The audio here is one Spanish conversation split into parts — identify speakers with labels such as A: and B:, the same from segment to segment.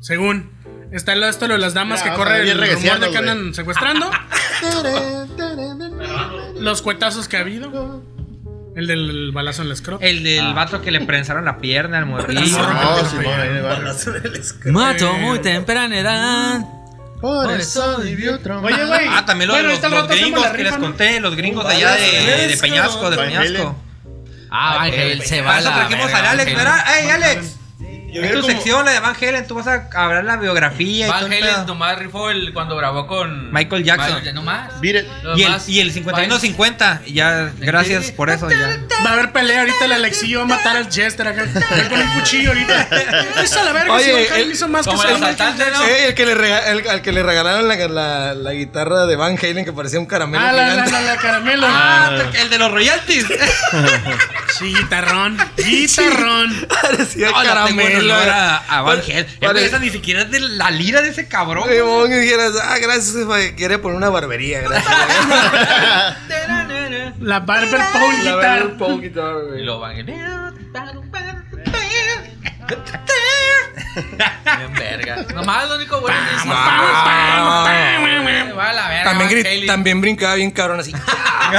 A: Según. Está el esto lo de las damas que corre el rumor de que andan secuestrando. Los cuetazos que ha habido. El del balazo en la escroto.
B: El del vato que le prensaron la pierna al morrillo. Ah,
C: No, sí, no, ahí va.
D: Balazo en el escroto.
E: Mato muy temprana edad.
C: Por eso vivió otro
A: Oye, güey.
B: Ah, también los,
A: Bueno,
B: los-
A: ahorita al
B: los
A: rato hacemos
B: gringos
A: la
B: que les
A: rifa, ¿no?
B: conté, los gringos de
D: Un
B: allá
D: balazo en
B: de,
D: el
B: de Peñasco, de
C: escroto.
B: Peñasco.
E: Ah, Ángel, se va
B: Para
E: a
B: eso
E: la
B: eh, trajimos
E: verga,
B: al Alex,
E: Ángel.
B: ¿verdad? ¡Ey, Alex!
D: Yo
B: Es tu
D: veo como-
B: sección, la de Van Helen, tú vas a hablar la biografía y todo
F: Van
B: el
F: Halen
B: pedo.
F: nomás rifó el, cuando grabó con
B: Michael Jackson.
F: no más.
C: Beat it.
F: Lo
B: Y el,
F: demás,
B: y el 51-50, ya, gracias por eso. Ya.
A: Va a haber pelea ahorita el Alexillo va a matar al Jester acá. Él Con un cuchillo ahorita. Esa la verga,
G: Oye,
A: si Van Halen
G: el-
A: hizo más que
F: como el
A: solo Michael
F: asaltante,
A: Jackson.
F: ¿no?
G: Sí, el que le rega- el- al que le regalaron la, la- la guitarra de Van Halen que parecía un caramelo.
A: Ah, la, la,
G: gigante.
A: la, la caramelo.
B: Ah, el de los royalties.
A: Sí, guitarrón. Guitarrón.
G: Parecía
B: No, no tengo el
G: caramelo.
B: olor a, a Van Helen.
G: Pare-
B: Esa ni siquiera es de la lira de ese cabrón.
E: Eh.
G: Y vos dijeras, ah, gracias, güey, quiere poner una barbería, gracias.
A: La Barber Pole Guitar.
F: Y lo Van Halen. Bien verga. Nomás lo único bueno que hizo.
A: Ah.
F: Se va a la verga.
G: Ah, También,
F: Van
G: grit-
F: Halen.
G: también brincaba bien cabrón así.
A: Ya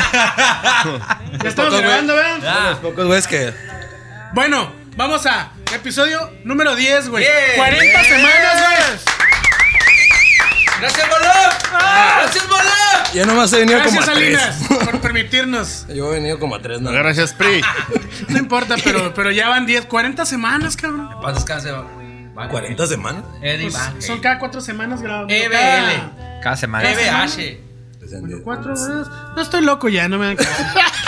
A: estamos
G: Pocos,
A: grabando, ¿verdad?
F: Ah,
G: Pocos güeyes que.
A: Bueno, vamos a episodio número 10, güey.
F: Bien.
A: 40 semanas, güey.
F: Gracias, Bolón.
B: Ah.
F: Gracias, Bolón.
G: Yo nomás he venido como a
A: Gracias, Salinas,
G: tres.
A: por permitirnos.
G: Yo he venido como a tres, ¿no?
C: Gracias, Pri.
A: No importa, pero, pero ya van 10, 40 semanas, cabrón.
F: Paz descanse, Van Van
G: 40 semanas.
F: Halen. Eddie Van
A: Pues,
F: Halen.
A: son cada 4 semanas grabando.
F: E EBL.
B: Cada
F: E
B: semana.
F: EBH.
G: Pues,
A: Bueno, cuatro horas. No estoy loco ya, no me dan caso.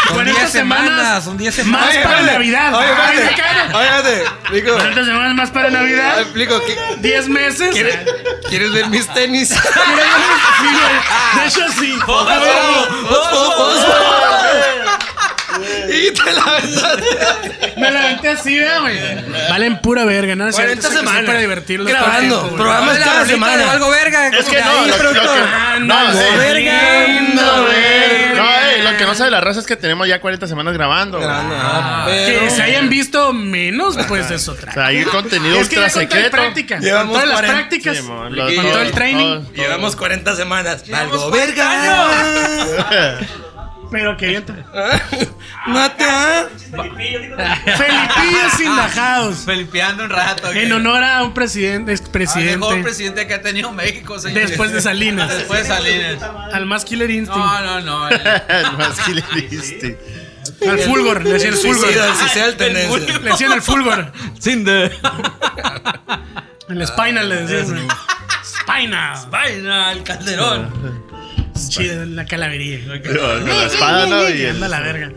B: Son 10 semanas, son 10
A: más
B: semanas.
A: para
G: espérate.
A: Navidad.
G: Oye,
A: Ay, me
G: espérate.
A: cago.
G: Oye, espérate. Explico.
A: 40 semanas más para
G: Ah,
A: Navidad.
G: Explico. ¿qué-
A: 10 meses.
G: ¿Quieres ver mis tenis?
A: Sí, güey. De hecho, sí. A ver,
G: y te la verdad.
A: Me la aventé así, ¿verdad, güey. Valen pura verga, ¿no?
G: 40 semanas.
A: Para divertirlos.
G: Grabando,
A: todo el tiempo, güey.
G: programas
B: La
G: cada
B: rolita de
G: semana.
B: algo verga.
C: Es
B: como
C: que no,
B: ahí,
C: lo-
B: pero-
C: lo que- no,
A: Ando
C: sí.
A: verga.
C: No, ey, lo que no sabe la raza es que tenemos ya 40 semanas grabando. güey.
G: Ah,
A: Que se
G: pero-
A: hayan visto menos, pues es otra.
C: O sea, hay contenido
A: Es que
C: ultra
A: ya con toda la
C: secreto.
A: práctica. Con
G: Llevamos
A: todas las
G: 40,
A: prácticas.
C: Sí, mon, los-
A: Con todo el
C: todos-
A: training.
C: todos-
G: Llevamos 40 semanas.
F: Llevamos
G: Algo
F: 40
G: verga. Ah,
A: Pero que bien.
G: Mata.
A: Felipillo sin bajados.
F: Felipeando un rato.
A: En honor a un presidente,
F: El Ah, mejor
A: expresidente.
F: presidente que ha tenido México, señores.
A: Después de Salinas.
F: Después de Salinas.
A: Al más killer instinct.
F: No, no, no. el-
C: El más que le diste.
A: Al Fulgor. Le decían el Fulgor.
G: Suicida, si sea el tendencia.
A: Le decían el Fulgor. El Spinal
G: Ah,
A: le decían. Spinal.
F: Vaina, el Calderón.
A: Chido, la calavería.
C: Con la espada, ¿no? Y el-
A: Anda la verga.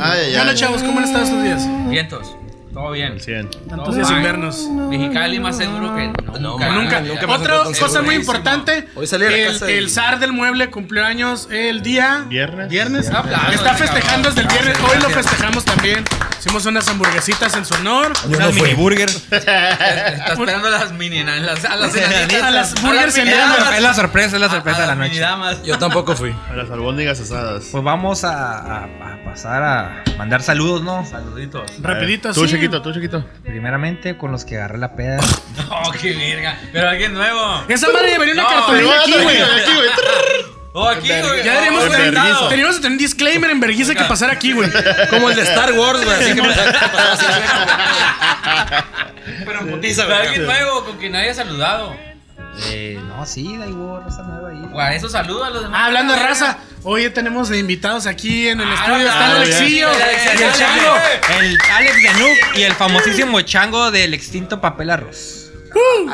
C: Ay, ay,
A: Hola,
C: ay.
A: chavos, ¿cómo han estado estos días?
F: Vientos. Todo bien.
C: Cien.
A: Tantos días sin vernos.
F: Mexicali más seguro que nunca.
A: Nunca.
G: nunca me
A: Otra
G: encontré con
A: cosa muy
G: segurísimo.
A: importante.
G: Hoy salí a la
A: el-
G: casa y-
A: El zar del mueble cumplió años el día.
C: Viernes.
A: Viernes.
F: Aplausos,
A: Está
F: cabrón.
A: festejando desde el viernes. Hoy lo festejamos también. Hicimos unas hamburguesitas en su honor.
G: Yo no fui. Burger.
F: Está esperando las mini a las a las enanitas.
A: A las burgers
F: A las
A: enanas.
F: minidamas.
B: Es la sorpresa, es la sorpresa
F: A
B: de la
F: las
B: noche.
F: minidamas.
G: Yo tampoco fui.
C: A las albóndigas asadas.
B: Pues vamos a, a- a pasar a mandar saludos, ¿no?
F: Saluditos.
A: Rapidito,
C: Tú,
A: así.
C: chiquito, tú, chiquito.
B: Primeramente con los que agarré la peda.
F: Oh, qué verga. Pero alguien nuevo.
A: Esa madre debería una
F: No,
A: cartulina aquí, güey.
C: Aquí, güey.
F: Oh, aquí, güey.
A: Ya
F: Oh,
A: deberíamos
C: Con
A: tener,
C: permiso.
A: teníamos que tener un disclaimer en vergüenza que pasar aquí, güey.
G: Como el de Star Wars, güey. Así que me
F: Pero putiza, Pero alguien nuevo con quien nadie ha saludado.
B: Eh, no, sí, da igual, raza nueva ahí.
F: Para eso saluda a los demás.
A: Ah, hablando de raza, hoy tenemos de invitados aquí en el
F: Ah,
A: estudio.
F: no,
A: Está
F: no,
A: Alexillo
F: ya, ya,
A: y
F: ya,
A: el
F: ya,
A: chango.
B: El Alex de Nuke y el famosísimo chango del extinto papel arroz.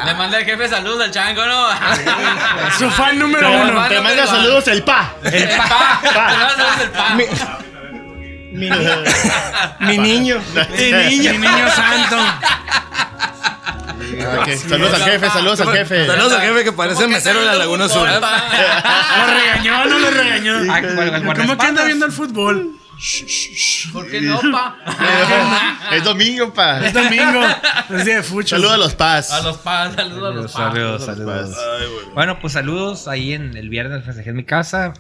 F: Le manda el jefe saludos al chango, ¿no?
A: Su fan número
F: Pero,
A: uno.
F: hermano,
C: Te manda
F: pero-
C: saludos el pa.
F: El pa. Te manda saludos el pa.
G: Mi niño.
A: Mi niño, mi niño santo.
C: Ok, Saludos al jefe, saludos al jefe.
G: Saludos al jefe que parece
F: ¿Cómo que
G: mesero de la
F: saludos,
G: Laguna
F: fútbol,
G: Sur. ¿eh?
F: pa?
A: Lo regañó, no lo regañó.
B: Ah, bueno, el
A: ¿Cómo que anda
B: guardaespaldas.
A: viendo el fútbol?
F: ¿Por qué no, pa?
C: Es domingo, pa.
A: Es domingo. Es día de fucho.
C: Saludos a los paz.
F: A los pa, saludos a los pa.
B: Saludos, saludos. Bueno, pues saludos. Ahí en el viernes festejé en mi casa.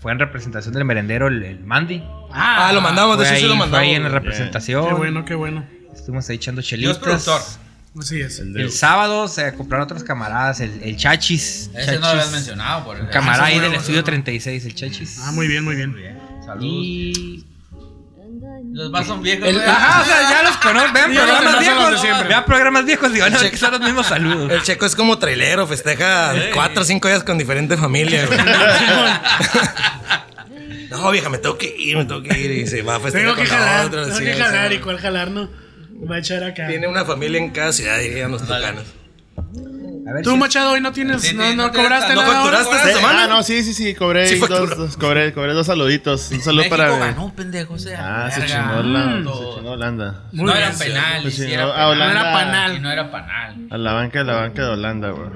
B: Fue en representación del merendero el, el Mandy.
G: Ah, lo mandamos,
B: Fue
G: de hecho sí
B: ahí,
G: lo
B: fue
G: mandamos.
B: ahí en la
C: Bien.
B: representación.
A: Qué bueno, qué bueno.
B: Estuvimos ahí echando
F: productor.
B: chelitas.
A: Así es.
C: El de-
B: El sábado se compraron otros camaradas, el, el Chachis.
F: Ese no lo habías
B: Chachis,
F: mencionado, por
B: un Camarada ahí
A: Ese
B: del
A: nuevo,
B: estudio
A: ese
B: 36, el Chachis.
A: Ah, muy bien, muy bien.
F: Salud.
B: Y.
F: Los más son viejos. güey.
A: Ah,
B: Ajá, o sea, ya los conozco. Vean
A: Y ya los
B: programas
A: demás son los de
B: viejos.
A: siempre.
B: Vean programas viejos y van a ver que son los mismos saludos.
G: El checo es como trailero, festeja cuatro o cinco días con diferentes familias. güey. no, vieja, me tengo que ir, me tengo que ir. Y se va a festejar
A: Tengo
G: Este con
A: que
G: la
A: jalar.
G: otra,
A: Tengo
G: sí,
A: que
G: o sea,
A: jalar y cuál jalar no. Va a echar acá.
G: Tiene una familia en cada ciudad, dirían los tucanos.
B: A ver
A: Tú,
B: si-
A: Machado, hoy no tienes.
F: Sí,
A: no,
F: sí,
A: no,
F: no tienes
A: cobraste
F: tan-
G: ¿No
A: nada. ahora.
G: facturaste esta semana?
C: Ah, no, sí, sí, sí, cobré,
G: Sí,
C: dos,
G: facturó.
C: dos- cobré, cobré dos saluditos. Un saludo
F: México
C: para.
F: ganó, pendejo. o sea,
C: Ah, se
F: verga. Mm.
C: chingó,
A: Mm.
C: Holanda,
F: Todo.
C: se chingó Holanda.
A: Muy
F: no
A: bien.
F: eran penales.
C: Se
F: sí
C: chingó
F: era
C: a
A: No
C: Holanda.
A: era
F: penal. Y
A: panal.
F: no era penal.
C: A la banca, a la banca de Holanda, güey.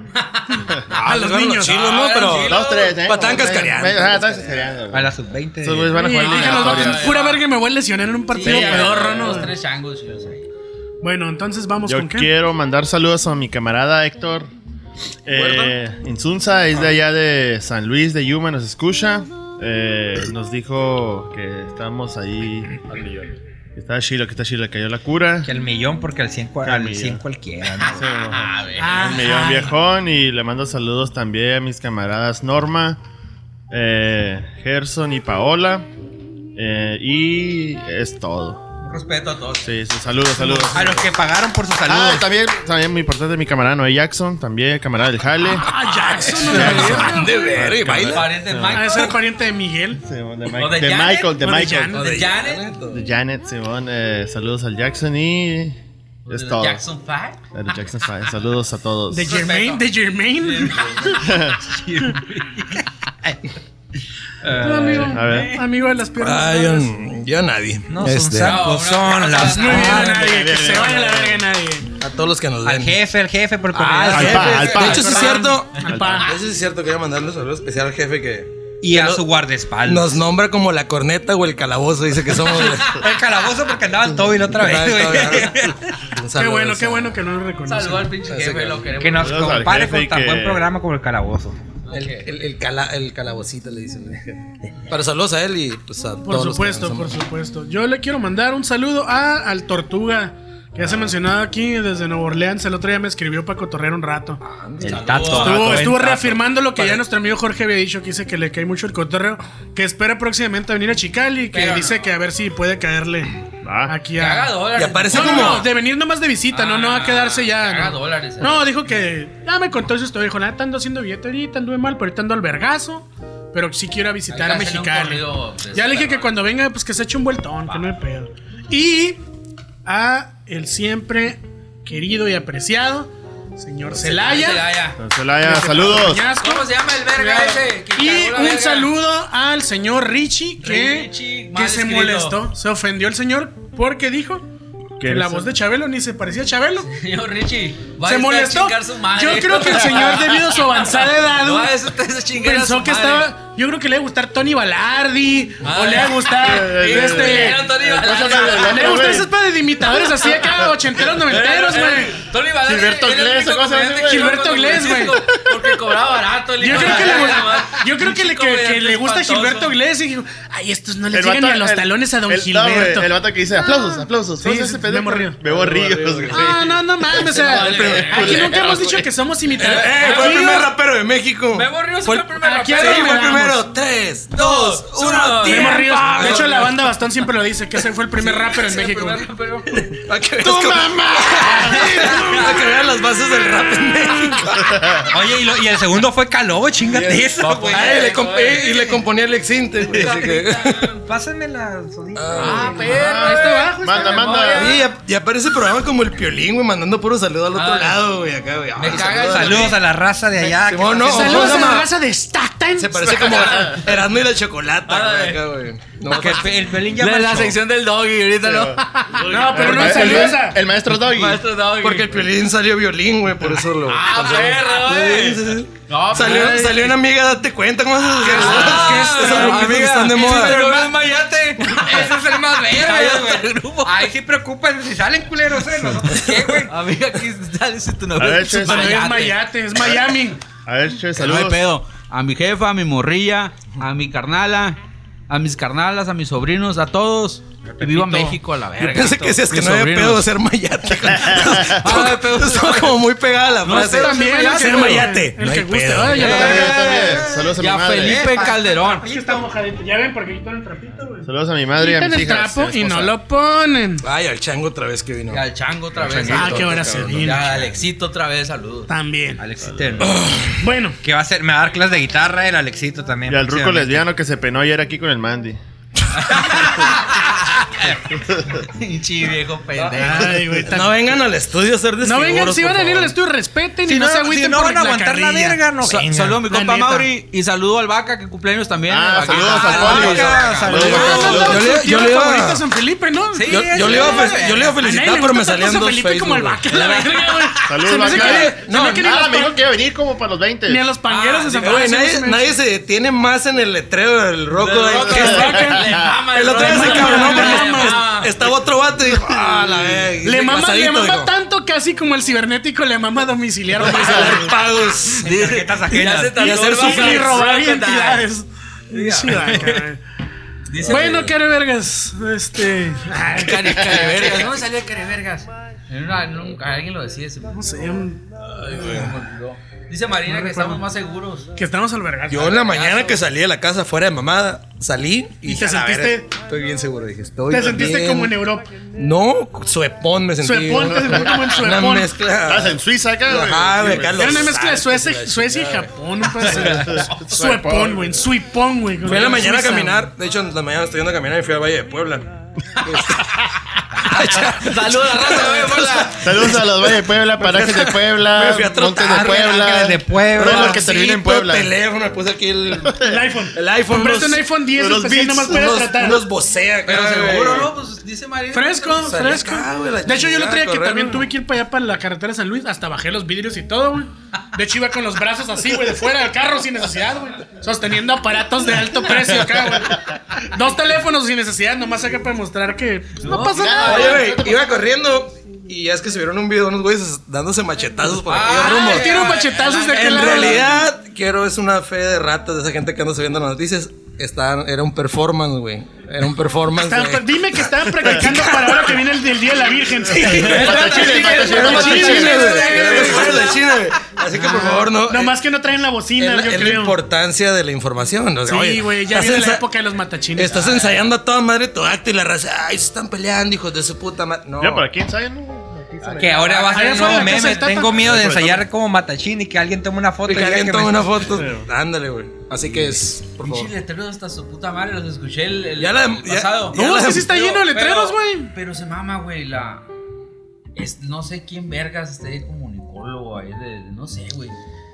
G: Ah, los
A: niños.
G: niños. chilos, ¿no?
F: Ah,
G: Pero
F: los chilos.
C: Dos, tres, ¿eh?
G: Patán
C: Dos, tres.
G: cascareando.
C: Ah, están cascareando.
B: A
C: güey.
B: la sub-20.
C: Estos güeyes van a
A: Sí, dije, los
C: jugar
A: vatos,
C: eliminatorias.
F: eliminatorias.
A: pura verga, me voy a lesionar en un partido
F: Sí,
A: pedorro,
F: Los
A: ¿no?
F: tres changos y los ahí.
A: Bueno, entonces vamos
C: Yo
A: Pues, con qué.
C: quiero mandar saludos a mi camarada Héctor. Eh, Insunza es de allá de San Luis de Yuma, nos escucha. Eh, nos dijo que estamos ahí. Que está Shilo, que está Shilo, le cayó la cura.
B: Que al millón, porque al 100,
C: Al millón.
B: cualquiera. ¿no?
C: Sí, güey.
F: A ver.
A: Ah,
C: Un millón viejón y le mando saludos también a mis camaradas Norma, eh, Gerson y Paola. eh, y es todo.
F: Un Respeto a todos.
C: Sí, sí, saludos, saludos.
B: A los que pagaron por sus
C: Ah,
B: saludos.
C: también, también muy importante mi camarada Noé Jackson, también camarada del Jale.
A: Ah, Jackson, no me
G: Van de ver, y baila.
F: Pariente
B: Eh,
F: de
A: Ha de
F: Mike.
A: ser pariente de Miguel.
C: Sí, De,
F: ¿O de
C: de
F: Janet?
C: Michael, de
A: ¿O de
C: Michael.
A: Janet?
F: De Janet.
C: De Janet, Simón. eh, saludos al Jackson y es
F: de
C: todo.
F: Jackson Five.
C: El Jackson Five. Saludos a todos.
A: De Germain, de Germain. No, amigo, eh,
C: A ver.
A: amigo de las piernas.
G: Ay,
A: largas.
G: yo, yo nadie.
B: No son
G: Este,
B: sacos,
F: No,
B: son
F: no,
B: las.
A: Muy bien,
C: Ah,
A: a
B: manos.
A: nadie, que se vaya a la verga nadie.
G: a todos los que nos
B: Al
G: ven.
B: jefe, al jefe, por
G: Ah, al
B: correo.
G: jefe.
C: al pa,
G: De hecho, sí es
A: Al
G: cierto.
A: pan, Al pan.
G: Eso sí es cierto, quería mandarle un saludo especial al jefe que
B: Y a su guardaespaldas.
G: nos nombra como la corneta o el calabozo, dice que somos.
B: El calabozo porque andaba el Toby la otra vez, güey.
G: Un
A: Qué
G: saludo,
A: bueno,
G: un
A: qué
G: saludo.
A: bueno que no lo
F: Saludó al
A: reconoce.
F: pinche jefe, lo queremos.
B: Que nos
C: Saludos al
B: compare
C: jefe
B: con
C: y
B: tan
C: que-
B: buen programa como el calabozo.
G: El, el, el cala- el calabocito le dicen. Pero saludos a él y pues a
A: Por
G: todos los que
A: supuesto,
G: nos
A: por
G: nombran.
A: supuesto. Yo le quiero mandar un saludo a al Tortuga, que ya se ha mencionado aquí desde Nueva Orleans. El otro día me escribió para cotorrear un rato.
B: El
A: Estuvo,
B: tato.
A: estuvo reafirmando lo que ya nuestro amigo Jorge había dicho, que dice que le cae mucho el cotorreo, que espera próximamente a venir a Chicali, que
F: Pero
A: dice
F: no.
A: que a ver si puede caerle
C: Ah,
A: aquí
F: Que haga
A: a...
F: dólares.
G: Y aparece-
A: No, no,
G: como-
A: no, de venir nomás de visita, no, no va a quedarse ya.
F: Haga
A: no.
F: dólares. eh.
A: No, dijo que. Ya me contó eso, estoy dijo, nada, ando haciendo billete ahorita, anduve mal, pero ahorita ando al vergazo. Pero sí quiero ir a visitar a
F: Hay que hacerle un
A: Mexicali.
F: corrido de
A: Ya le dije
F: Superman.
A: que cuando venga, pues que se eche un vueltón, que no hay pedo. Y a el siempre querido y apreciado, señor Celaya.
F: Celaya.
C: Celaya, saludos.
A: Peñasco.
F: ¿Cómo se llama el verga ese? que
A: Y
F: cagó la
A: un
F: verga?
A: saludo al señor Richie que,
F: Richie, mal
A: que se
F: escrito.
A: molestó, se ofendió el señor porque dijo que
C: eres
A: la
C: el-
A: voz de Chabelo ni se parecía a Chabelo.
F: Señor Richie.
A: se molestó. Yo creo que el señor, debido a su avanzada edad, güey, pensó que estaba. Yo creo que le iba a gustar Tony Balardi. O
F: Ah.
A: le iba a gustar. este. Le iba a gustar esas pedas de imitadores así acá, ochenteros, noventeros, güey.
F: Tony Badal
C: Gilberto
F: era el
C: Glés,
F: único
C: ¿cómo se llama ese güey?
F: comediante que yo
A: Gilberto
F: conozco
A: Glés, güey.
F: Porque cobraba barato. el
A: Yo
F: hijo
A: creo
F: de
A: que le,
F: la
A: gusta-
F: verga,
A: yo creo que le, que- que le gusta
F: espantoso.
A: Gilberto Iglesias y dijo, ay, estos no les
C: El
A: llegan ni
C: vato-
A: a los
C: el-
A: talones a don
C: el- no, güey,
A: Gilberto. Ah.
C: el vato que dice aplausos, aplausos.
A: Sí,
C: ¿Cómo se
A: sí,
C: llama ese pendejo?
A: Memo Ríos.
C: Memo Ríos, güey.
A: Ah, no, no mames. O sea,
F: Ese vale,
A: aquí nunca
G: culero,
A: hemos dicho que somos imitadores.
G: ¡Eh!
A: Aquí
G: ¡Fue el
A: no-
G: primer rapero de México!
F: Memo Ríos
G: Fue-
F: fue el primer
A: Aquí
G: Sí,
F: rapero.
A: Ríos,
G: fue el
A: vamos.
G: primero. Tres, dos,
F: Dos,
G: uno,
F: uno.
A: Memo Ríos. De hecho, la
G: banda
A: banda Bastón siempre lo dice, que ese fue el primer rapper en
F: Sí, el
A: México.
F: primer rapero.
G: ¡Tu mamá! A que vean las bases del rap en México.
B: Oye, y, lo- y el segundo fue Calobo, chingate eso, güey.
G: Ay, le comp- eh, y le componía el exinte. güey, así que-
B: Pásenme la sodita.
F: Ah, perro, ahí está abajo. está
C: Manda,
F: la
C: manda.
F: memoria.
G: Sí, y- y aparece programa como el piolín, güey, mandando puro saludo al otro
F: Ah.
G: lado, güey, acá, güey.
F: Me
G: Ay,
F: caga el
G: saludo.
B: Saludos a la Eh, raza de allá. que-
G: Simón, no,
A: Saludos a
G: ojo,
A: la
G: gama.
A: raza de Staten.
G: Se parece como a Erasmo y la chocolata, güey, acá, güey. No,
B: que el Ah, pe- el pelín ya
F: La, la
B: marchó.
F: sección del doggy, ahorita no.
A: No, pero
C: El
A: no
C: ma-
A: saludos
C: el,
A: a.
C: el maestro Doggy.
F: Maestro doggy.
G: Porque el piolín salió violín, güey, por eso lo.
F: Ah,
G: Sí,
F: perro, güey.
G: sí, sí.
F: No,
G: Salió,
F: pero-
G: salió una amiga, date cuenta, ¿cómo haces?
F: Ah,
G: Esos grupitos que están de moda.
F: Ese es el más
B: Ese es el más verde, güey. Ahí sí preocupen si salen culeros, ¿eh? Nosotros, ¿qué, güey?
E: Amiga, aquí sale si tu
C: A
E: novio.
C: ver,
E: es
C: Ches.
A: No, es
E: Mayate.
A: Mayate, es Miami.
C: A ver, che,
E: No hay
C: saludos.
E: pedo. A mi jefa, a mi morrilla, a mi carnala, a mis carnalas, a mis sobrinos, a todos.
F: Que viva México a la
G: Yo
F: verga.
G: pensé que decías que
F: Mis
G: no había
F: sobrinos.
G: pedo de ser mayate.
F: Ah, pedo.
G: Estaba como muy pegada la
F: No,
G: frase.
F: ser también,
A: el
G: ser
A: que-
G: mayate.
A: ¿eh? El que guste. Ay,
C: Yo
A: ya
C: también,
A: la-
C: yo también. Saludos a
F: Y
C: mi
F: a
C: madre.
F: Eh,
C: Eh,
F: Felipe Calderón.
A: Es que está mojadito. Ya ven, porque quitan el trapito, güey.
C: Saludos a mi madre y a
A: Quitan
C: mis
A: el
C: hijas.
A: trapo
C: y a mi
A: y no
C: esposa.
A: lo ponen.
G: Ay, al chango otra vez que vino.
F: Y al chango otra vez.
A: Ah, qué hora se
G: cabrón.
A: vino.
F: Ya, Alexito otra vez, saludos.
A: También.
B: Alexiter.
F: Ah.
A: Bueno,
B: Que va a ser, me va a dar clases de guitarra el Alexito también.
C: Y al ruco
B: próximamente.
C: lesbiano que se penó ayer aquí con el Mandy.
F: Pinche viejo pendejo.
A: ay, güey. tan-
G: No vengan al estudio a ser
A: No
G: desfiguros,
A: vengan, si van a
G: por
A: venir al
G: favor.
A: estudio, respeten
B: Si
A: y no,
B: no,
A: se
B: si
A: agüiten
B: no
A: por
B: van a aguantar la
A: carrilla.
B: verga, no
F: Sa-
B: vengan.
F: saludo a mi
A: La
F: compa
A: neta.
F: Mauri y saludo al Vaca que cumpleaños también.
C: Ah,
F: el Vaquita.
C: saludos al
F: Ah,
C: Poli.
F: el
C: Saludos.
F: Vaca.
A: Ah,
G: Saludos.
A: no, no,
G: Yo le-
A: su
G: yo le
A: tío
G: iba-
A: favorito es San Felipe, ¿no?
F: Sí,
G: Yo, yo le iba a, fel- yo le iba a
A: A nadie le
G: felicitar, pero
A: gusta
G: me
A: tanto
G: salían
A: San
G: dos
A: Felipe
G: Facebook.
A: como el vaca, la verga, güey.
C: Saludos,
A: Se me hace
C: vaca.
A: que- se me hace que ni
C: Ah,
A: los
C: me dijo
A: pan-
C: que iba a venir como para los 20.
A: Ni a los pangueros
F: Ah,
A: de San
G: Eh, güey,
A: Francisco.
G: nadie,
A: se me-
G: nadie se detiene más en el letrero del roco.
F: Roco,
G: de-
F: el Vaca.
G: Vaca.
F: Le mama
G: El otro día se
A: Le
G: cabronó
A: mama,
G: porque
A: le
G: est-
F: mama.
G: estaba otro vato y dijo, ah, la verga. Y
A: Le
G: se
A: mama, le
G: pasadito,
A: mama
G: dijo,
A: tanto casi como el cibernético le mama domiciliar. güey.
G: Pagos.
B: tarjetas ajenas.
F: Y hace
A: Y
G: Y hacer
A: sí,
G: sufrir.
A: y robar
F: Suéltala.
A: identidades. Sí, vaca, güey.
F: Dice-
A: Bueno, cara vergas. Este. ay,
F: Care- Carevergas. ¿Dónde salió el Carevergas? Ah, En una- en un- Alguien lo decía. se-
A: no sé, un-
F: Dice Marina que estamos más seguros.
A: Que estamos al vergas.
G: Yo en la mañana que salí de la casa fuera de mamada, salí y,
A: Y
G: dije,
A: te
G: "A la
A: sentiste-
G: verga". Estoy bien seguro, dije, estoy
A: Te sentiste
G: bien".
A: como en Europa.
G: No, suepón me sentí.
A: Suepón, te sentiste como en
G: Una
A: suepón.
C: Estás
G: mezcla.
C: en Suiza acá, güey.
G: Ajá, güey, acá
A: Era
G: los
A: una mezcla de
G: Alpes,
A: Suecia,
G: la
A: Suecia y
G: chingada.
A: Japón. un pedazo de- Suepón, güey. Suipón, güey.
G: Fui en la mañana a
A: Suiza,
G: caminar. De hecho, en la mañana estoy yendo a caminar y fui al Valle de Puebla.
F: Saludos, raza, güey, hola.
C: Saludos a los Valles de Puebla, parajes de
G: Me
C: Puebla,
G: fui a trotar,
C: montes de Puebla.
B: Ángeles de Puebla.
C: Todo lo que termina en Puebla.
G: teléfono, puse aquí el,
A: El iPhone.
G: el iPhone.
A: Compraste
G: unos-
A: un iPhone 10
C: unos
A: especial,
C: Beats,
A: nomás puedes
G: unos,
A: tratar.
G: unos Bosea,
F: Pero
G: acá,
F: seguro,
G: güey.
F: ¿no? Pues dice Marina.
A: Fresco,
G: Salió
A: fresco.
G: acá, güey, la
A: de hecho, yo lo
G: chingada,
A: traía que
G: correr,
A: también
G: ¿no?
A: tuve que ir para allá, para la carretera de San Luis. Hasta bajé los vidrios y todo, güey. De hecho, iba con los brazos así, güey, de fuera del carro sin necesidad, güey. Sosteniendo aparatos de alto precio acá, güey. Dos teléfonos sin necesidad, nomás acá para mostrar que pues, no, pasa nada.
G: Oye, güey, iba corriendo y ya es que subieron un video de unos güeyes dándose machetazos por aquí.
F: Ah,
A: Ah,
G: rumbo.
A: tiro machetazos de aquel
G: En
A: lado.
G: realidad, quiero es una fe de ratas de esa gente que anda subiendo las noticias. Estaban- era un performance, güey. Era un performance.
A: Estaban-
G: güey.
A: dime que estaban practicando para ahora que viene el, el Día de la Virgen.
C: Matachines,
G: Era un
C: matachines,
G: matachines,
A: matachines,
G: güey.
A: güey.
G: Era un matachines de China, güey. Así que por favor, no.
A: Nomás que no traen la bocina,
G: es,
A: yo
G: es la
A: creo.
G: importancia de la información. o sea,
A: Sí,
G: oye,
A: güey, ya
G: estás
A: viene la
G: ensa-
A: época de los matachines.
G: Estás ensayando a toda madre tu acto y la raza. Ay, se están peleando, hijos de su puta madre. No.
C: Mira, para quién sabe, ¿no?
B: Que ahora va a ser
A: Allá
B: un
A: fuera de la casa
B: nuevo meme.
A: de Tata.
B: Tengo miedo de
C: Ahí fuera de
B: ensayar como Matachín y que alguien tome una foto.
G: Y que
B: diga
G: alguien
B: que
G: tome
B: me-
G: una foto. Ándale, güey. Así que es, por favor.
F: Pinche letreros hasta su puta madre, los escuché el, el-
G: Ya la-
F: el
G: ya-
F: pasado.
G: ya
A: No,
G: la-
A: es que sí está
F: Pero-
A: lleno de letreros,
F: pero-
A: güey.
F: Pero se mama, güey, la... es- no sé quién vergas esté comunicólogo ahí, de, de- no sé, güey.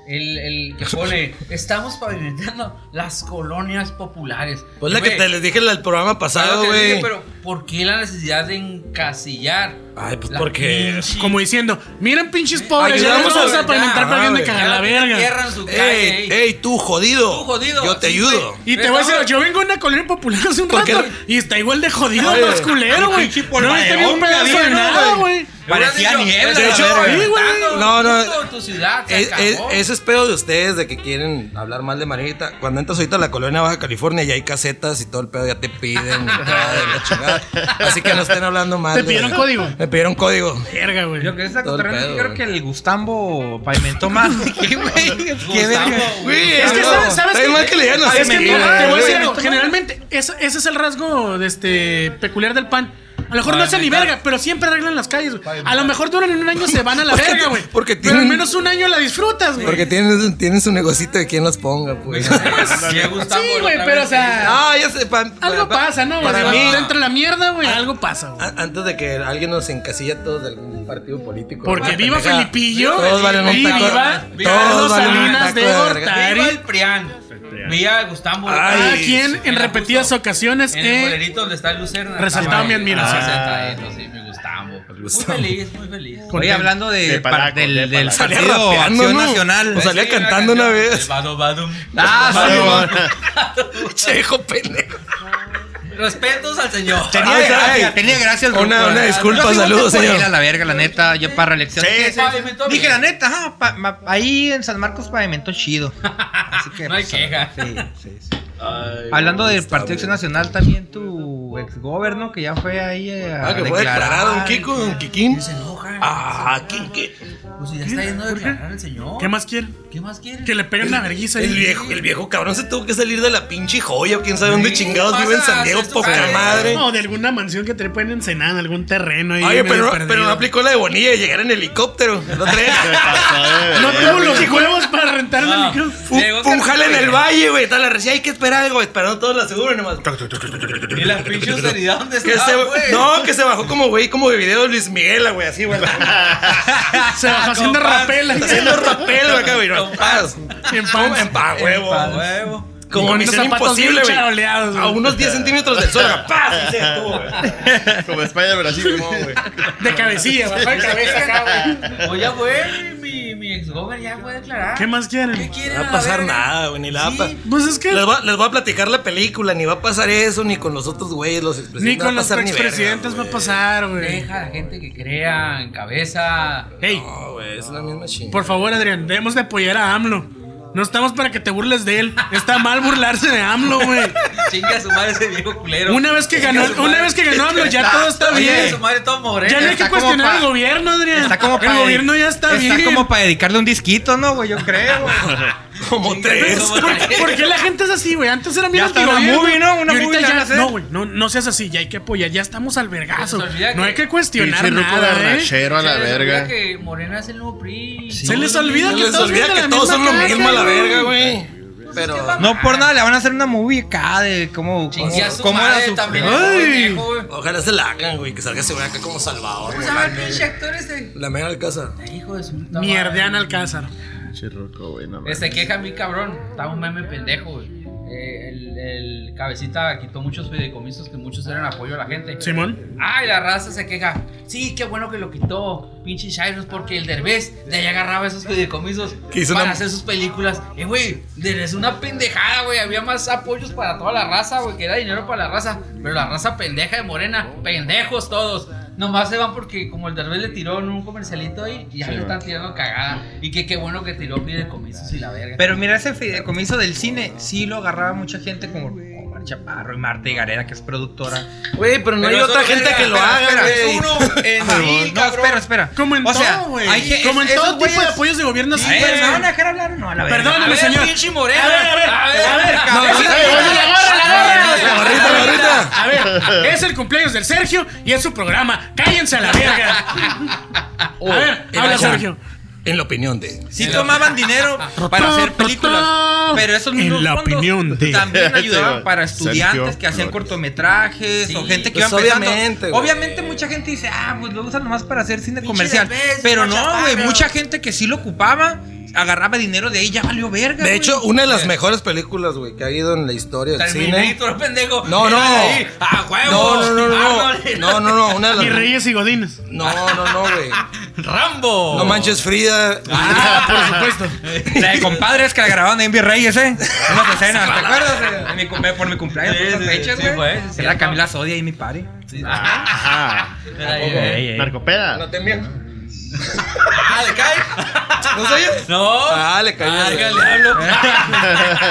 F: El, el que pone, estamos pavimentando las colonias populares.
G: Pues la que
F: Güey,
G: te les dije en el programa
F: claro
G: pasado,
F: que les dije,
G: güey.
F: Pero, ¿por qué la necesidad de encasillar?
G: Ay, pues
F: la
G: porque.
F: pinche-
A: Como diciendo, miren pinches pobres, ya
G: Ayudamos
A: vamos
G: a-
A: a pavimentar
G: ya, Ah,
A: para alguien de
G: güey.
A: cagar la verga.
F: Cierran su calle.
G: ¡Ey, ey, tú jodido!
F: Tú jodido.
G: Yo te
F: Sí,
G: ayudo.
F: güey.
A: Y te voy a decir, yo vengo de una colonia popular hace un
G: ¿Por qué?
A: rato y está igual de jodido,
G: Oye,
A: más culero, güey.
B: pinche
A: No viste ni un
B: polvadeón que
A: pedazo de
B: había, ¿no,
A: nada,
B: güey?
A: güey.
B: Parecía niebla.
G: de
B: la
G: hecho,
B: verga.
G: ahí,
A: güey.
G: No, no.
F: Tu ciudad se
G: Es, es,
F: acabó.
G: ese es pedo de ustedes de que quieren hablar mal de Margarita. Cuando entras ahorita a la colonia Baja California, ya hay casetas y todo el pedo ya te piden. y todo de la chingada. Así que no estén hablando mal.
A: Te
G: de-
A: pidieron código.
G: Me pidieron código.
A: Verga, güey.
B: Lo que es la
G: Todo el
B: cotorreo,
G: pedo,
B: yo creo
G: güey.
B: que el Gustambo pavimentó más. ¿Qué, güey? ¿Qué
F: Gustavo,
B: verga?
F: güey.
A: Es que, ¿sabes, sabes
G: Está
A: qué?
G: mal que le digan así,
A: Es que
G: mentira,
A: mira, te voy a
G: güey.
A: decir algo. Generalmente, eso- ese es el rasgo de este, peculiar del pan. A lo mejor no hacen ni verga, pero siempre arreglan las calles, güey. A lo mejor duran en un año se van a la
G: Porque-
A: verga, güey.
G: porque
A: Pero al
G: tienen-
A: menos un año la disfrutas, güey.
G: Porque tienen, tienen su negocito de quien las ponga, pues.
F: Sí, Gustavo,
A: Sí,
F: la
A: güey,
F: otra
A: pero,
F: vez
A: o sea,
G: Ah, ya sé. pa-
A: Algo
G: pa-
A: pasa, ¿no?
G: Para
A: Para
G: mí,
A: Dentro de la mierda, güey, algo pasa, güey.
G: a- antes de que alguien nos encasille a todos de algún partido político.
A: Porque
G: ¿verdad?
A: viva
G: Pendeja.
A: Felipillo
G: Todos valen un
A: y
G: taco.
A: viva
G: Viva
A: Carlos
G: todos valen un
A: Salinas
G: taco
A: de
G: verga.
A: Gortari.
F: Viva el Prián. Viva Gustavo.
G: Ay,
A: Cada quien en
F: Era
A: repetidas
F: justo
A: ocasiones
F: En el
A: eh,
F: bolerito donde está el Lucerna.
A: resaltaba
F: Estaba
A: mi
F: ahí,
A: admiración.
F: la caseta, eh, no sé, mi Gustavo. Muy feliz, muy feliz.
B: Oye, hablando de,
C: De
B: par-
C: palaco,
B: del,
C: de
B: del
C: palaco.
G: Salía
B: partido
G: rapeando,
B: Acción
G: ¿no?
B: Nacional.
G: O salía
F: Pues Sí, una
G: cantando una
F: canción,
G: vez.
F: el Badum Badum.
B: Ah, sí.
G: Che, hijo pendejo.
F: Respetos al señor.
B: Tenía
G: Ay,
B: gracias,
G: ay.
B: tenía gracias.
G: Una-
B: Bruno.
G: una disculpa,
B: Yo sí voté
G: saludos,
B: por
G: señor.
B: él, a la verga, la neta, yo para elección.
C: Sí,
B: Dije,
C: sí,
F: sí.
B: Dije la neta, ajá, pa- ma- ahí en San Marcos pavimentó chido. Así que
F: No hay
B: pues,
F: queja.
B: sí, sí, sí. Hablando del Partido Acción Nacional, también tu su ex gobierno que ya fue ahí eh, a
G: Ah, que fue declarado un
B: declarar.
G: Kiko, un Kikín.
F: Y se enoja.
G: Ah,
F: se enoja.
G: ¿qué-
F: Pues si ya
A: ¿Qué?
F: está yendo a
A: ¿Por qué?
F: declarar el señor.
A: ¿Qué más quiere?
F: ¿Qué más quiere?
A: Que le peguen una vergüenza.
G: El
A: ahí.
G: viejo, el viejo cabrón se tuvo que salir de la pinche joya. Quién sabe dónde
F: Sí,
G: chingados
F: pasa
G: vive en San
F: a
G: Diego,
F: hacer tu
G: poca
F: jale.
G: madre.
A: No, de alguna mansión que te pueden encenar, en algún terreno ahí.
G: Oye,
A: medio
G: pero,
A: perdido.
G: pero no aplicó la de Bonilla de llegar en helicóptero. ¿No traes?
A: No tuvo los huevos para rentar el micrófono.
G: Fue
F: Llegó
G: un- fue un jale en
F: cartón,
G: el
F: güey.
G: valle, güey. Está la recién, hay que esperar algo, esperando todos la seguro nomás.
F: Y la pinche austeridad donde
G: Que
F: está,
G: se-
F: Ah, güey.
G: no, que se bajó como güey, como de video de Luis Miguel, güey, así, güey.
A: Se bajó haciendo
F: Con pan.
A: rapel. ahí.
G: Haciendo rapel, güey, acá, güey. no, En paz.
A: En pants.
G: En paz, huevo.
F: A huevo.
A: Y
G: Como
A: con
G: misión
A: unos zapatos bien
G: imposible, güey.
A: charoleados,
G: A
A: güey.
G: unos 10 centímetros del suelo, acá, paz, y se detuvo, güey.
C: Como Spider-Man así, güey.
A: De cabecilla, bajó de cabeza acá, güey.
F: Oye, ya fue, mi, mi ex gober ya fue a declarar.
A: ¿Qué más quieren?
F: ¿Qué quieren?
G: No va
F: a
G: a
F: la
G: pasar
F: verga?
G: nada, güey, ni la va a
F: Sí.
G: pa-
A: Pues es que
G: Les voy, a- les voy a platicar la película, ni va a pasar eso, ni con los otros güeyes, los expresidentes.
A: ni
G: no
A: con
G: va a
A: los
G: pasar ni verga,
A: expresidentes va a
G: güey.
A: pasar, güey.
F: Deja a la gente que crea en cabeza.
A: Hey,
G: No, güey, es la misma chingada.
A: por favor, Adrián, debemos de apoyar a AMLO. No estamos para que te burles de él. Está mal burlarse de AMLO, güey.
F: Chinga a su madre ese viejo culero.
A: Una vez que
F: Chinga
A: ganó,
F: a su
A: una
F: madre.
A: vez que ganó AMLO, ya todo está
F: Chinga a su
A: bien.
F: madre todo moreno.
A: Ya no hay
B: Está
A: que
B: como
A: cuestionar
B: pa-
A: al gobierno, Adrián.
B: Está como
A: el
B: para
A: gobierno ya está, bien.
B: Está como para dedicarle un disquito, ¿no, güey? Yo creo. güey.
G: Como tres.
F: Chinga a su madre.
A: ¿Por, por qué la gente es así, güey? Antes era bien
B: Ya está una
A: antigobierno,
B: movie, ¿no? Una
A: y ahorita
B: movie la van a
A: ya,
B: hacer.
A: no, güey, no, no seas así, ya hay que apoyar, ya estamos al vergazo.
F: Se les olvida
A: No
F: que-
A: hay que
C: Pinche
A: cuestionar
C: ruco
A: nada, ¿eh?
C: garnachero a la
F: Se les olvida
C: verga.
F: que Morena es el nuevo PRI.
A: Se les olvida
G: Se
A: que
G: les
A: todos
G: olvida
A: vienen de
G: que
A: la
G: todos son
A: misma
G: lo mismo a la
A: calle,
G: verga, güey. Pero.
B: No por nada le van a hacer una movie acá de cómo. cómo,
F: Chingue a su
B: cómo era
F: madre
B: su-
F: también.
A: Ay.
F: pendejo, güey.
G: Ojalá se la hagan, güey, que salga ese güey acá como Salvador.
F: ¿Cómo
G: güey.
F: se llama el pinche actor ese?
G: La mega alcanza.
F: Hijo de su puta madre.
A: Mierdean Alcázar.
C: Chirruco, güey, no mames.
F: Se queja mi cabrón, está un meme pendejo, güey. Eh, el, el cabecita quitó muchos fideicomisos que muchos eran apoyo a la gente.
A: Simón.
F: Ay, la raza se queja. Sí, qué bueno que lo quitó, pinche Shiros, porque el Derbez de ahí agarraba esos fideicomisos
G: Que hizo
F: para
G: una-
F: hacer sus películas. Eh, güey, es una pendejada, güey. Había más apoyos para toda la raza, güey, que era dinero para la raza. Pero la raza pendeja de Morena, pendejos todos. Nomás se van porque como el Derbez le tiró en un comercialito ahí, ya le están tirando cagada. Y que qué bueno que tiró fideicomisos y la verga.
B: Pero mira, ese fideicomiso del cine sí lo agarraba mucha gente como Omar Chaparro y Marta Higarera, que es productora.
G: Güey, pero no
F: Pero
G: hay otra
F: eso,
G: gente
F: verga,
G: que lo
B: espera,
G: haga,
B: espera,
G: güey.
B: uno en sí, No, espera, espera.
A: Como en
B: O sea,
A: todo, güey.
B: hay que-
A: Como en
B: esos
A: todo tipo de
B: güeyes-
A: apoyos de gobierno, sí,
B: A ver,
A: güey.
B: ¿me van a dejar hablar o no? A la verga.
A: Perdóname,
B: A ver,
A: señor.
B: pinche moreno.
A: A ver, a ver, a ver,
B: cabrón.
A: a ver,
B: Esa-
A: a ver, a ver,
G: La
A: a ver,
G: gorrita, la gorrita.
A: A ver, es el cumpleaños del Sergio y es su programa. Cállense a la verga. A ver,
G: Oh,
A: habla
G: en la-
A: Sergio.
G: En la opinión de.
B: Sí tomaban dinero para hacer películas, pero esos
A: En
B: mismos
A: la
B: fondos
A: opinión de-
B: también ayudaban para
C: Sergio
B: estudiantes que hacían
C: Flores.
B: cortometrajes o
F: Sí,
B: gente que
G: pues
B: iba empezando.
G: obviamente, güey.
B: obviamente mucha gente dice, "Ah, pues lo usan nomás para hacer cine
F: Pinche
B: comercial."
F: Derbez,
B: pero
F: pinche
B: no, güey,
F: Chaparro.
B: mucha gente que sí lo ocupaba agarraba dinero de ahí ya valió verga.
G: De
B: güey.
G: hecho, una de las mejores películas, güey, que ha ido en la historia del cine.
F: Terminator, pendejo.
G: No, no.
F: Era de ahí. Ah, huevo.
G: No, no, no, no.
F: Arnold.
G: No, no, no. Una de
A: Y
G: las.
A: Reyes y Godines.
G: No, no, no, güey.
B: Rambo.
G: No manches Frida.
A: Ah, por supuesto.
B: La de compadres que la grabaron ahí en Virreyes, ¿eh? Unas escenas, ¿te acuerdas? eh? En mi cum- por mi cumpleaños, por
F: Sí,
B: esas
F: sí,
B: fechas,
F: sí, fue,
B: güey.
F: sí,
B: Era
F: cierto.
B: Camila Sodia y mi party.
C: Ajá.
F: Era de ahí, eh.
C: Narcopeda.
G: No te miento.
F: Ah, le cae.
G: ¿No sabías?
F: No.
G: Ah, le cayó.
F: Ah,
G: el-
F: déjale, hablo.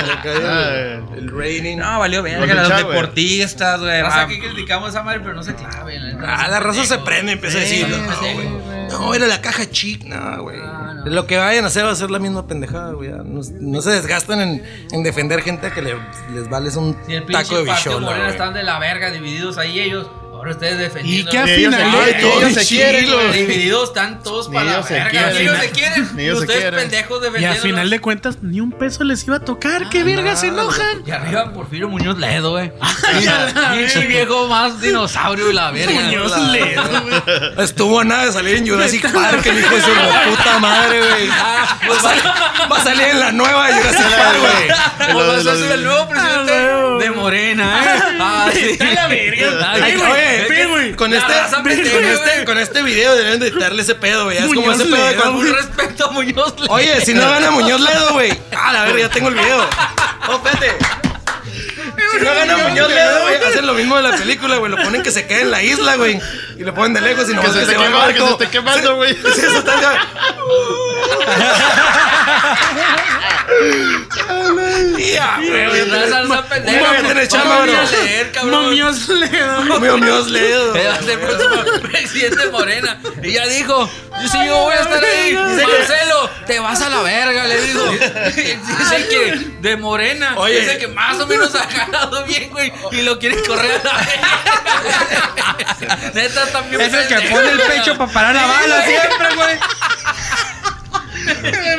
G: Le cayó el- el raining.
B: No, valió
C: Golden
B: verga. Los
C: Shower.
B: deportistas, güey.
F: Pasa
B: ah,
F: que criticamos a esa madre, pero no se clave. la neta.
G: Ah, la raza se prende, empieza a decir.
F: Sí,
G: No,
F: sí,
G: güey.
F: güey.
G: No, era la caja chic. No, güey.
F: No, no.
G: Lo que vayan a hacer va a ser la misma pendejada, güey. No, no se desgastan en, en defender gente que le- les vales un
F: Si el pinche
G: taco de
F: partido
G: bichola.
F: Morena
G: güey.
F: están de la verga, divididos ahí ellos. Ahora ustedes defendiendo.
A: ¿Y qué
C: Ni ellos se
A: Ay,
C: quieren,
A: todos
C: ni ellos se
G: chilos.
C: quieren, güey.
F: Divididos están todos
C: Ni
F: para la
C: ellos se
F: verga.
C: quieren.
F: Ni ellos se quieren.
C: Ni ellos se
F: ustedes
C: quieren.
F: pendejos
A: Y al
F: defendiendo.
A: final de cuentas, ni un peso les iba a tocar. ¡Qué verga se enojan!
F: Y arriba Porfirio Muñoz Ledo, güey.
A: Ay, a la
F: Pinche
A: verga.
F: viejo más dinosaurio y la verga.
A: Muñoz
F: La-
A: Ledo, güey.
G: Estuvo a nada de salir en Jurassic Park, el hijo de su puta madre, güey. Va a sal- va a salir en la nueva de Jurassic Park, güey.
F: O va a ser el nuevo presidente
A: Ah, güey.
F: de Morena, ¿eh? Ah, sí.
A: Está la verga.
F: Ay,
A: Ay,
F: Ah, güey.
G: Oye,
A: güey. Ve, güey.
G: Con
F: La
G: este,
F: raza
G: con
F: pendeja,
G: este-
F: güey.
G: con este video deberían de editarle ese pedo, güey. Es como
A: Muñoz
G: ese pedo de
A: Ledo,
G: cuando-
F: Con respeto a Muñoz Ledo.
G: Oye, si no gana Muñoz Ledo, güey. Ah, la verga, ya tengo el video. Oh, espérate. Si no gana Muñoz Ledo, güey, hacen lo mismo de la película, güey. Lo ponen que se quede en la isla, güey. Y lo ponen de lejos y no
C: Que se esté
G: va el
C: quemando, que se
G: barco.
C: esté quemando, güey.
G: Sí, eso está- Ya, güey,
F: La salsa pendeja.
A: Mamá,
G: tienes chamba,
F: Vamos
G: bro.
F: a leer, cabrón.
A: Momios Ledo.
G: Mío, mío, Ledo.
F: Ella va a ser próxima presidente Morena. Y ya dijo, yo sí, yo voy a estar ahí. Marcelo, te vas a la verga, le digo. Es el que de Morena.
G: Oye.
F: Es el que más o menos ha ganado bien, güey. Y lo quiere correr a la verga. Neta, también.
B: Es el que pone el pecho para parar la bala siempre, güey.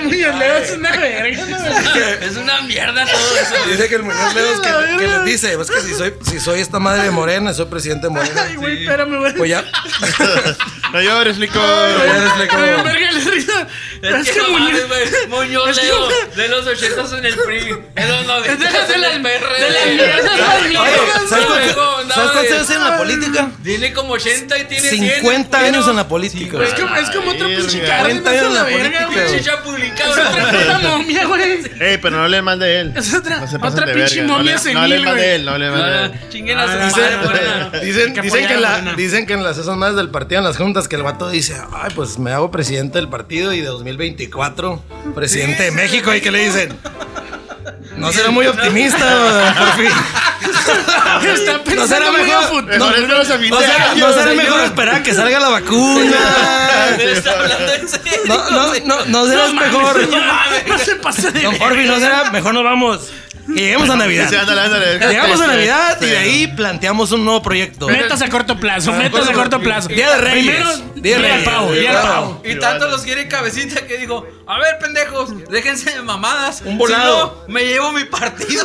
A: Muñoz Ledo es una verga. la verga.
F: Es una mierda todo eso.
G: Dice que el Muñoz Ledo es que, que les dice, pues que si soy, si soy esta madre de Morena, soy presidente de
A: Ay,
G: Morena.
A: güey, espérame, güey.
G: Pues ya.
C: No llores, Lico.
G: ya les explico.
A: Ay, verga, la risa. Pero
F: Es que no mames, güey. Muñoz Ledo, de los 80 en el PRI. Es los 90
A: Déjate
F: en
A: la-
F: el PRD.
A: de la mierda, la
F: Oye,
G: Oye,
A: mierda,
G: ¿sabes
F: güey,
G: cuánto-
F: no, no,
G: ¿sabes cuánto
F: güey.
G: es en la política?
F: Tiene como 80 y tiene 100.
G: 50 años en la política.
A: Es como, es como otro
C: Verga.
A: pinche Cárdenas
G: 40 años
A: a
G: en
A: la
G: la
A: verga,
G: política,
A: güey.
G: güey.
F: Chicha pública,
A: Es otra puta momia, güey.
C: Ey, pero no le mal de él.
A: Es otra-
C: No se pasen
A: otra
C: de
A: pinche
C: verga.
A: momia
C: No le, no
A: senil,
C: mal
A: güey.
C: de él, no le mal de él.
F: Chinguen a su
G: Ah,
F: madre,
G: Dicen,
F: Morena.
G: dicen,
A: que
G: dicen que
A: apoyar
G: en
A: a
G: la,
A: Morena.
G: dicen que en las esas madres del partido, en las juntas, que el vato dice, ay, pues me hago presidente del partido y de 2024, presidente de México, y que le dicen, no será muy optimista, por fin.
A: Está
G: No será
A: pensando muy a
G: mejor,
A: futuro.
G: no,
C: Mejor espéranos a fin
G: no
C: de
G: será,
C: año,
G: no será
C: señor.
G: mejor esperar a que salga la vacuna.
F: Está hablando en serio.
G: No, no, no, no será mejor.
A: No se pase de
G: Don
A: verga.
G: Porfi, no será, mejor nos vamos. Que lleguemos a
C: Sí,
G: Navidad.
C: ándale, ándale.
G: Llegamos a
C: Sí,
G: Navidad y
C: sí,
G: de ahí planteamos un nuevo proyecto.
A: Metas a corto plazo, metas a corto plazo.
G: Día de Reyes.
A: Primero,
G: Día de
A: día al
G: Reyes.
A: pavo, día al pavo.
F: Y tanto los quiere cabecita que dijo, a ver, pendejos, déjense de mamadas.
G: Un volado.
F: Si no, me llevo mi partido.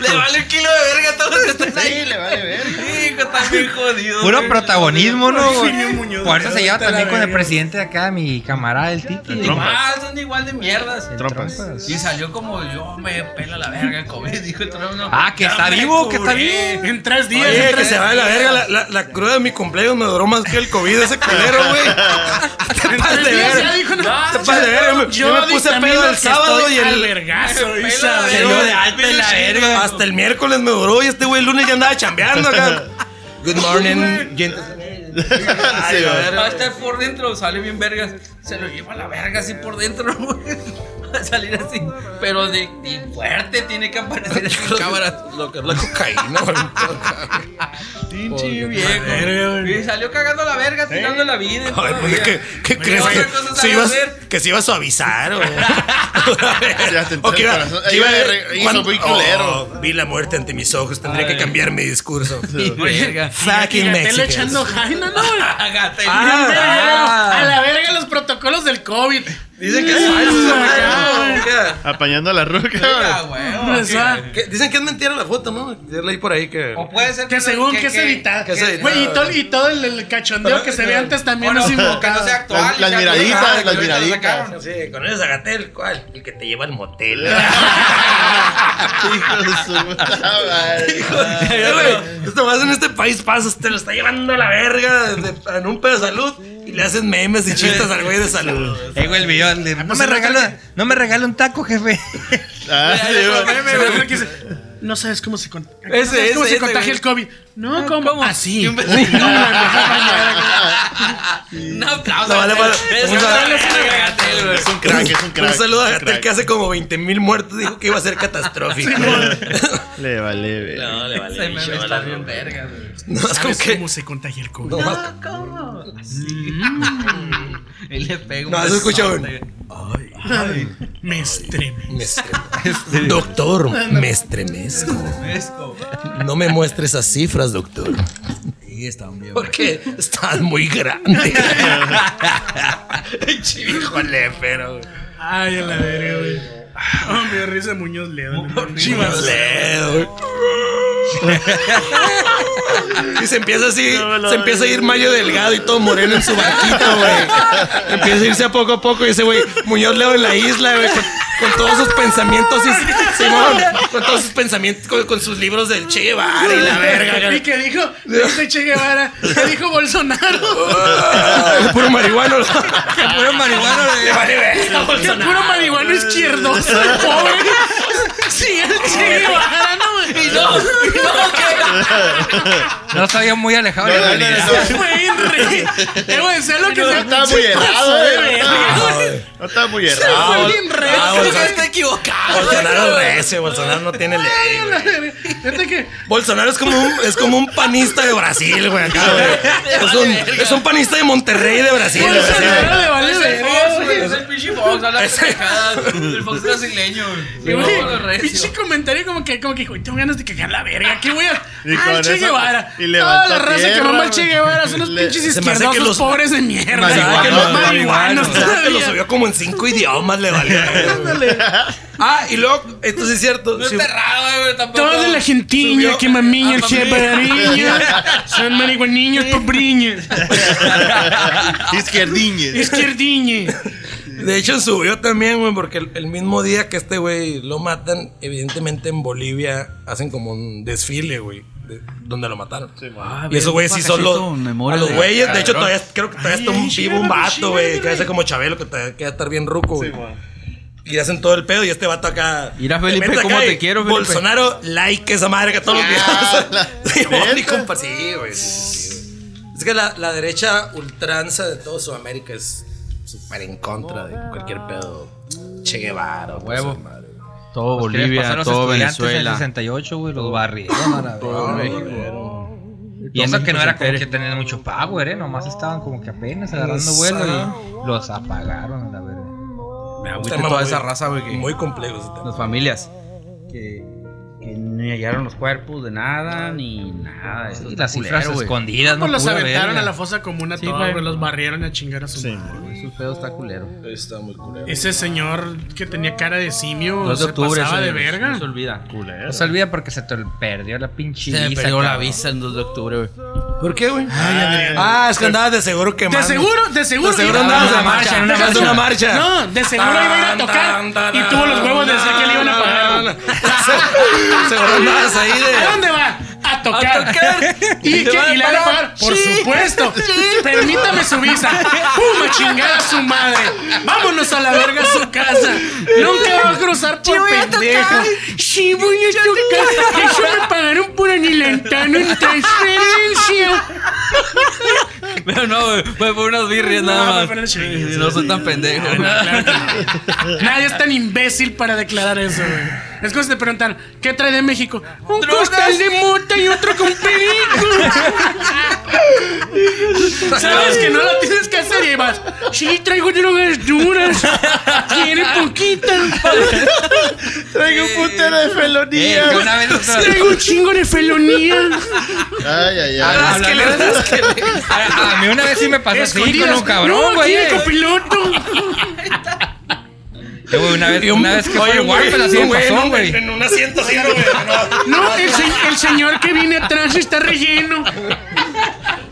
F: Le vale un kilo de verga a todos los que están
C: Sí,
F: ahí.
C: le vale verga.
F: Hijo, están bien jodidos.
B: Puro
F: güey.
B: protagonismo, ¿no? güey?
A: Porfirio Muñoz.
B: Por eso se lleva
A: Vete a la
B: también con el
A: verga.
B: presidente de acá, mi camarada, el Titi. pues.
F: Igual, Ah, son igual de mierdas.
B: El
C: Trompas.
B: Trompas.
F: Y salió como yo me pela la verga el COVID, dijo el Trump. no.
B: Ah, que
F: Ya
B: está
F: me
B: vivo, que está
F: curé.
B: vivo.
A: En tres días. en
G: Oye, que
A: tres-
G: se va de la verga. La, la, la cruda de mi cumpleaños me duró más que el COVID ese culero, güey. Te
A: en
G: pases
A: tres
G: de
A: días ya
G: verga.
A: dijo, no,
G: Te pases de verga. Yo me- Yo me puse
A: dictamino
G: pedo
A: que
G: el sábado
A: estoy
G: y
A: al
G: el.
A: vergazo,
F: Pela
A: Isa.
F: la
A: Se
F: verga.
A: dio de-
F: alta en la verga.
G: Hasta el miércoles me duró y este güey el lunes ya andaba chambeando acá. Good morning, gente.
C: Sí, güey.
F: Va a estar por dentro, sale bien vergas. Se lo lleva a la verga así por dentro, güey. Va a salir así. Pero de, de fuerte tiene que aparecer en cámara.
G: Lo que es la cocaína, güey.
F: Pinche viejo. Y salió cagando la verga, tirando la vida. y
G: A ver,
F: todo,
G: pues,
F: ya.
G: ¿qué, qué
F: Mira,
G: crees?
F: otra
G: Que se,
F: cosa sabe
G: iba,
F: hacer.
G: que se iba a suavizar, güey.
C: Ya te entró
G: O que
C: el
G: iba-
C: corazón.
G: que
C: Iba de re- hizo
G: cuando-
C: muy culero.
G: Oh, vi la muerte ante mis ojos, tendría que cambiar mi discurso.
F: Verga.
A: Y
G: Fucking
A: Gatel
G: Mexicans.
A: echando jaina, ¿no? güey?
F: Agate.
A: Ah, A la verga los protocolos del COVID. Ah,
G: Dicen que es
A: falso,
C: Apañando a la ruca,
F: Ah,
C: güey.
F: güey,
A: Pues,
F: ok.
A: ah,
G: Que- Dicen que es mentira la foto, ¿no? Yo leí por ahí que.
F: O puede ser
A: Que según que, es editado.
G: que es editado.
A: Güey, y todo, y todo el, el cachondeo que se ve antes también
F: Bueno,
A: es
F: que no
A: invocado.
F: sea actual.
C: Las-
F: y
C: las
F: sea
C: miraditas,
F: actual,
C: las
F: que ahorita lo
C: miraditas.
F: sacaron.
G: pues, Sí, con ese Zagatel, ¿cuál? El que te lleva al motel.
C: Hijo de su puta madre.
G: Eh, güey, Esto más en este país pasa, te lo está llevando a la verga de- en un pedo de salud y le hacen memes y chistes al güey de salud.
B: Eh, güey, el video. el de, no, me regala, no me regala un taco, jefe.
C: Ah, sí, güey.
A: Se ve que dice, No sabes cómo se, con- no
F: Ese,
A: sabes cómo
F: ese,
A: se
F: ese,
A: contagia
F: güey.
A: el COVID. No, ¿cómo? Ah, Así.
F: Un beso. Un aplauso.
G: No, vale, vale.
F: Es
G: Un
F: un
G: saludo.
F: es una Gatel, güey.
C: Es un crack, es un crack.
G: Un saludo a
C: es un
G: Gatel
C: crack.
G: que hace como 20 mil muertos. Dijo que iba a ser catastrófico.
C: Le vale, güey.
F: Ese meme está bien verga, güey.
G: no, es como
A: ¿Sabes
G: que.
A: cómo se contagia el COVID?
G: No, más-
F: Él le pega un
G: no, se escucha
F: besote,
G: un.
F: güey.
A: Me estremé.
G: Me estremezco. Doctor, me estremezco.
F: Fresco.
G: No me muestre esas cifras, doctor.
F: Sí, está bien.
G: Porque están muy grandes. Híjole, pero.
A: Ay, a la verga, güey. Oh, me dio risa Muñoz Ledo. no mames.
G: Chivas Leo. Y se empieza así,
C: No me lo
G: se empieza a ir Mayo Delgado y todo moreno en su barquito, güey. Empieza a irse a poco a poco y ese güey, Muñoz Leo en la isla, güey, con, con todos sus pensamientos y Simón, con todos sus pensamientos, con, con sus libros del Che Guevara y la verga,
A: Y
G: güey.
A: que dijo, dice Che Guevara, que dijo Bolsonaro,
G: El puro marihuano.
B: Que puro marihuana,
G: Le vale verga,
A: que es
G: Bolsonaro.
A: puro marihuano izquierdoso, pobre. Sí, el Che Guevara, no, güey. Y no,
B: No estaba muy alejado
C: No,
B: de
C: no,
B: la
C: no,
B: realidad.
C: no,
A: Eh, güey, Henry. Debo de ser lo que
C: no,
A: se
C: estaba muy helado,
A: pasó de
C: güey.
A: verga, güey.
C: No está muy
A: Fue
C: errado.
A: bien Este recio,
G: ah,
A: güey.
G: Bolsonaro-
E: Está equivocado.
G: Bolsonaro rece, Bolsonaro no tiene ley, güey.
A: Fíjate que
G: Bolsonaro es como un, es como un panista de Brasil, güey. acá, güey. Es un, es un panista de Monterrey de Brasil. güey, así,
A: Bolsonaro
G: güey.
A: le vale
F: Es el
A: verga,
F: Fox, güey.
A: güey.
F: Es el pinche Fox. Habla
G: Ese-
F: pendejadas. El Fox brasileño,
A: Y,
F: güey.
A: güey,
F: No, lo recio.
A: Pinche comentario como que, como que dijo, tengo ganas de cagar la verga, ¿qué voy a...?
C: Y
A: Ah,
C: con
A: el Che
C: eso-
A: Guevara.
C: y
A: Toda
C: levantó
A: la raza que
C: tierra,
A: mamá el
C: güey.
A: Che Guevara son unos
C: Le-
A: pinches
G: se me hace que los-
A: izquierdosos pobres de mierda. Ah,
G: O sea, que
A: Los
G: lo-
A: marihuanos
G: o sea, que Este lo
A: todavía.
G: subió como en cinco idiomas, le valió.
A: Ándale.
G: Ah, y luego, esto sí es cierto.
F: No
G: sí-
F: está errado, güey. Tampoco.
A: Toda la gentinha,
G: Subió-
A: que maminha, el
F: Ah,
A: Che Guevara, Son marihuaniños pobrinhos.
C: Izquierdiñez.
A: Izquierdiñe.
G: De hecho, subió también, güey, porque el, el mismo día que este güey lo matan, evidentemente en Bolivia hacen como un desfile, güey, de- donde lo mataron.
E: Ah,
G: y esos güeyes sí son los. A los güeyes, de hecho, todavía creo que todavía está un vivo un vato, güey, que hace como Chabelo, que te- que va a estar bien ruco, güey. y hacen todo el pedo y este vato acá.
E: Mira,
G: te
E: Felipe,
G: metes
E: cómo
G: acá
E: te
G: y
E: quiero, Felipe.
G: Bolsonaro, like esa madre que todos los
C: Ah,
G: días.
C: la-
G: Sí,
C: ¿Neta?
G: y compa, sí, güey. sí, sí, güey. Es que la, la derecha ultranza de toda Sudamérica es súper en contra de cualquier pedo. Che Guevara,
E: Huevo.
G: pues, madre.
E: Todo Bolivia,
B: los
E: todo
B: estudiantes del
E: Venezuela.
B: 68, güey, los barrieron a la
E: Todo
B: verga.
E: México.
B: Y eso que no
E: se
B: era como
E: entere.
B: que tenían mucho power, eh. Nomás estaban como que apenas agarrando vuelo y los apagaron a la verga.
E: Me
G: Un
E: agüita
G: tema
E: toda
G: muy-
E: esa raza, güey. que-
G: Muy complejo ese tema.
E: Las familias.
F: que, que ni hallaron los cuerpos de nada, ni
E: Ah,
F: nada. Eso
B: Y
F: está
B: las cifras
F: culero, güey.
B: escondidas,
A: Pues los
B: Pura
A: aventaron
B: verga.
A: a la fosa común a
E: Sí,
A: todos,
E: güey.
A: güey, los barrieron a chingar a su
C: Sí.
A: madre.
F: Eso pedo está culero.
G: Está muy culero.
A: Ese señor que tenía cara de simio
E: 2 de
A: se
E: octubre.
A: pasaba
E: se-
A: de verga.
E: No se olvida.
B: No se olvida porque se te perdió la pinche
E: Se me
B: visa,
E: perdió la
B: cabrón.
E: visa el 2 de octubre, güey.
G: ¿Por qué, güey?
A: Adrián.
G: Ah, es que andabas de seguro que
A: De seguro, de seguro.
G: De seguro
A: iba-
G: andabas
A: en
G: de marcha, andabas de una marcha.
A: No, de seguro iba a ir a tocar y tuvo los huevos de decir que le iban a pagar. güey.
G: Seguro andabas ahí de.
A: ¿A dónde va? A tocar. ¿Y,
G: ¿Y
A: que
G: te van a
A: ¿Y le van a
G: pagar?
A: pagar? Por supuesto. Permítame su visa. ¡Pum! A chingar a su madre. Vámonos a la verga a su casa. Nunca va a cruzar por pendejo. Sí, voy a tocar. Eso me pagaron por anilantano en transferencia.
E: Pero no, güey. Fue por unas birrias
A: No,
E: nada
A: fue
E: más.
A: por unas birrias,
E: Sí, No soy tan pendejo.
A: No, no, claro que no. Nadie es tan imbécil para declarar eso, güey. Es como si te preguntan, ¿qué trae de México? Un costal de mota y otro con perico. Sabes que no lo tienes que hacer y vas, sí, traigo drogas duras. Tiene poquita.
C: Traigo un puntero de
B: Eh,
C: felonía.
B: yo una vez otra-
A: Traigo un chingo de felonía.
C: Ay, ay, ay.
B: a, a mí una vez sí me pasó así con un
A: no,
B: cabrón,
A: aquí
B: güey.
A: el
B: eh.
A: copiloto.
B: Yo, güey, una vez, una vez que fue el Warped así me pasó, güey.
G: En un asiento así, güey.
A: No, el, se- el señor que viene atrás está relleno.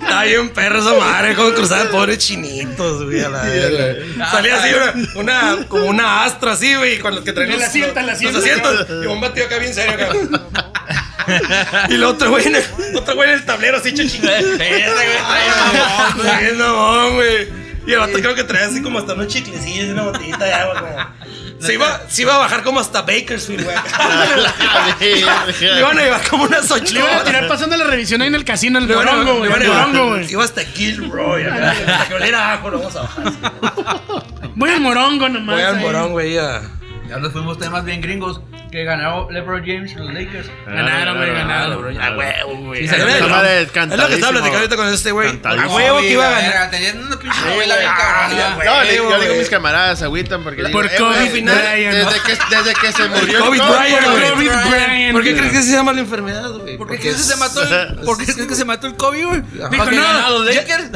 G: Está bien perro esa madre, como cruzaban pobres chinitos, güey, a la verga. Salía así una, una, como una astra así, güey, con los que traen
A: El
G: los,
A: asiento, el
G: los
A: asiento.
G: asientos. Y un batido acá bien serio, acá. Y el otro güey, en el, otro güey en el tablero así, chingada. Bien Este mamón, güey. Y el vato creo que traía así como hasta unos chiclecillos y una botellita de agua, como. Se iba, se iba a bajar como hasta Bakersfield, güey. Le iban a llevar como unas ocho
A: Le iban a
G: horas.
A: tirar pasando la revisión ahí en el casino, el
G: Le van a-
A: morongo,
G: le
A: güey.
G: van a-
A: el morongo, güey.
G: Iba hasta Gilroy, acá, hasta que oliera a ajo, lo vamos a bajar.
A: Voy al morongo nomás.
G: Voy al
A: ahí.
G: morón, güey. ya.
F: Ya nos fuimos temas bien gringos que ganó LeBron James los Lakers.
A: Ganaron, Ah, güey, ganaron.
F: LeBron James. A huevo, güey.
G: Es lo-
C: madre
G: es lo que estaba platicando ahorita con este güey.
C: Cantadísimo.
G: A huevo que iba a ganar.
F: Tenían una pinche novela bien cabrona.
C: No, le- yo
G: Huevo,
C: le digo a mis
G: güey.
C: camaradas, se agüitan porque le digo,
A: Por
C: eh, güey,
A: COVID,
C: final,
A: Brian, ¿no?
C: desde, que, desde que se murió
G: COVID, Brian,
A: Por
G: güey.
A: COVID, Brian.
G: ¿Por qué crees que se llama la enfermedad, güey?
E: ¿Por qué crees que se mató el, ¿por qué crees que se mató el Kobe, güey?
A: Dijo,
E: Más bien
A: no, Ah,
E: ganado los Lakers.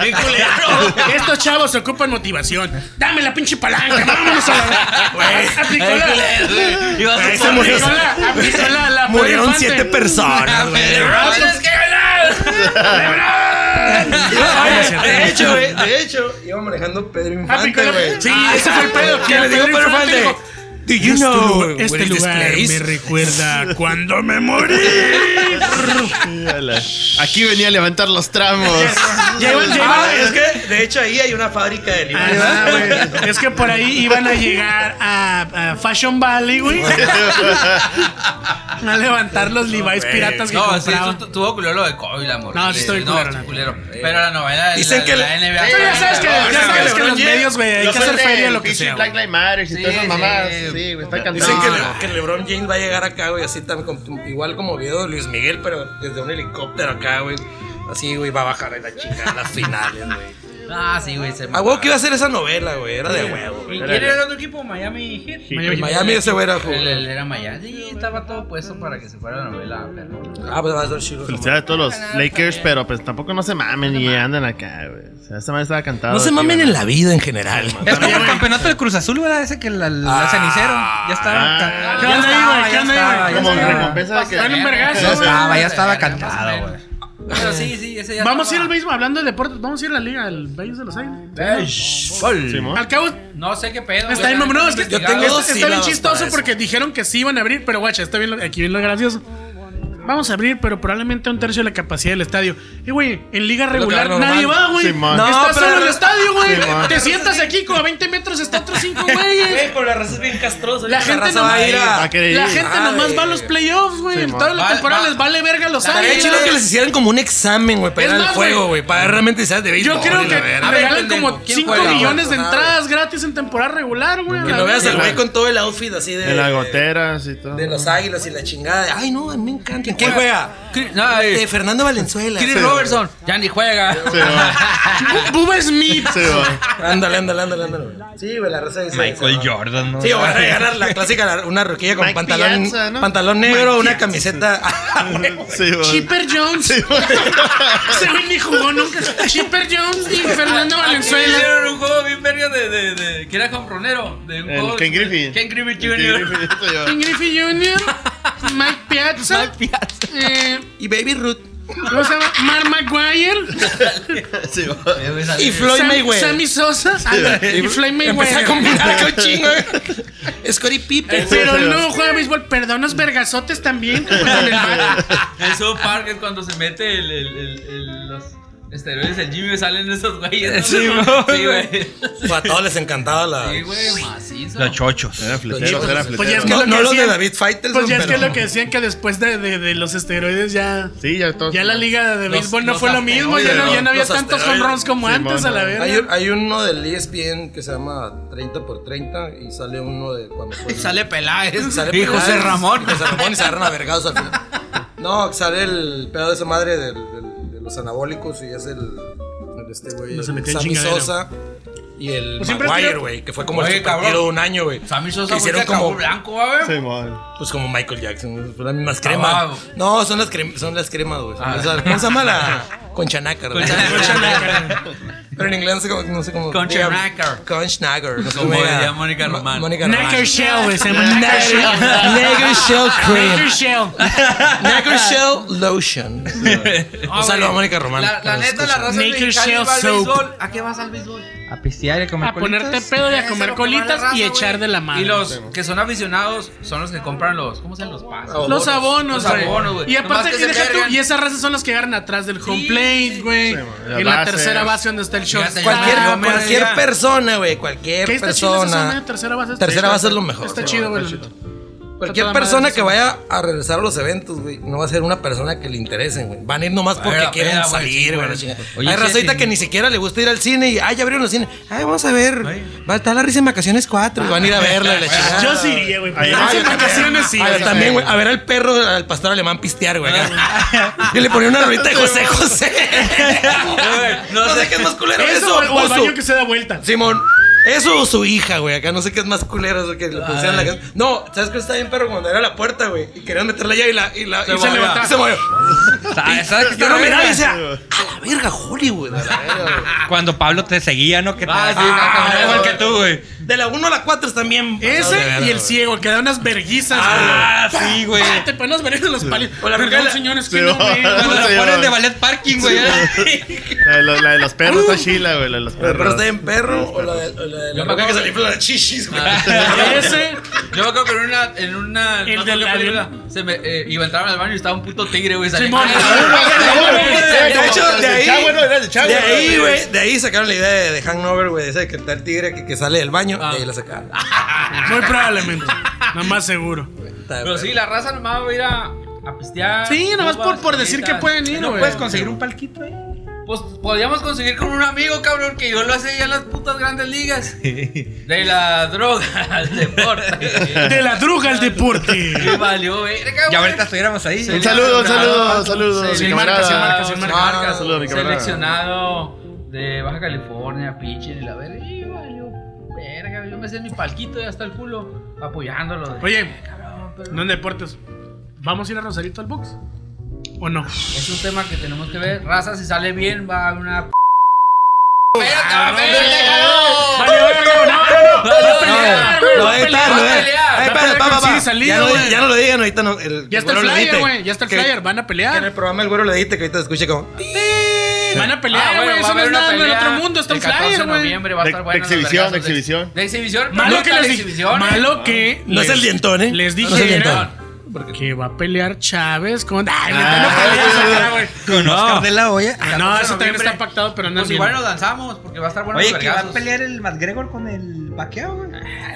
F: Bien culero.
A: Estos chavos ocupan motivación. Dame la pinche palanca, vámonos a la.
G: Güey.
A: Aplicó la.
E: Iba a
G: Ahí
E: ser
G: se murió.
A: Aplicó la. Aplicó la. la
G: Murieron
A: Pedro
G: siete
A: Infante.
F: Ah,
G: personas, Ah, güey.
A: ¡Tienes que ganar!
G: Oye, Ah, De hecho, güey, de hecho, iba manejando Pedro
A: Aplicó
G: Infante,
A: la.
G: güey.
A: Sí, ese fue el pedo.
G: Que le digo
A: Pedro
G: Pedro
A: Infante
G: Infante.
A: dijo,
G: Do you
A: Este
G: know
A: lugar-
G: where is
A: este
G: this
A: lugar
G: place?
A: me recuerda cuando me morí.
C: Aquí venía a levantar los tramos.
A: Ya iban- ya iban-
G: Ah, es que de hecho ahí hay una fábrica de libros.
A: Ahí va, güey. Es que por ahí iban a llegar a, a Fashion Valley, güey. A levantar los Levi's piratas que
F: No, sí,
A: compraban.
F: tu- tuvo culero lo de Kobe, la morra.
A: No, sí estuvo
F: No,
A: culero,
F: estuvo
A: la
F: culero. Pero la novela de
G: Dicen
F: la,
G: que
F: de
G: le-
F: la NBA.
A: Pero ya sabes que,
F: No,
A: ya
F: no,
A: sabes
F: no,
A: que los
G: James-
A: medios, güey, hay que hacer feria lo que sea.
C: Black
A: güey.
C: Lives Matter y
F: Sí,
C: todas esas
F: sí.
C: mamadas. Sí, güey, está
G: Dicen
C: cantando.
G: que, le- que LeBron James va a llegar acá, güey, así tan como- igual como video de Luis Miguel, pero desde un helicóptero acá, güey. Así, güey, va a bajar a la chica a las finales, güey.
F: Ah, sí, güey. Se
G: A huevo que iba a ser esa novela, güey. Era de huevo,
F: ¿Y
G: güey.
F: quién era el otro equipo? Miami Heat.
G: En Miami ese güey era
F: Él,
G: jugador.
F: él era Miami. Sí, estaba todo puesto para que se fuera la novela. Pero...
G: Ah, pues va a ser chido.
C: Felicidades a todos los Lakers, pero pues tampoco no se mamen y andan acá, güey. O sea, esta madre estaba cantado.
G: No se
C: aquí,
G: mamen
C: güey.
G: en la vida en general.
B: Es como el campeonato de Cruz Azul, ¿verdad? Ese que la, la cenicero. Ya estaba.
C: ah.
B: ca-
A: ¿Qué
B: ya
A: onda ahí, güey?
B: estaba,
A: ¿Qué
B: ya
A: onda ahí, güey?
B: estaba, ya
C: Como
B: estaba.
C: recompensa de que.
A: Están en
B: Ya
A: vergazo, güey.
B: estaba, ya estaba
F: Verga, más
B: cantado,
F: o
B: güey.
F: menos. Pero sí, sí, ese ya
A: Vamos a ir
F: estaba.
A: al béisbol, hablando de deportes, vamos a ir a la liga, al béisbol de los Águilas.
C: Simón.
A: Al cabo,
F: No sé qué pedo.
A: está
F: güey,
A: bien, no, es que este
G: Yo tengo
A: está-
G: dos
A: está bien
G: sílabas
A: chistoso
G: para eso.
A: porque dijeron que sí iban a abrir, pero guacha, está bien, lo- aquí viene lo gracioso. Vamos a abrir, pero probablemente un tercio de la capacidad del estadio. Y, güey, en liga regular
G: normal.
A: nadie va, güey.
C: Simón.
G: No,
A: Estás
G: pero-
A: solo en el estadio, güey.
C: Simón.
A: Te sientas aquí, como a 20 metros está otros cinco güeyes.
G: pero la raza es bien castrosa.
A: La gente
G: raza
A: no
G: va a ir
C: Va
G: a...
C: a querer ir.
A: La gente
G: Ay.
A: nomás va a los playoffs, güey.
C: Simón.
A: Toda la
F: Va-
A: temporada
F: va-
A: les vale verga los
F: Estaría
G: Estaría
A: Águilas.
G: chido que les hicieran como un examen, güey, para
A: Es
G: ir al
A: más,
G: juego,
A: güey.
G: güey. Para realmente saber de béisbol.
A: Yo creo
G: y
A: que
G: la verga.
A: regalan
F: pendejo,
A: como
F: ¿quién
A: 5
F: juega,
A: millones de
G: güey?
A: entradas gratis en temporada regular, güey. a
G: Que
A: la
G: lo veas
A: verga.
G: al güey con todo el outfit así de...
C: En las goteras y todo.
G: De los águilas y la chingada. Ay, no, a mí me encanta.
F: ¿Quién juega? Cri- No,
G: De
A: este,
F: eh,
G: Fernando Valenzuela.
F: Chris Robertson. Ya ni juega.
C: Sí, va.
A: Bubba Smith.
C: Sí, va.
G: Ándale, ándale, ándale, ándale. Sí, güey, la raza dice.
B: Michael Jordan, ¿no?
G: Sí, o van a regalar la clásica, la- una roquilla con
C: Mike
G: pantalón,
C: Piazza, ¿no?
G: pantalón negro, una camiseta. Ah, güey.
C: Sí, va.
A: Chipper Jones. Se güey ni jugó nunca. Chipper Jones y Fernando Valenzuela.
F: Hicieron un juego bien verga de, de, de- que era cabronero. De un
C: El
F: juego-
C: Ken Griffey.
F: Ken Griffey
C: Sí,
F: Jr.
C: sí, va.
A: Ken Griffey Jr. Mike Piazza. eh,
G: y Baby Ruth.
A: ¿Cómo se llama? Mark McGuire.
C: Sí, va.
F: Eh,
G: Y Floyd
A: Sam-
G: Mayweather.
A: Sammy Sosa. ándale, Y Floyd
G: Empecé a
A: Mayweather.
G: combinar acá un chingo. güey. Scottie
A: Eh,
G: Pippen.
A: Pero no juega béisbol, perdonas vergazotes también. como en el bar.
F: En South Park es cuando se mete el, el, el, el- los esteroides del Jimmy salen esos güeyes. ¿no?
B: Sí, mo.
F: Sí, güey.
G: Pues, A todos les encantaba la.
F: Sí, güey, macizo.
B: Los chochos.
C: Eran fleteros, eran
A: Pues ya es
C: fleteros.
A: que
G: No, no
A: lo que
G: los de
A: hacían-
G: David Fighters.
A: Pues ya es que lo que decían que después de, de- de los esteroides ya.
C: Sí, ya todos.
A: Ya la liga de
F: Los-
A: béisbol no
F: los
A: fue lo mismo, ya no, ya no había
G: los
A: tantos home
G: asteroides.
A: runs como
C: Sí,
A: antes a la
C: mono.
A: verga.
G: Hay, un- hay uno del E ESPN que se llama 30 por 30 y sale uno de cuando fue-
F: Sale Peláez.
G: sale
F: y José
G: Peláez,
F: Ramón.
G: José Ramón y se agarran a vergados al final. No, sale el pedo de esa madre del- del- de los anabólicos y es el, el este güey,
A: No se
G: el
A: metió en
G: Sammy
A: chingadera.
G: Sosa y el
A: Pues siempre
G: Maguire,
A: tira-
G: güey, que fue como
F: Oye,
G: el partido
F: cabrón.
G: un año, güey.
F: Sammy Sosa
G: Que
F: fue
G: hicieron
F: el que acabó
G: como
F: blanco, va, güey.
C: Sí, mon.
G: pues como Michael Jackson, güey, son las mismas
F: Ah,
G: cremas.
F: va.
G: No, son las cremas, son las cremas, güey.
F: Ah.
G: Son esas- ¿Cómo se llama la conchanacar? güey? Pero en inglés no sé cómo- no sé cómo
F: Conchanacar.
G: Conchanacar. No sé
F: Como
G: cómo diga.
F: diría Mónica Román.
G: Mónica
A: Knacker
G: Román.
A: Shell, güey, se llama Knacker Shell.
G: Nagger Shell
B: Ah,
A: Knacker
G: Cream.
A: Shell.
G: Nagger Shell Lotion. Un saludo a Mónica Román.
F: Ah, La, la neta, la raza
A: Make
F: mexicana
A: yourself
F: va al
A: soap.
F: béisbol. ¿A qué vas al béisbol?
B: A pistear y a comer
A: A ponerte
B: colitas.
A: pedo y a
F: Eso,
A: comer
F: lo que va la
A: colitas
F: raza,
A: y
F: güey.
A: echar de la mano.
F: Y los que son aficionados son los que compran los. ¿Cómo se llaman los pases?
G: Los
A: Los abonos,
F: Los
A: güey.
F: abonos, güey.
A: Y aparte,
F: Nomás que
A: y
F: se
A: deja tú,
F: vergan.
A: y esas razas son las que llegan atrás del home
F: Sí,
A: plate,
F: sí.
A: güey.
C: Sí, güey.
A: en la
C: Base.
A: tercera base donde está el short.
F: Fíjate, yo
G: Cualquier,
F: Ah, me
G: cualquier
F: decía.
G: persona, güey. Cualquier
A: ¿Qué está chido esa zona de
G: persona.
A: tercera base?
G: Tercera
A: Está-
G: base es lo mejor,
A: Está
G: sí,
A: chido,
G: está
A: güey.
G: chido.
A: Está
G: Cualquier
A: toda madre
G: persona
A: esa
G: que vaya a regresar a los eventos, güey, no va a ser una persona que le interesen, güey. Van a ir nomás porque
F: la
G: quieren
F: peda, güey, sí,
G: salir,
F: güey.
G: güey. la chingada.
B: Oye,
G: Hay
B: sí,
G: raza ahorita
B: sí.
G: que ni siquiera le gusta ir al cine y, ay, ya abrieron los cines. Ay, vamos a ver. Va a estar la risa en vacaciones 4 y van a ir a verla, y la chingada.
A: Yo sí iría, güey.
C: Ahí
A: pero
C: va,
A: esas
C: yo también.
A: vacaciones sí.
G: A ver,
A: güey.
G: también, güey, a ver al perro, al pastor alemán pistear, güey. acá. Y le ponía una rolita de José José. no sé qué es más culero
A: Eso
G: eso.
A: o- o al
G: o su-
A: baño que se da vuelta.
G: Simón, eso o su hija, güey. Acá no sé qué es más culero eso que le pusieron la canción. No, ¿sabes qué está bien, perro? Cuando era la puerta, güey. Y querían meter la llave y la. Y la y
A: movió.
G: levantó, se movió.
B: ¿Sabes- Ah, sabes qué
G: Yo
B: está
G: no
B: bien,
G: miraba y
B: güey?
G: decía, a la verga, Hollywood. a la verga, güey".
B: Cuando Pablo te seguía, ¿no? Que te-
F: Ah, sí,
B: Ah,
F: no,
B: igual
G: no,
B: que
G: no.
B: tú, güey.
G: De la 1 a la 4 están bien. eh, pasados de
A: Ese
G: verga,
A: y el
G: güey.
A: ciego, que da unas verguizas,
B: Ah, sí, güey.
A: güey. Te ponen unas verguizas en los palitos.
G: O la
A: Perdón,
G: regla-
A: señores,
C: Sí,
A: que no, Ah, güey.
C: va.
B: Cuando
C: Sí,
B: la ponen
C: va.
B: de ballet parking, güey.
C: La de los- la de los perros está chila, güey. La de los
G: ¿El perro
C: perros.
G: está bien perro o la de- o la del la Ah. de
F: Yo
G: la
F: me
G: roca que
F: acuerdo-
G: se infla las chichis, güey.
A: Ese.
F: Yo me acuerdo que en una. En una
A: El
F: no sé
A: del
F: qué película,
A: avión.
F: se me, eh, iba a entrar al baño y estaba un puto tigre, güey. saliendo.
A: Simón.
G: De hecho, de ahí-
C: Chagüe, no, era de Chagüe.
G: De ahí, güey, de ahí sacaron la idea de, de Hangover, güey, de ese que está el tigre que, que sale del baño,
A: Ah.
G: de ahí la sacaron.
A: Muy probablemente. Nada más seguro.
G: Está,
F: Pero sí, la raza nomás va a ir a, a pistear.
A: Sí, nomás
F: uvas,
A: por, por decir que
F: cositas.
A: pueden ir,
B: No
A: güey.
B: puedes conseguir un palquito eh. ahí.
F: Pues podíamos conseguir con un amigo, cabrón, que yo lo hacía ya en las putas grandes ligas. De la droga al deporte.
A: De la druga al deporte.
F: Y valió, verga,
B: Ya
F: güey.
B: ahorita estuviéramos ahí.
C: Un saludo, un saludo, un saludo.
F: Sí,
C: mi
A: marca, sí, marca,
C: camarada.
A: sí,
F: Ah,
A: marca.
F: marca,
C: Ah, saludo, mi camarada.
F: Seleccionado de Baja California, pinche y la verga. Y valió, verga, yo me sé mi palquito y hasta el culo apoyándolo. de-
A: Oye,
F: Cabrón, pero-
A: no en deportes. ¿Vamos a ir a Rosarito al box? ¿O no?
F: Es un tema que tenemos que ver. Raza, si sale bien, va a una.
A: Vale, vale, vale, no, no, no, no,
G: No,
A: pelear, güey, no
G: ahí está,
A: pelear,
G: no, eh,
A: no
G: ahí
A: pelear.
G: ahí
A: Va a
G: está,
A: pelear
G: pa,
A: con
G: pa, pa.
A: Siri salida,
G: Ya no-
A: güey.
G: Ya no lo digan ahorita, no. el-
A: Ya está el
G: güero lo
A: flyer,
G: edite.
A: güey. Ya está el
G: Que-
A: flyer. Van a
G: que Ah, En
F: Ah.
G: el
A: pelear.
G: programa el güero le edite que ahorita se escuche como.
A: Van a pelear, güey. Eso no es nada del otro mundo. Está un flyer, güey.
F: noviembre va a
C: De-
F: estar
C: de
F: bueno. los
C: exhibición,
F: vergazos
C: de exhibición.
F: De exhibición,
A: Malo
F: no
A: que
F: tan
A: les dije.
F: exhibición,
A: Malo que.
G: No es
A: les-
G: el dientón, ¿eh?
A: Les
G: No es el
A: dije
G: dientón. Ah,
A: que va a pelear Chávez con. Ay, neta, no peleas acá, güey.
B: Con Oscar de la olla.
A: No,
F: 14 de
A: eso también
F: noviembre.
A: está pactado, pero no
F: Pues igual nos lanzamos porque va a estar bueno.
B: Oye,
F: los
B: que va a
F: vergazos.
B: pelear el McGregor con el vaqueado, güey.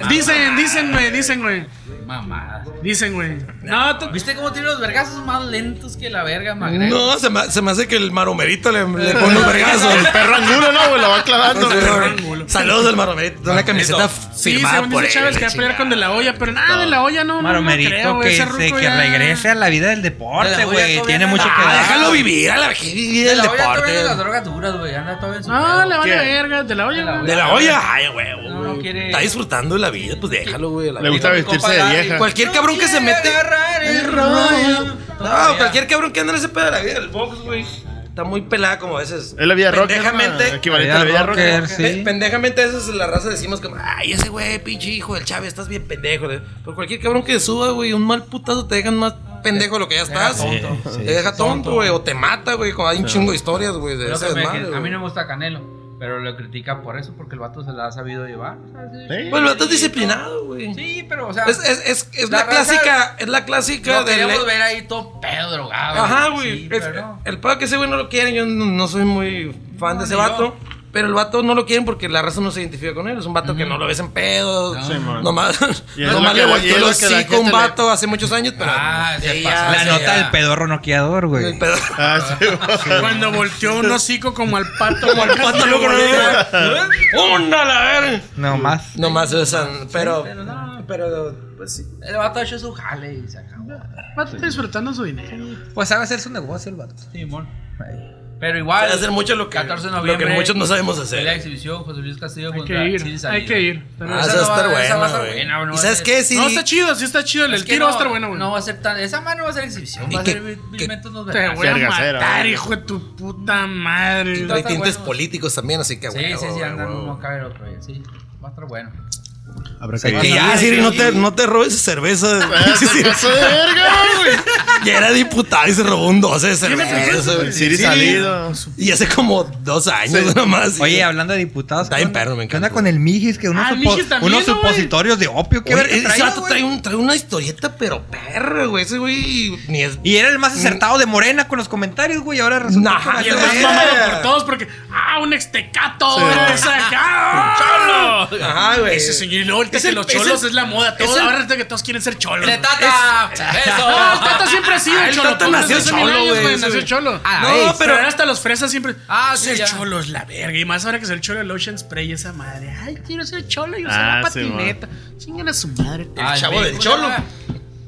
A: Dicen, dicen, güey, dicen, güey.
F: Mamadas.
A: Dicen, güey. No, tú-
F: ¿Viste cómo tiene los vergazos más lentos que la verga,
A: ¿Eh?
F: Magre?
G: No, se me, se me hace que el maromerito le, le pone un vergazo.
C: El perro angulo, ¿no, güey? Lo va clavando.
G: Pues Saludos del maromerito. Una camiseta f-
A: Sí,
G: firmada
A: según
G: por
A: dice Chávez
G: él. Ah,
A: que va a pelear con De La Hoya, pero nada, De La Hoya no, no, no
B: Maromerito
A: creo, güey.
B: que,
A: Ese
B: se,
A: ruco
B: que
A: ya-
B: regrese a la vida del
F: De
B: deporte,
F: la olla
B: güey.
F: todavía
B: Tiene
F: no.
B: mucho que
G: Ah,
B: dar.
G: déjalo vivir, a la que vivir
F: De
G: el
F: la olla todavía no las
G: deporte.
F: drogas duras, güey. Anda todavía en su
A: No,
F: pedo.
A: le vale
C: ¿Quién?
A: verga, De La
F: De
A: Hoya,
F: La
A: güey.
G: De la olla, ay, güey.
F: No, no quiere.
G: Está disfrutando de la vida, pues déjalo, güey. a la
C: Le
G: vida.
C: gusta vestirse de vieja.
G: Cualquier cabrón que se mete. No,
F: No,
G: cualquier cabrón que anda en ese pedo de la vida del box, güey. Está muy pelada como a veces.
C: Es la vida rock.
G: Pendejamente.
C: Equivalente a la vida rock.
B: rocker,
G: Pe-
B: sí.
G: Pendejamente a veces en la raza decimos como, ay, ese güey, pinche hijo del Chávez, estás bien pendejo. le- Pero cualquier cabrón que suba, güey, un mal putazo te dejan más pendejo de lo que ya estás.
B: tonto. Sí,
G: te deja tonto, güey, o te mata, güey. como Hay un chingo de historias, güey, de ese desmadre.
F: A mí
G: güey.
F: no me gusta Canelo, pero lo critican por eso, porque el vato se la ha sabido llevar.
C: Sí.
G: Bueno, estás disciplinado, güey.
F: Sí, pero, o sea,
G: Es, es, es, es
F: La
G: la,
F: raza-
G: clásica, es la clásica
F: no
G: de
F: queríamos ver ahí todo pedo drogado.
G: Ajá, güey.
F: Sí,
G: Es-
F: pero no.
G: El pedo que ese güey no lo quieren, yo no, no soy muy fan
F: No,
G: de ese
F: ni
G: vato.
F: yo.
G: Pero el vato no lo quieren porque la raza no se identifica con él. Es un vato que no lo ves en pedos.
C: Sí, man.
G: nomás
C: Y es
G: nomás
C: lo
G: le
C: que la- y
G: volteó
C: es
G: el
C: lo que la
G: hocico a un
C: gente le-
G: vato hace muchos años, pero.
F: Ah, se
G: Sí,
F: pasa.
G: ya,
B: La
G: sí,
B: nota
G: ya.
B: del pedorro noqueador,
G: El
B: güey.
G: pedo.
C: Ah, sí, güey.
A: Cuando volteó un hocico como al pato, como al
G: Vato
A: pato
G: loco,
A: loco,
G: no,
A: güey.
G: no, no. ¡Una la verga!
B: No más.
G: Nomás usan. Pero.
F: pero no.
G: Pero. Pues sí.
F: El vato ha hecho su jale y se acabó.
A: Vato está disfrutando su dinero.
B: Pues sabe hacer su negocio el vato.
F: Simón. Pero igual.
G: Sabe hacer mucho lo que-
F: 14 de
G: lo que
F: noviembre.
G: muchos no sabemos hacer.
F: pelea de exhibición, José Luis Castillo
A: Hay
F: contra
A: que ir,
F: Siri Salido.
A: hay que ir.
G: Ah, esa
F: esa
G: va a
F: no va- esa
G: estar
F: va a estar
G: buena,
F: buena, güey, no
G: güey.
F: va
G: ¿Y
F: a
G: sabes
F: ser-
G: qué? Sí.
A: No, está chido, sí está chido. El,
F: Es que
A: tiro
F: no-
A: va a estar bueno, güey.
F: No va a ser tan. Esa madre no va a ser exhibición.
G: Y
F: Va a
G: que-
F: ser vil-
G: que-
F: vilmente unos
A: Te voy a
F: vergazos.
C: Verga, cera,
A: matar,
C: güey.
A: hijo de tu puta madre.
G: Hay
F: estar
G: tintes
F: bueno.
G: políticos también, así que,
F: Sí,
G: güey,
F: sí, sí,
G: güey,
F: andan
G: güey.
F: uno acá y el otro. güey, Sí, va a estar bueno.
B: Habrá
G: Que ya, Siri, no te, no te robes cerveza.
C: Ah,
G: Sí,
C: se
G: sí.
C: pasó de verga, güey.
G: Ya era diputado y se robó un 12 de
A: ¿Tiene
G: cerveza.
A: cerveza,
G: güey.
C: Siri salido.
G: Y hace como dos años nomás. y-
B: Oye, hablando de diputados.
G: Está
B: ¿qué
G: bien
B: onda-
G: perro, me
B: ¿Qué onda
G: encanta.
B: con el Mijis? Que unos,
A: Ah, el
B: supo-
A: Mijis también,
B: unos
A: ¿no, güey?
B: supositorios de opio. ¿Qué
G: Oye,
B: verga
G: ese
B: traía,
G: vato
B: güey?
G: trae, un- trae una historieta, pero perra, güey. Ese güey ni es.
B: Y era el más acertado de Morena con los comentarios, güey. Ahora resulta
G: Mm. Nah,
B: que-
A: Y el más
G: Eh.
A: mamado por todos porque. ¡Ah, un extecato!
C: Sí.
A: güey, esa acá, ¡ah!
G: Ajá, güey.
A: Ese señor, y luego ahorita
G: Es
A: que
G: el-
A: los
G: es el-
A: cholos es la moda. Todo,
G: es el-
A: ahora resulta que todos quieren ser cholos.
F: ¡Le
A: güey.
F: tata!
A: Ah, el Tata
F: ¡Eso!
A: siempre ha sido
G: Ah, el
A: cholo.
G: Tata
A: pues,
G: nació
A: desde hace mil
G: cholo,
A: años,
G: güey, ese
A: Nació
G: güey.
A: cholo.
F: Ah,
A: no,
F: ey,
A: pero ahora hasta los fresas siempre.
F: Ah,
A: Ah,
F: sí,
A: ser
F: ya.
A: cholo es la verga. Y más ahora que ser cholo el Ocean Spray, esa madre. Ay, quiero ser cholo y usar
C: Ah,
A: la
C: sí,
A: patineta. Chingan a su madre.
F: Ah,
G: chavo
F: Big,
G: del
F: ¿cómo
G: cholo.
F: se llama?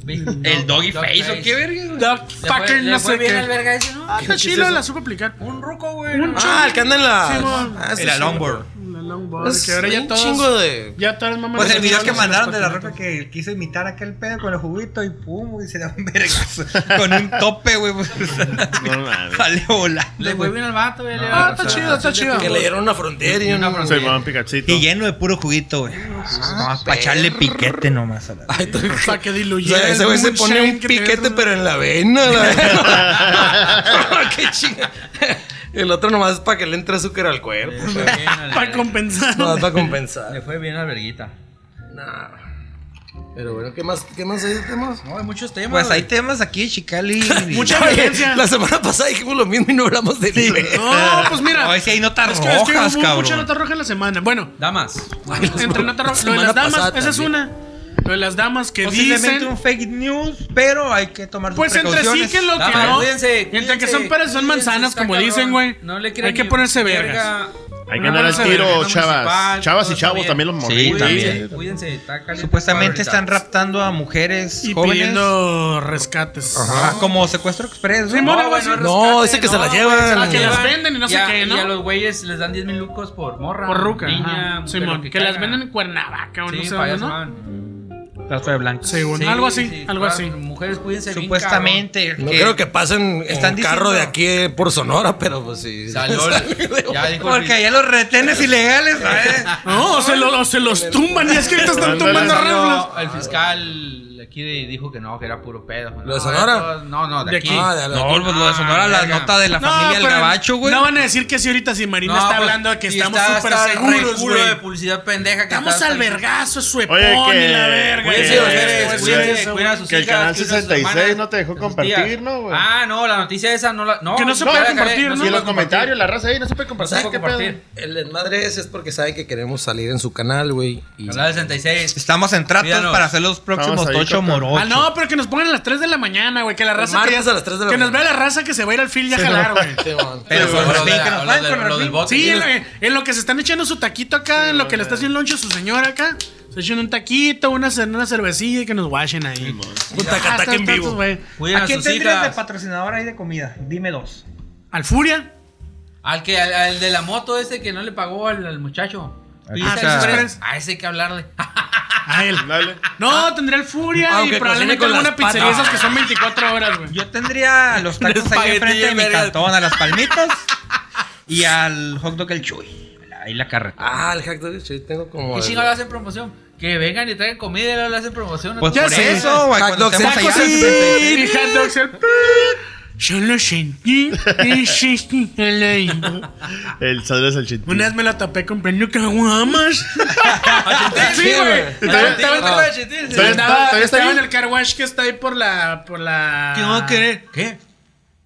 F: Big-
B: El doggy
F: Dog
B: face o qué verga, güey.
A: Duck
F: Le fue-
A: fucker,
F: le
A: no
F: fue
A: sé
F: bien al
A: qué.
F: verga ese, ¿no?
A: Ah, está
G: ¿Qué
A: chilo,
G: es
A: la supo aplicar.
F: Un ruco, güey.
A: Un
F: ¿no?
A: chavo.
G: Ah, el que anda en la.
A: Sí, mon.
G: Ah, ese
B: Era
G: sí.
B: longboard.
A: La longboard,
G: Es
A: que ahora ya
G: un
A: todos.
G: chingo de.
A: Ya todas mamas.
B: Pues
A: de
B: el
A: los
B: video que
A: cholos en las
B: mandaron de la
A: patinetas.
B: roca que quiso imitar aquel pedo con el juguito y pum, y se da un vergazo con un tope, güey. pues,
C: No mames.
B: Sale
F: Le
B: volando,
F: fue
B: güey.
F: bien al vato, güey. le-
A: Ah, está chido, está chido.
G: Que le dieron una frontera y una
C: Soy mamá Picachito.
B: Y lleno de puro juguito, güey. Ah, para echarle piquete nomás
A: Ah,
B: a la.
G: Ay, tú-
A: Para que
G: O sea,
A: diluyera.
G: ese
A: el
G: güey se
A: moonshine
G: pone un
A: que tenía
G: piquete,
A: otro-
G: pero en la vena. la- Qué chinga. El otro nomás es para que le entre azúcar al cuerpo. pues,
F: Le fue bien al-
A: Para compensar.
G: Nomás para
F: Le
G: compensar.
F: fue bien al verguita.
G: Nah. Pero bueno, ¿qué más, qué más hay de temas?
F: No, hay muchos temas.
B: Pues hay
F: güey.
B: temas aquí de Chicali.
A: Mucha
G: Oye,
A: violencia.
G: la semana pasada dijimos lo mismo y no hablamos de sí.
A: No, pues mira.
B: No, es que hay notas
A: Es que, es que
B: rojas,
A: hubo mucha
B: cabrón.
A: nota roja en la semana. Bueno,
F: Damas.
A: entre nota roja. Lo de
G: semana
A: las damas, esa
G: pasada
A: es una. Lo de las damas que
B: Posiblemente
A: dicen.
B: un fake news, pero hay que tomar sus
A: Pues entre sí
B: precauciones.
A: que lo que
F: Damas,
A: no.
F: cuídense,
A: Entre que
F: cuídense,
A: son peras son
F: cuídense,
A: manzanas,
F: está
A: como
F: cabrón.
A: dicen, güey.
F: No le crean
A: Hay que
F: ni
A: ponerse
F: verga.
A: vergas.
C: Hay
A: Una
C: que andar al
A: bolsa de
C: tiro,
A: verano
C: chavas.
F: municipal,
C: Chavas y
F: todo
C: chavos
F: bien.
C: también los
B: Sí,
C: morritos.
B: también.
F: Cuídense, está caliente
B: Supuestamente
F: ahorita.
B: están raptando a mujeres
A: Y
B: jóvenes.
A: pidiendo rescates.
B: Ajá, como secuestro express.
A: Sí,
B: ¿no?
A: mo-
F: No,
A: Ahora,
F: güey,
A: güey,
F: es
G: no,
F: rescate,
G: ese que se la
F: güey,
G: llevan.
F: se la
G: Ah, que
F: llevan.
A: las venden y no sé
F: a-
A: qué, ¿no?
F: Y a los güeyes les dan 10 mil lucos por morra.
A: Por ruca.
F: Niña,
A: ajá.
F: mujer,
A: Simón,
F: lo
A: que
F: caiga.
A: las venden en Cuernavaca o no
F: Sí,
A: sé
F: para allá
A: dónde,
F: se
A: ¿no?
F: van.
B: Trata de blancos.
A: Según,
F: Sí,
A: algo así,
F: sí,
A: algo
F: todas
A: así.
F: las Mujeres, cuídense bien,
B: Supuestamente.
G: No creo que pasen
B: Están
G: en carro
B: diciendo-
G: de aquí eh, por Sonora, pero pues sí.
F: cabrón. Salió. Ya dijo. el-
B: Porque allá los retenes ilegales, ¿sabes?
A: No, o se, lo- o se los tumban y es que ahorita están
C: Ándale.
A: tumbando
F: salió
A: rifles.
F: El fiscal aquí de- dijo que no, que era puro pedo. No,
G: de Sonora?
F: esto- No, no, de
A: De
F: aquí.
A: aquí.
G: Ah, de la-
B: No, pues lo de Sonora, la
F: verga.
B: nota de la familia del
A: pero
B: gabacho, güey.
A: No van a decir que si ahorita si Marina está
F: pues,
A: hablando de que
F: y
A: estamos
F: está-
A: súper
F: está re
A: seguros,
F: culo
A: güey.
F: de publicidad pendeja que
A: Estamos
F: está-
A: al vergazo, es suepón
C: Oye, que-
A: y la verga.
C: Güey,
A: Eso,
C: sí,
A: eso,
C: mujeres,
A: eso,
C: güey,
A: eso,
F: cuiden
A: güey.
F: a sus
C: Eh, pues, Que el
F: hijas,
C: canal
F: cuiden a sus
C: 66
F: hermanas,
C: no te dejó
F: a sus tías.
C: compartir, ¿no, güey?
F: Ah, no, la noticia esa no la. No,
A: Que no se
C: No,
A: puede
C: la
F: la cagué,
A: compartir, ¿no?
F: no se
C: Y en los
F: puede compartir.
C: comentarios, la raza ahí no se puede
F: No se
C: compartir.
F: puede
C: ¿Qué pedo?
F: compartir.
G: El desmadre ese es porque sabe que queremos salir en su canal, güey. y-
F: Canal 66.
B: Estamos en tratos
F: Míranos.
B: para hacer los próximos
C: Estamos ahí,
B: ocho
C: Coco.
B: morochos.
A: Ah, no, pero que nos pongan a las 3 de la mañana, güey. Que la raza.
G: Martes
A: que,
G: a las 3 de la
A: que nos vea
G: mañana.
A: la raza que se va a ir al fil y a jalar, güey.
G: Simón.
B: Pero
F: Sí,
B: con
F: lo
B: refri,
F: de-
B: que nos
F: lo
B: vayan
F: de-
B: con
F: lo del
B: refri.
F: bote.
A: Sí, en, lo- en lo que se están echando su taquito acá, en lo que le está haciendo loncho su señora acá. Se echan un taquito, una, ce- una cervecilla y que nos guachen ahí.
G: Un tacataca
A: Ah, está-
G: en
A: está-
G: vivo.
A: estos, güey.
F: Cuiden
B: ¿A
F: a
B: quién
F: sus
B: tendrías de
F: hijas.
B: patrocinador ahí de comida? Dime dos.
A: Al Furia.
F: Al que, al, al de la moto ese que no le pagó al, al muchacho.
B: Ah,
F: Pizza
A: Pizza
F: Express.
A: Express.
F: A ese hay que hablarle.
A: A él.
C: Dale.
A: No, tendría el Furia
G: Aunque
A: y
G: cocine
A: probablemente
G: con
A: alguna
G: las patas.
A: pizzería esas que son 24 horas, güey.
B: Yo tendría los tacos
G: Un
B: ahí enfrente de
G: espagueti,
B: mi
G: verga.
B: cantón, a las palmitas y al hot dog el chuy. Ahí la carreta.
G: Ah, el hack de yo tengo como.
F: ¿Qué
G: el-
F: chingados le hacen promoción? Que vengan y traigan comida y luego le hacen promoción.
B: Pues
A: Ya
B: por
A: sé.
B: eso, güey,
G: Hot
B: cuando
G: dogs
B: estemos
G: en
B: allá,
G: Falladas.
B: presente-
A: Y hot dogs el pi. Yo lo sentí. y sentí el ahí.
C: El saludo es el chit.
A: Una vez me la tapé comprando caguamas. sí, güey.
F: Estaba-
A: Estaba-
F: estaba-
A: estaba-
F: estaba chitín, sí.
C: Pero-
A: Estaba
C: todavía está
A: estaba en
C: ahí.
A: el car wash que está ahí por la. Por la.
F: ¿Qué va a querer? ¿Qué?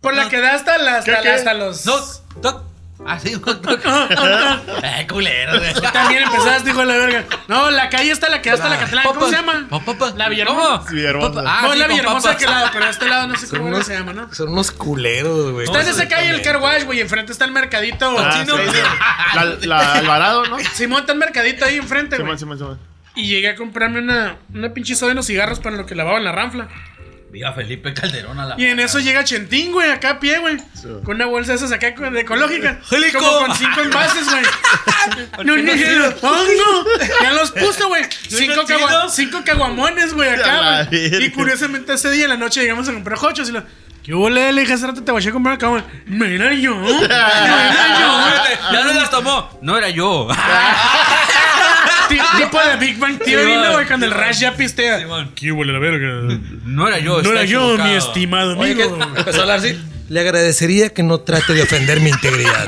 A: Por la que da hasta, la, hasta,
C: ¿Qué, qué?
A: hasta los.
F: Doc, doc. Así, doc, doc. Eh, culero, güey.
A: Tú También empezaste, hijo de la verga. No, la calle está la que da hasta la Catalán. ¿Cómo
F: Papas.
A: se llama?
F: Pa- papas.
A: La Villahermosa.
F: ¿Cómo?
C: Villahermosa.
F: Papa-
A: no,
F: sí,
A: la
F: con
A: Villahermosa de
F: papas.
A: aquel lado, pero de este lado no sé
G: Son
A: cómo
G: unos-
A: se llama, ¿no?
G: Son unos culeros, güey.
A: Está en esa calle el car wash, güey. Enfrente está el mercadito.
C: Ah,
A: chino.
C: sí, sí. La, la Alvarado, ¿no?
A: Simón está el mercadito ahí enfrente, güey.
C: Simón, Simón, Simón.
A: Y llegué a comprarme una, una pinche soda de unos cigarros para lo que lavaban la ranfla.
F: Viva Felipe Calderón a la.
A: Y en eso llega Chentín, güey, acá a pie, güey. Con una bolsa de esas acá con- de ecológica. Como con cinco envases, güey. no, ni se los pongo. Ya los puse, güey. Cinco, cagua- cinco caguamones, güey,
C: A la
A: acá, güey.
C: verga.
A: Y curiosamente ese día en la noche llegamos a comprar hochos y lo. ¿Qué huele? Le dije hace rato te voy a comprar acá, güey. Mira yo. Mira yo, güey.
F: Ya no las tomó. No era yo.
A: Ti- Tipo de Big Bang Theory,
F: Simón.
A: ¿no, güey? Cuando el Rash ya pistea.
F: Simón.
A: ¿Qué huele la verga?
F: No era yo.
A: No
F: está
A: era yo, mi
F: equivocado.
A: estimado
G: Oye,
A: amigo.
G: ¿qué? Empezó a hablar así. Le agradecería que no trate de ofender mi integridad.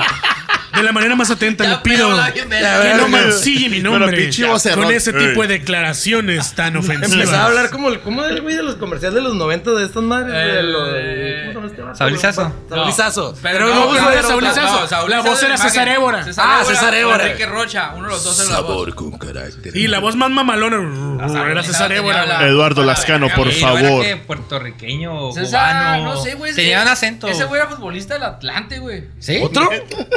A: De la manera más atenta
F: Ya
A: le pido
F: pedo, la bien verga.
G: La
A: que
G: verga.
A: no mancille mi
C: Pero
A: nombre
C: pinche vocerrón.
A: con ese
C: Ey.
A: tipo de declaraciones tan ofensivas.
G: Empezaba a hablar como el, ¿cómo era el güey de los comerciales de los 90 de estas madres? güey?
F: El-
G: Lo de- ¿Cómo se llama este vato?
B: Saulizazo.
G: Saulizazo.
F: Pero
A: no,
F: no,
A: pero
F: no,
A: no era
F: no,
A: Saúl
F: no,
A: Izazo.
F: no, Saúl
A: La
F: Izazo
A: voz
F: era
A: era
F: imagen.
A: César Évora.
G: Ah, César
F: o
G: Évora.
F: Enrique Rocha, uno de los dos era la voz.
D: con carácter.
A: Y la voz más mamalona era César Évora.
F: Ah, tenía
A: güey.
F: la-
C: Eduardo Lascano, por
B: Sí, no era
C: favor.
B: que puertorriqueño,
F: César,
B: cubano.
F: no sé, güey. es que
B: Tenía un acento.
F: Ese güey era futbolista del Atlante, güey.
B: ¿Sí?
G: ¿Otro?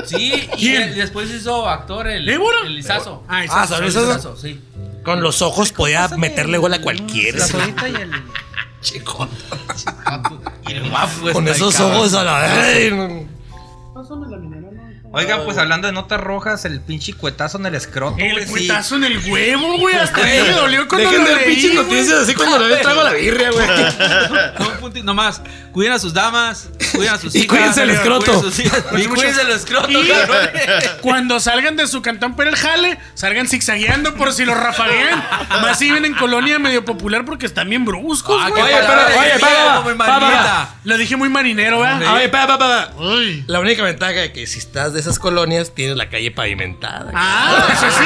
F: Sí, y
A: ¿Quién?
F: el- después hizo actor el.
A: ¿Eh, ¿Évora?
F: El Izazo.
A: Ah,
G: Ah,
A: Izazo.
G: Saúl
F: El
G: Izazo.
F: Izazo, sí.
G: Con los ojos podía meterle gol a cualquiera.
B: La
G: ese
B: sodita y el...
G: chico.
F: Y el guapo, güey,
G: Con
F: está
G: esos
F: ahí, cabrón.
G: ojos a la Ay,
B: Oiga, pues hablando de notas rojas, el pinche cuetazo en el escroto. güey,
A: El
B: sí.
A: cuetazo en el huevo, güey. Hasta a mí
G: Güey,
A: me dolió cuando
G: Dejen
A: lo
G: de ver pinches
A: leí, güey.
G: noticias así cuando le trago la birria, güey.
F: No, un puntito nomás. Cuiden a sus damas.
E: cuiden a sus
G: Y
E: hijas.
G: cuídense el escroto.
E: cuiden sus hijas. Y
A: Cuídense mucho.
E: cuídense el escroto,
A: Y-
E: cabrones.
A: Cuando salgan de su cantón para el jale, salgan zigzagueando por si los rafaguean. Más si viven en colonia medio popular porque están bien bruscos,
E: Ah,
A: güey.
E: qué palabra
G: pero-
E: de
G: oye,
E: mierda,
G: para,
E: como
G: para, para.
E: hermanita.
A: Lo dije muy marinero,
G: A
A: ¿verdad?
G: ver, pa, pa, pa.
A: Ay.
G: La única ventaja es que si estás de esas colonias, tienes la calle pavimentada.
A: Ah, eso sí.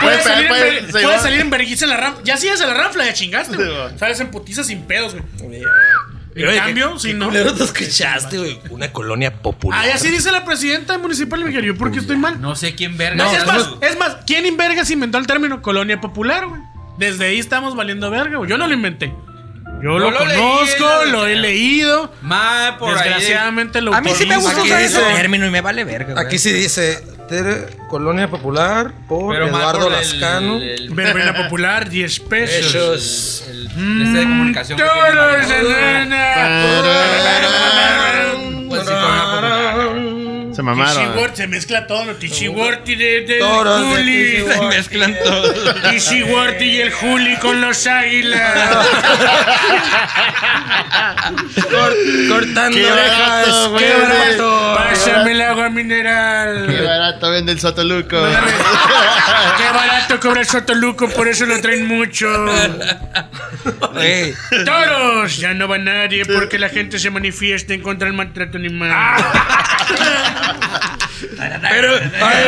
A: Puedes
C: Puede
A: salir,
C: pegar,
G: pues,
A: en,
C: puede-
A: ver-
C: se
A: puedes
C: va.
A: salir en vergüenza en la rampa. Ya si es en la rampa, ya chingaste, güey.
C: Se va.
A: Sales en putiza sin pedos, güey. En
G: Oye,
A: cambio,
G: qué-
A: si
G: qué
A: no.
G: culero te escuchaste, güey. Una colonia popular.
A: Ah, y así dice la presidenta municipal, me dije, yo porque estoy mal.
F: No sé quién verga.
A: No, es más,
F: Saludos.
A: es más, ¿quién en vergas inventó el término colonia popular, güey? Desde ahí estamos valiendo verga, güey. Yo no lo inventé. Yo lo,
F: lo leí,
A: conozco,
F: lo-
A: lo he leído.
F: Mal por ahí.
A: desgraciadamente lo
B: A mí sí me
A: autorizo.
B: gusta
G: Aquí
B: usar
G: dice-
B: ese término y me vale verga, güey.
G: Aquí sí dice Tere, Colonia Popular por
F: Pero mal
G: Eduardo
F: por el-
G: Lascano.
F: el-
A: Verbena popular, 10 pesos. Mm,
G: Ellos.
F: el este de comunicación que tiene
A: Toros
F: Mariano.
A: de nena.
F: Pues sí, colonia popular.
C: Se mamaron.
A: Tishiwort, se mezcla todo, ¿no? Tishiworti de, de
G: Toros de
A: Juli.
G: Tishiwort.
B: Se mezclan todos.
A: Tishiworti y el Juli con los águilas.
G: Cor- cortando
C: Qué
G: orejas,
C: barato, güey.
G: qué barato.
A: Pásame el agua mineral.
C: Qué barato vende el Sotoluco.
A: Qué barato cobra el Sotoluco, por eso lo traen mucho.
G: Ey,
A: Toros, ya no va nadie porque la gente se manifiesta en contra del maltrato animal.
G: Pero, ay,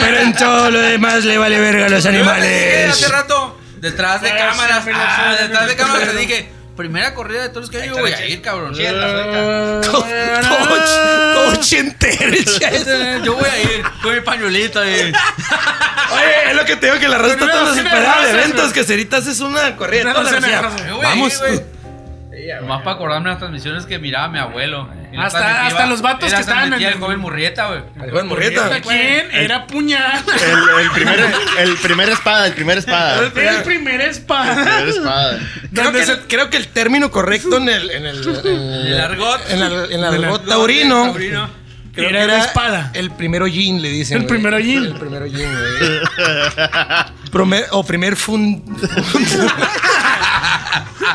G: pero en eh. todo lo demás le vale verga a los
F: Dije
G: animales.
F: Hace rato, detrás de
A: Ah,
F: cámaras,
A: sí, me lo
F: ah,
A: sé, me
F: detrás
A: lo
F: de
A: sé.
F: cámaras te dije, primera corrida de toros que hay, yo voy a ir, cabrón.
G: Todo, todo och- todo ochentero, el chas.
F: Yo voy a ir con mi pañuelito y
G: Oye, es lo que te digo que la raza está
A: Primero
G: tan
A: cena de
G: desesperada de
A: razas,
G: eventos que ahorita haces una corrida. de
A: Primero
G: todas las
A: cena de
G: días.
A: razas.
F: Yo voy a ir,
G: Vamos.
F: güey. Nomás para acordarme las transmisiones que miraba mi abuelo. Y las
A: Hasta-
F: transmitía-
A: hasta los vatos
F: y las
A: que estaban
F: transmitía
A: en-
F: el joven Murrieta, güey.
G: El joven Murrieta.
A: ¿Quién? Era puñal.
C: El, el primer, el primer espada, el primer espada.
A: El primer
C: El
A: espada.
C: primer espada.
G: Creo
A: Donde
G: que,
A: se-
G: creo que el término correcto en el, en el, en
F: El argot.
G: en el, en el
A: En el
G: argot taurino,
F: Taurino.
G: creo
A: Era
G: que
A: la espada.
G: El primero yin, le dicen.
A: El
G: güey.
A: primero yin.
G: El primero yin, güey. Promer- o primer fun.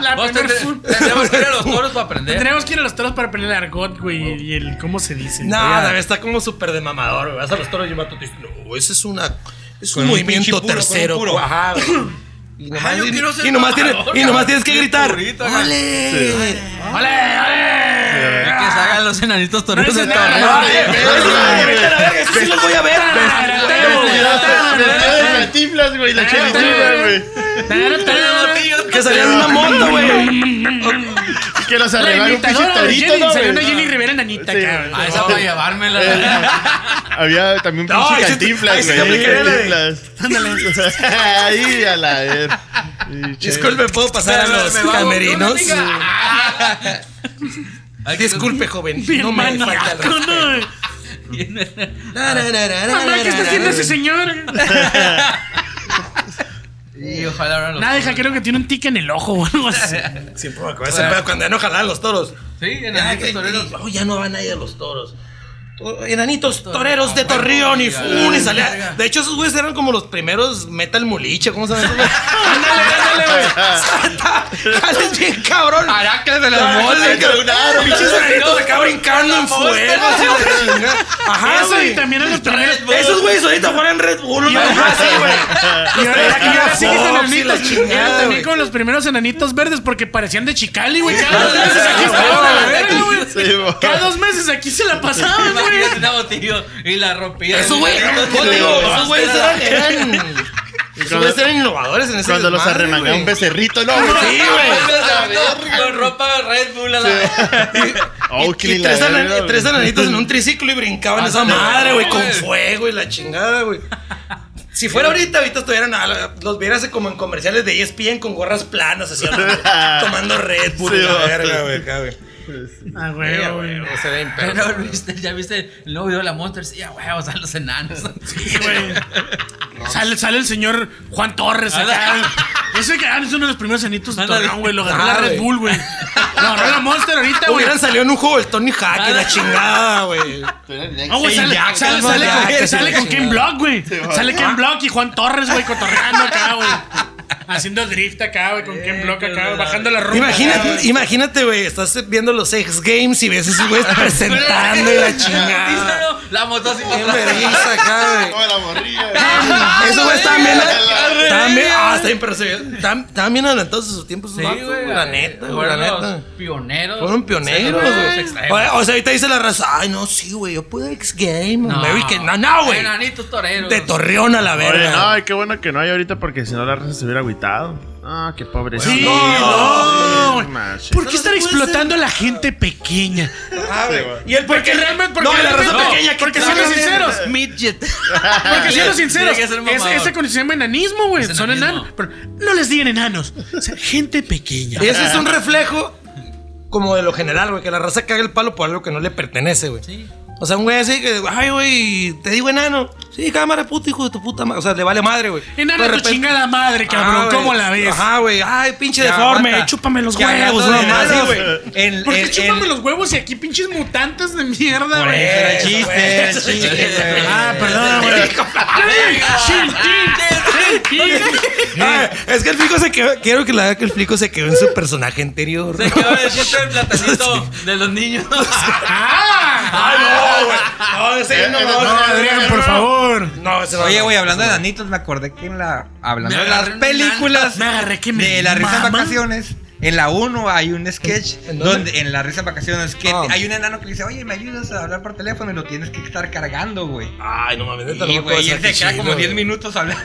A: la
F: Vos
A: primer
F: tendré-
A: fu-
F: Tendremos que ir a los toros para aprender.
A: Tendríamos que ir a los toros para pelear el argot, güey. Y el cómo se dice.
G: Nada, güey, está como súper de mamador, güey. Vas a los toros y un vato te dice, no, ese es una. Es un,
B: Con un pinche
G: movimiento
B: puro, con un
G: tercero.
B: puro".
G: güey. Ajá, güey. Y
F: Ah,
G: nomás,
F: yo
G: y-
F: quiero ser
G: y nomás tienes,
B: "Ah,
F: mamador,
G: y nomás
F: cabrón.
G: tienes que gritar.
F: Purito, acá.
G: ¡Ole!
A: ¡Ole, ole!
F: Que salgan los enanitos toreros
A: No
F: de
A: dice nada,
F: torneo.
A: no dice
G: Ay, güey, vete a la verga, eso sí los voy a ver.
A: Tarateo, güey.
C: Vestido de cantinflas, güey. La chelitina, güey.
A: Tarateo.
G: Que salían en una moto, güey.
C: Que los
A: La
C: arreglaron un pinche
A: imitadora de
C: torito,
A: Jenny.
C: ¿no,
A: Salió
C: güey?
A: una Jenny Rivera nanita,
C: Sí.
A: cabrón.
F: Ah, esa para llevármela.
C: El- Había también un
G: No,
C: pinche
G: ese- ahí
C: cantinflas,
G: sí
C: güey.
G: te aplicaría la de-
C: Cantinflas. Ahí, a la ver. Y che-
G: Disculpe, ¿puedo pasar a
F: Me-
G: los
F: me va a- no
G: camerinos?
F: me diga.
G: Ay, Disculpe, joven.
A: Bien
G: No me falta el
A: maníaco,
G: respeto.
A: ¿no?
G: Na, na, na, na, na,
A: Mamá, ¿qué está
G: na,
A: haciendo
G: na,
A: ese
G: na.
A: señor?
F: Y ojalá ahora los
A: Nada, hija, creo que tiene un tic en el ojo o algo así.
G: Siempre me acuerdo de ese pedo Pues cuando ya no jalaban los toros.
F: Sí,
G: Ya,
F: enanitos
G: que-
F: toreros.
G: oh, ya no van a ir a los toros. To- Ah, Enanitos toreros de Torreón y fun y salía. De hecho, esos güeyes eran como los primeros metal muliche. ¿Cómo se llama? esos güeyes? Ándale, ándale, güey. Sales bien cabrón.
F: Caracas de
G: Las moles, cabrón. Pinches enanitos acá brincando en fuego. así, la chingada. Ajá,
A: Eso y
G: güey.
A: también a los primeros.
G: Esos güeyes ahorita fueran Red Bull. ¿no? Así, güey.
A: Y ahora, y ahora sí que
G: Fox
A: están
G: y
A: enanitos.
G: la chingada,
A: Eran también
G: güey.
A: como los primeros enanitos verdes porque parecían de Chicali, güey. Cada dos meses aquí
G: Sí,
A: estaban a la
G: güey.
A: verga, güey.
C: Sí, güey.
A: Cada dos meses aquí se la pasaban, güey.
F: Imagínate una botella y la rompía.
G: Eso, güey.
F: Entonces,
G: yo digo,
F: esos
G: Esos güeyes eran. eran- Esos güeyes eran innovadores en ese
C: Cuando los
G: desmadre,
C: arremangaba
G: güey.
C: un becerrito, ¿no? güey?
G: Sí, güey.
F: Con ropa Red Bull a la.
C: Oh,
G: Y
C: Oakley, la
G: tres,
C: verga,
G: ana-
C: güey.
G: tres ananitos en un triciclo y brincaban esa madre, güey, con fuego y la chingada, güey. Si fuera ahorita, ahorita estuvieran a- los vieras como en comerciales de E ESPN con gorras planas, así, tomando Red Bull. y
C: Sí,
G: la
C: güey.
G: verga, güey, acá, güey. Ya,
A: Ah, güey,
G: güey,
A: güey.
G: o sea, era imperfecto.
F: Pero, ¿viste? ¿Ya viste el nuevo video de la Monster? Sí, a huevos, a los enanos.
A: güey. Sale, sale el señor Juan Torres acá. Ese que ah, es uno de los primeros cenitos de
F: Ándale.
A: Torreón, güey. Lo agarró
G: Ah,
A: la Red
G: güey.
A: Bull, güey. Lo agarró la Monster ahorita, güey.
G: Hubieran salido en un juego del Tony Hawk y la chingada, güey.
A: No, güey, sale,
G: Jack,
A: sale,
G: Samuel
A: sale con,
G: Jackson,
A: sale
G: chingada.
A: con Ah. Ken Block, güey. Sale Ken Block y Juan Torres, güey, cotorreando acá, güey. haciendo drift acá, güey, con Ken Block acá, güey, bajando la ruta.
G: Imagínate, imagínate, güey, estás viendo los X Games y ves a esos güeyes presentando y la chingada.
F: La
G: Qué
F: motocicleta.
G: vergüenza acá, güey.
C: Toda la morrilla.
G: Esos güeyes estaban bien. Estaban bien.
F: verga.
G: Ah, está impresionante. Estaban estaban bien adelantados de su tiempo, esos
F: Sí,
G: vatos,
F: güey.
G: güey. La neta, güey, la
F: Fueron
G: neta.
F: los Pioneros.
G: Fueron pioneros,
F: Sí, los
G: güey.
F: extremos.
G: Oye, O sea, ahorita dice la raza, ay, no, sí, güey, yo pude X Game,
F: No.
G: American. No, no, güey.
F: Enanitos toreros.
G: De Torreón a la
C: Oye, no,
G: verga. Ah,
C: ay, qué bueno que no hay ahorita porque si no la raza se hubiera agüitado. Ah, qué pobrecito.
A: Sí,
C: no,
A: no.
C: güey, macho.
A: ¿Por qué están explotando a la gente pequeña?
G: Y el
A: Porque realmente. Porque
G: No, la
A: realmente-
G: raza
A: no,
G: pequeña que
A: Porque
G: te
A: siendo
G: hagan-
A: sinceros.
E: Midget.
A: Porque siendo sinceros.
E: que ser
A: es-
E: mamador.
A: Esa condición se llama enanismo, güey.
F: Es
A: Son
F: enanismo.
A: enanos. Pero no les digan enanos. O sea, gente pequeña.
G: Ese es un reflejo como de lo general, güey, que la raza caga el palo por algo que no le pertenece, güey.
F: Sí.
G: O sea, un güey así que, ay, güey, te digo enano. Sí, cámara, puto hijo de tu puta madre. O sea, le vale madre, güey.
A: Enano,
G: De
A: tu
G: repente-
A: chingada madre,
G: Ah,
A: cabrón.
G: güey.
A: ¿Cómo la ves?
B: Ah,
G: Ajá, güey. Ay, pinche
B: Ya,
G: deforme.
B: aguanta.
G: Chúpame los
B: Ya,
G: huevos,
B: hablando
G: no
B: de
G: más,
B: enanos,
G: güey.
B: El-
A: ¿Por qué
B: el-
A: chúpame
B: Eh, el-
A: los huevos y aquí pinches mutantes de mierda,
B: Por
A: güey?
B: eso era chiste,
G: güey,
B: era
G: eso,
B: chiste,
G: güey.
B: güey.
A: Ah, perdón, güey.
G: Ay, es que el flico se quedó. Quiero que la que el flico se quedó en su personaje anterior.
E: Se quedó el chiste del platanito de los niños.
G: Ah, no, güey. No, ese
C: Eh, eh,
G: no,
A: No, Adrián, por favor.
G: No, ese no.
B: Oye, güey, hablando de
G: Ese no.
B: danitos, me acordé que en la. Hablando
F: Me
B: de las
F: agarré un
B: películas.
A: Me agarré que me
B: De la risa en
A: mama.
B: vacaciones. En la 1 hay un sketch
G: en dónde?
B: donde en la risa en vacaciones que
G: Ah.
B: hay un enano que dice, oye, me ayudas a hablar por teléfono y lo tienes que estar cargando, güey.
G: Ay, no mames, neta, no
B: Y,
G: me acuerdo
B: güey,
G: de
B: él se
G: ese
B: queda como
G: chido,
B: 10
G: güey.
B: minutos hablando.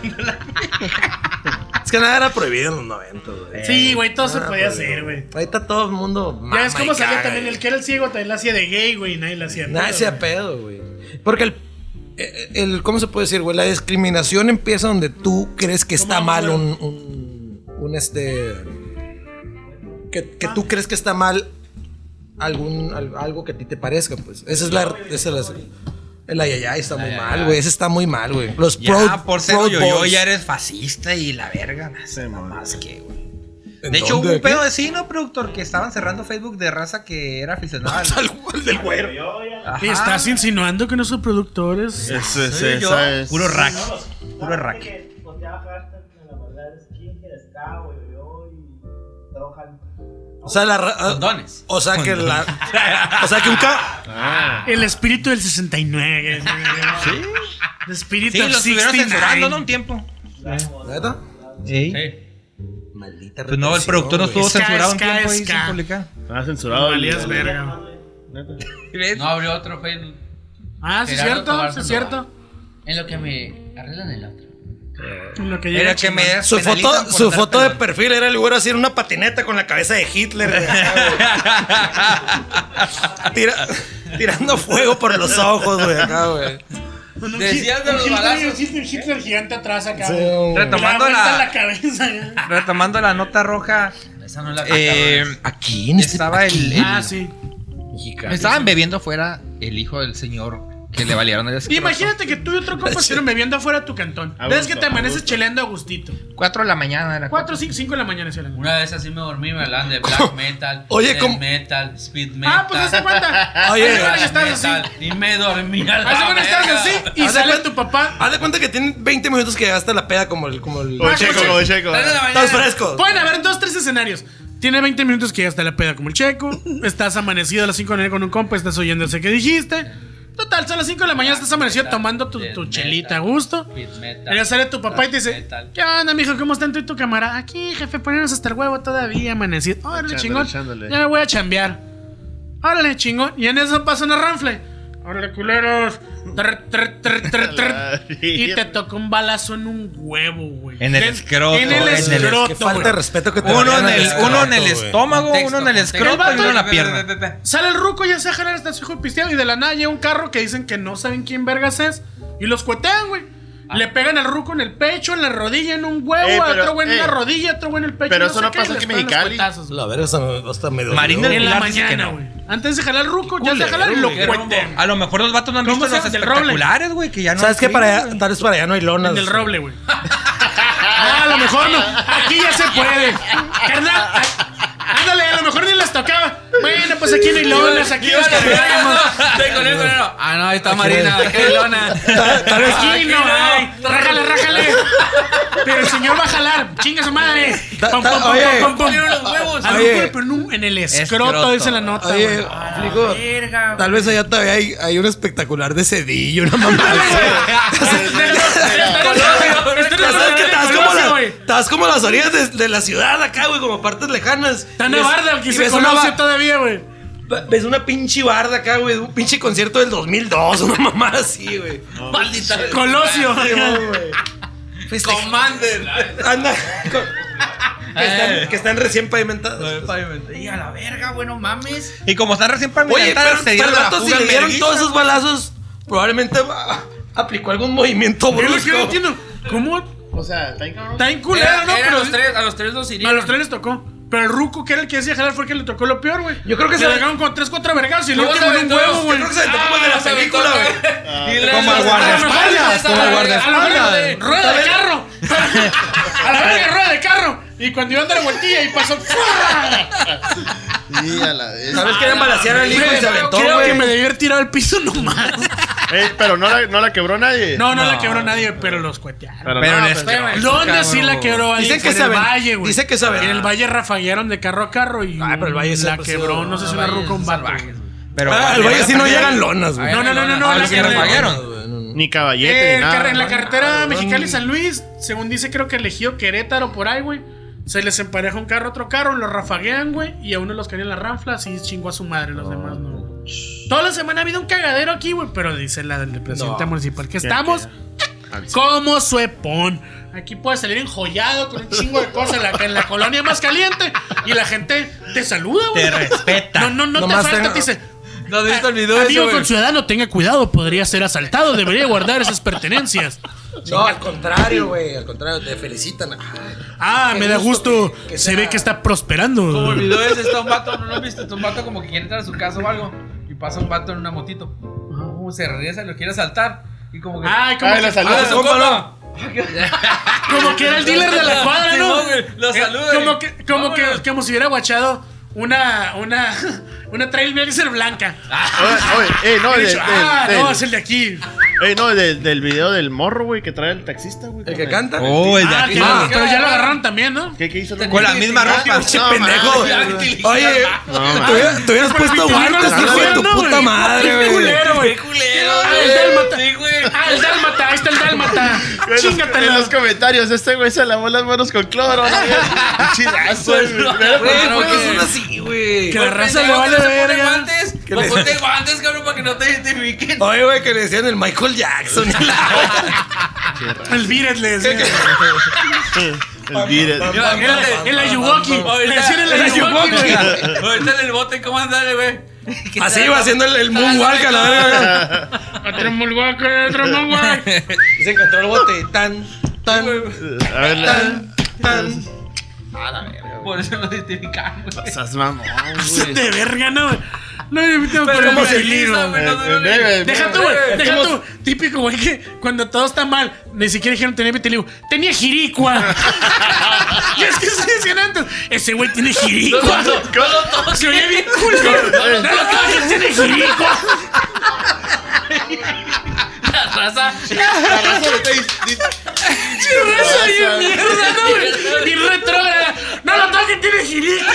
G: Es que nada era prohibido en los 90, güey.
A: Sí, güey, todo se
G: Ah,
A: podía
G: pues,
A: hacer, güey.
G: Ahorita todo el mundo.
A: Ya ves cómo salió también el que era el ciego, también la hacía de gay, güey, y nadie la hacía.
G: Nada
A: pedo,
G: sea
A: güey.
G: pedo, güey. Porque el, eh, el. ¿Cómo se puede decir, güey? La discriminación empieza donde tú crees que está
A: ¿Cómo,
G: mal
A: güey?
G: un. Un, un este. Que, que tú crees que está mal algún, al- algo que a ti te parezca, pues. Esa es la. Esa es la el ayayay está muy mal, güey. Ese está muy mal, güey. Los
B: Ya,
G: pro,
B: por ser
G: Proud
B: yo,
G: Boys.
B: ya eres fascista y la verga. nada
C: mamá.
B: más que, güey.
G: ¿En
B: De hecho, hubo
G: dónde?
B: un pedo de sí, ¿no, productor? Que estaban cerrando Facebook de raza que era aficionada al-
G: Al- al del güero.
B: Ajá.
A: ¿Estás insinuando que no son productores?
C: Es,
B: Soy
C: es,
B: yo,
C: esa es.
B: Puro rack. Puro rack.
G: O sea, la. ra-
F: Condones.
G: O sea, que la. O sea, que un. ca-
C: Ah.
A: El espíritu del 69. ¿Sí? El espíritu
B: Sí,
A: del
B: los estuvieron censurando, ¿no?
A: 69.
B: Un tiempo.
G: ¿Neta?
B: Sí.
G: Maldita
B: Pues no, el productor no
G: güey.
B: estuvo
A: Ska,
B: censurado un
A: ska,
B: tiempo y
A: ska.
B: sin publicar.
C: Ah, censurado.
A: Valías
C: el-
A: verga.
B: ¿Ves?
F: No abrió otro Facebook.
A: Ah, sí es
F: Gerardo
A: cierto,
F: Tobar
A: sí es
F: Sandoval.
A: cierto.
F: En lo que me arreglan el otro.
A: En Lo que llega
B: Era que
A: chingón.
B: me
G: Su
B: penalizan
G: foto,
B: por
G: su
B: andar
G: foto de
B: pelón.
G: perfil era el güero así en una patineta con la cabeza de Hitler. güey, acá, güey. Tira- tirando fuego por los ojos, güey, acá, güey.
A: Un
F: Decías
A: Hit-
F: de los
A: un Hitler-
F: balazos.
A: Un Hitler gigante atrás acá.
G: Sí,
A: güey.
G: güey.
B: Retomando
A: Le aguanta
B: la-
A: la cabeza. güey.
B: Retomando la nota roja,
G: Ah,
F: Esa no la
B: eh,
F: cantaron.
G: Aquí este
B: estaba el, el-
A: Ah, sí.
B: estaban bebiendo fuera el hijo del señor que le valieron el escroto.
A: Imagínate que tú y otro compa estuvieron bebiendo afuera de tu cantón.
C: A
A: Ves
C: gusto,
A: que te
C: a
A: amaneces
C: gusto.
A: cheleando a gustito.
B: 4 de la mañana era
A: 4, 5, 5 de la mañana, será.
F: Una vez así me dormí, me hablaban de black metal,
G: Oye,
F: death
G: ¿cómo?
F: metal, speed metal.
A: Ah, pues hace cuenta.
G: Oye,
A: Hace cuenta que
F: Thrash
A: estás
F: metal,
A: así.
F: Y me dormí a la
A: Hace cuenta que estás
F: verga.
A: así y
G: Haz de
A: sale
G: cuenta-
A: tu papá.
G: Haz de cuenta que tienen 20 minutos que gasta la peda como el. Como el
C: Como checo, como checo.
F: Tres de la mañana.
G: Estás fresco.
A: Pueden haber dos, tres escenarios. Tiene 20 minutos que ya está la peda como el checo. Estás amanecido a las 5 de la mañana con un compa, estás oyendo ese que dijiste. Total, son las 5 de la mañana, estás amanecido tomando tu, tu chelita a gusto.
F: Speed metal.
A: Y ya sale tu papá y te dice,
F: metal.
A: ¿qué onda, mijo? ¿Cómo están tú y tu cámara? Aquí, jefe, ponernos hasta el huevo todavía, amanecido. Órale,
C: Echándole,
A: chingón.
C: echándole.
A: Ya me voy a chambear. Órale, chingón. Y en eso pasa una ranfle. Órale, culeros. Tr, tr, tr, tr, tr. Y te tocó un balazo en un huevo, güey.
B: En el
A: Del-
B: escroto,
A: En el
B: en el-
A: escroto.
G: Qué falta de
A: güey.
G: respeto que te
B: Uno en
G: vayan a
B: el,
G: escroto,
B: uno en el
G: güey.
B: estómago,
F: Contexto,
B: uno en el
F: contexto.
B: escroto y uno en la
F: Ve, ve, ve,
B: pierna.
F: ve, ve.
A: Sale el ruco, ya se va a jalar hasta su hijo pisteado. Y de la nada llega un carro que dicen que no saben quién vergas es. Y los cuetean, güey. Le pegan al ruco en el pecho, en la rodilla, en un huevo,
C: Ey,
A: a
C: pero,
A: otro güey en
C: ey.
A: la rodilla, otro güey en el pecho.
C: Pero eso
A: sé
C: no
A: qué,
C: pasó
A: y les
C: aquí en
A: pegan los
C: Mexicali.
A: cuetazos, güey.
G: La verga hasta, hasta me dolió.
B: Marina del
A: En la
B: Pilar dice que
A: mañana,
B: no.
A: güey. Antes de jalar al ruco, ya se jala y lo
F: güey.
A: cuetean.
B: A lo mejor los vatos no han
A: ¿Cómo
B: visto
A: se
B: los
A: llama? Del roble.
B: espectaculares, güey, que ya no.
G: ¿Sabes qué?
B: sí,
G: Para allá,
B: güey.
G: tal vez para allá no hay lonas.
A: En el roble, güey. Ah, a lo mejor no. Aquí ya se puede. Carnal, a- ándale, a lo mejor ni las tocaba. Bueno, pues aquí no hay lonas, aquí
F: Iba
A: nos
F: a la
A: cambiamos.
F: verga. Te con el colero. Ah, no, ahí está Marina. Qué lona.
G: Tal, tal vez
A: Aquí no hay. Rájale, rájale. Pero el señor va a jalar. Chinga su madre.
G: Ta-
A: Pum,
G: ta-
A: pum, pum,
G: oye.
A: pum, pum, pum. Algún
G: Oye.
A: cuerpo en un- en el escroto,
E: Escroto.
A: dice la nota.
G: Oye,
A: güey.
F: Ah.
G: flico,
F: Verga,
G: tal vez allá todavía hay, hay un espectacular de cedillo, una mamá. Ya sabes que estás como, la- estás como las orillas de, de la ciudad acá, güey, como partes lejanas.
A: Está
G: Y ves-
A: Navarra, que
G: y
A: se
G: ves una
A: conoce
G: ba-
A: todavía, güey.
G: Ba- Ves una pinche barda acá, güey. Un pinche concierto del 2002, una mamada así, güey.
E: Maldita.
A: Colosio.
G: Feste-
E: Commander.
G: Pues Anda. con- que,
A: Eh.
G: están, que están recién pavimentados.
F: Y a la verga, bueno, mames.
B: Y como están recién
G: Oye, pero,
B: pavimentadas, se
G: pero
B: dieron
G: el
B: la
G: vato si
B: fuga
G: le dieron
B: enverguiza.
G: todos esos balazos, probablemente ah, aplicó algún movimiento
A: Es lo que yo no
G: brusco.
A: entiendo. ¿Cómo?
C: O sea, está encabrón.
A: Está en
F: Era-
A: culero, ¿no?
F: era
A: Pero
F: los tres, a los tres los iría.
A: a los tres les tocó. Pero el ruco, que era el que hacía jalar, fue el que le tocó lo peor, güey.
G: Yo creo que
A: se
G: se-
A: largaron con tres, cuatro vergados y
F: Luego
A: luego
F: se
A: último en un
F: aventó-
A: huevo,
F: yo
A: güey.
G: Creo que se aventó como
F: Ah,
G: de la
F: se aventó,
G: película,
F: güey.
G: güey.
F: Y le-
B: Como el
F: Ah,
B: guardaespaldas,
F: no,
B: como el
F: no,
A: A la verga,
F: de-
A: rueda de carro. A la verga, rueda de carro. Y cuando iba dando la vueltilla y pasó.
C: Sí, a la vez.
G: Tal vez querían balasear al hijo y se aventó,
A: Creo que me
G: güey.
A: debió haber tirado al piso nomás.
C: Eh, pero no la, no la quebró nadie.
A: No, no, la quebró nadie, pero los cuetearon.
B: Pero
C: no,
B: les-
F: este
C: pero-
A: ¿Dónde
B: Cabrón.
A: sí la quebró alguien?
G: Dicen que
A: Fue
G: se
A: en el
G: aven-
A: Valle, güey.
G: dicen que se aven-
A: En el Valle rafaguearon de carro a carro y
G: Ah, pero el Valle se
A: la
G: ha puesto-
A: quebró. No sé si una ruca o un vato, güey.
B: Pero este
G: Ah, al valle sí no llegan lonas, güey.
A: No, no, no, no, no.
E: Ah,
A: la
E: los que
A: quebró.
E: rafaguearon.
C: Ni caballete,
A: Eh,
C: ni
A: carre-
C: nada.
A: en la carretera Mexicali-San Luis, según dice, creo que eligió Querétaro por ahí, güey. Se les empareja un carro a otro carro, lo rafaguean, güey, y a uno los cae en las ranflas y chingó a su madre, los demás no, güey. Toda la semana ha habido un cagadero aquí, güey, pero dice la del presidente municipal que estamos como suepón. Aquí puedes salir enjollado con un chingo de cosas en la, en la colonia más caliente y la gente te saluda, güey.
B: Te respeta.
A: No, no, no te
G: Nomás
A: falta,
G: tengo-
A: te dice.
E: No has visto el video
A: "Ah,
E: ese,
A: Amigo
E: güey.
A: conciudadano, tenga cuidado, podría ser asaltado, debería guardar esas pertenencias.
G: No, al contrario, güey. Al contrario, te felicitan. Ay,
A: Ah,
G: Qué
A: me da
G: gusto
A: gusto.
G: que- que
A: Se
G: sea-
A: ve que está prosperando.
F: Como el video ese está un vato, no lo viste, está un vato como que quiere entrar a su casa o algo. Y pasa un vato en una motito. Uh, se regresa y lo quiere saltar. Y como que.
A: Ay, como,
C: Ay, la
A: que, ah,
C: saluda.
E: Ah, su compa, no.
A: como que era el dealer de la cuadra, ¿no?
E: Sí, güey, lo
A: Eh,
E: saluda
A: Como
E: y-
A: que, como que,
E: vámonos.
A: como si hubiera guachado una, una, una trailblazer blanca.
C: Oye, oye, eh, no,
A: Y
C: de-
A: dicho,
C: de-
A: ah,
C: del-
A: no, es el de aquí.
C: eh, no, de- del video del morro, güey, que trae el taxista, güey.
G: El
C: con
G: que canta.
B: Oh, el de
A: Ah,
B: aquí.
A: que-
G: Ah.
A: pero ya lo agarraron también, ¿no?
C: ¿Qué, qué hizo? el
B: Con la
C: güey?
B: misma ropa.
G: Pinche
C: No,
G: pendejo.
C: mames.
G: Oye,
C: mames.
G: te hubiera- te hubieras puesto guantes, Pues hijo de tu
A: No,
G: puta
A: güey.
G: madre,
A: Qué
G: güey.
A: culero, güey. Ah, el dálmata. Ah, el dálmata. Ahí está el dálmata.
C: En los-
A: Chingatela.
C: En los comentarios, este güey se lavó las manos con cloro. Chidazo,
G: Güey,
F: Claro
G: ¿por qué
F: que-
G: son así, güey?
A: Que la raza le vale verga.
F: No Pues ponte guantes, cabrón, para que no te identifiquen.
G: Oye, güey, que le decían el Michael Jackson.
A: El Beatles le decían.
C: El dire-
A: Era- era El Ayuwoki. Le decían el Ayuwoki,
F: Ayuwoki,
A: güey.
F: güey. Ahorita en el bote, ¿cómo andan, güey?
G: Así iba haciendo el, el moonwalk a la verga.
A: Otro Mulhuaca, otro Mulhuaca.
G: Se encontró el bote. Tan, tan,
C: A ver, la-
G: tan, tan.
F: Ah, Por eso lo identificaban, güey.
C: Estás mamón,
A: Son
C: güey.
A: De verga, no, güey. No, invitamos por
F: ¿cómo
A: el
F: se
A: vinilo,
F: lisa,
A: güey.
F: güey? No, no, no, no.
C: Eh,
A: Deja tú, güey. Deja tú. Típico, güey, que cuando todo está mal, ni siquiera dijeron tenía vitiligo. Tenía jiricua. y es que se decían antes. Ese güey tiene jiricua. Se oye bien culero. No lo toques, tiene jiricua.
E: La raza.
C: La raza le está dis-
A: Churrasco de mierda, no, güey. Y retrógrada. No lo toques, tiene jiricua.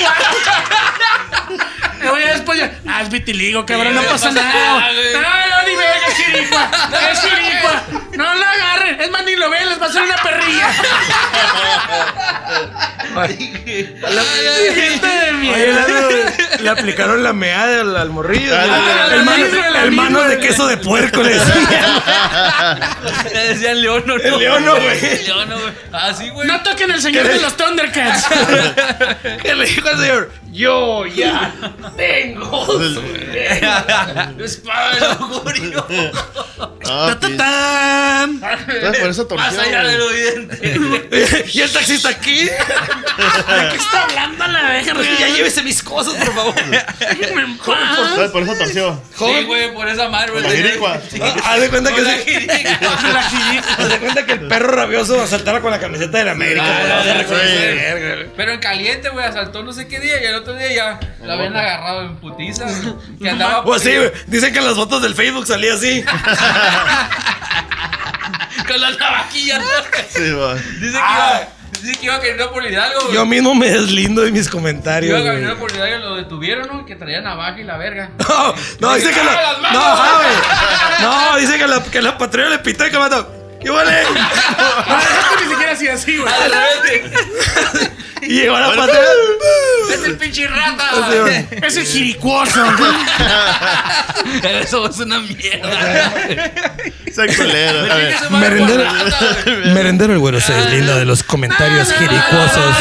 A: Me voy a después ya. Ah, es vitiligo, cabrón, no pasa nada. güey. No, no, ni verga, es jiricua. Es jiricua. No lo agarren. Es más, ni lo ven, les va a hacer una perrilla. Gente de
G: Oye,
A: mierda.
G: le, le aplicaron la meada al, al morrillo.
C: Ah,
G: el,
A: la
G: mano,
A: misma, la
G: el mano
A: misma,
G: de
A: güey.
G: queso de puerco le decían.
E: Le decían león, no.
G: El leono, güey.
E: El leono, güey.
F: Ah,
E: Así, güey.
A: No toquen el señor de los Thundercats.
G: Que le dijo al señor, yo ya tengo.
C: Pues,
E: Espada del augurio.
C: Ah,
A: Ta, ta, tan.
C: Entonces, por eso torció,
E: Más allá
C: güey.
E: de lo evidente.
G: y el taxista aquí.
A: ¿De qué está hablando la verga?
G: Ya llévese mis cosas, por favor.
A: Me empuja.
C: Entonces, Por eso torció.
E: Sí, güey, por esa madre, güey.
C: La
E: tenía-
C: jiricua.
G: Ah, Haz de cuenta que
E: Con la
G: se-
F: Ah,
E: jiricua.
A: La jiricua.
G: haz de cuenta que el perro rabioso asaltara con la camiseta de la América.
E: Ah,
G: por la
E: sí.
G: verga, güey.
F: Pero en caliente, güey, asaltó no sé qué día y el otro día ya la habían agarrado en putiza. güey, Que
G: Pues
F: andaba
G: O así, güey. Dicen que en las fotos del Facebook salía así.
F: con las navajillas.
C: Sí, güey.
F: Dice que, iba, dice que iba caminando por Hidalgo. güey.
G: Ah, Yo mismo me deslindo de mis
F: iba
G: comentarios. güey.
F: caminando por Hidalgo, lo detuvieron, ¿no? Que traía navaja y la verga.
G: No, no, dice que
F: ¡Ah, las
G: la.
F: manos!
G: No, ajá, güey. No, dice que la, que la patrulla le pitó y que mata. ¡Y vale!
A: Ah, No, dejaste ni siquiera así, así, güey.
F: ¡Ah, de repente!
G: Y llegó la patrulla.
F: ¡Es el pinche rata!
A: Es el jiricuoso.
E: Eso es una mierda.
C: Ese culero. A ver.
F: Chingue su madre,
G: Merendero.
F: por rata, güey.
G: Merendero el güero se deslinda de los comentarios jiricuosos.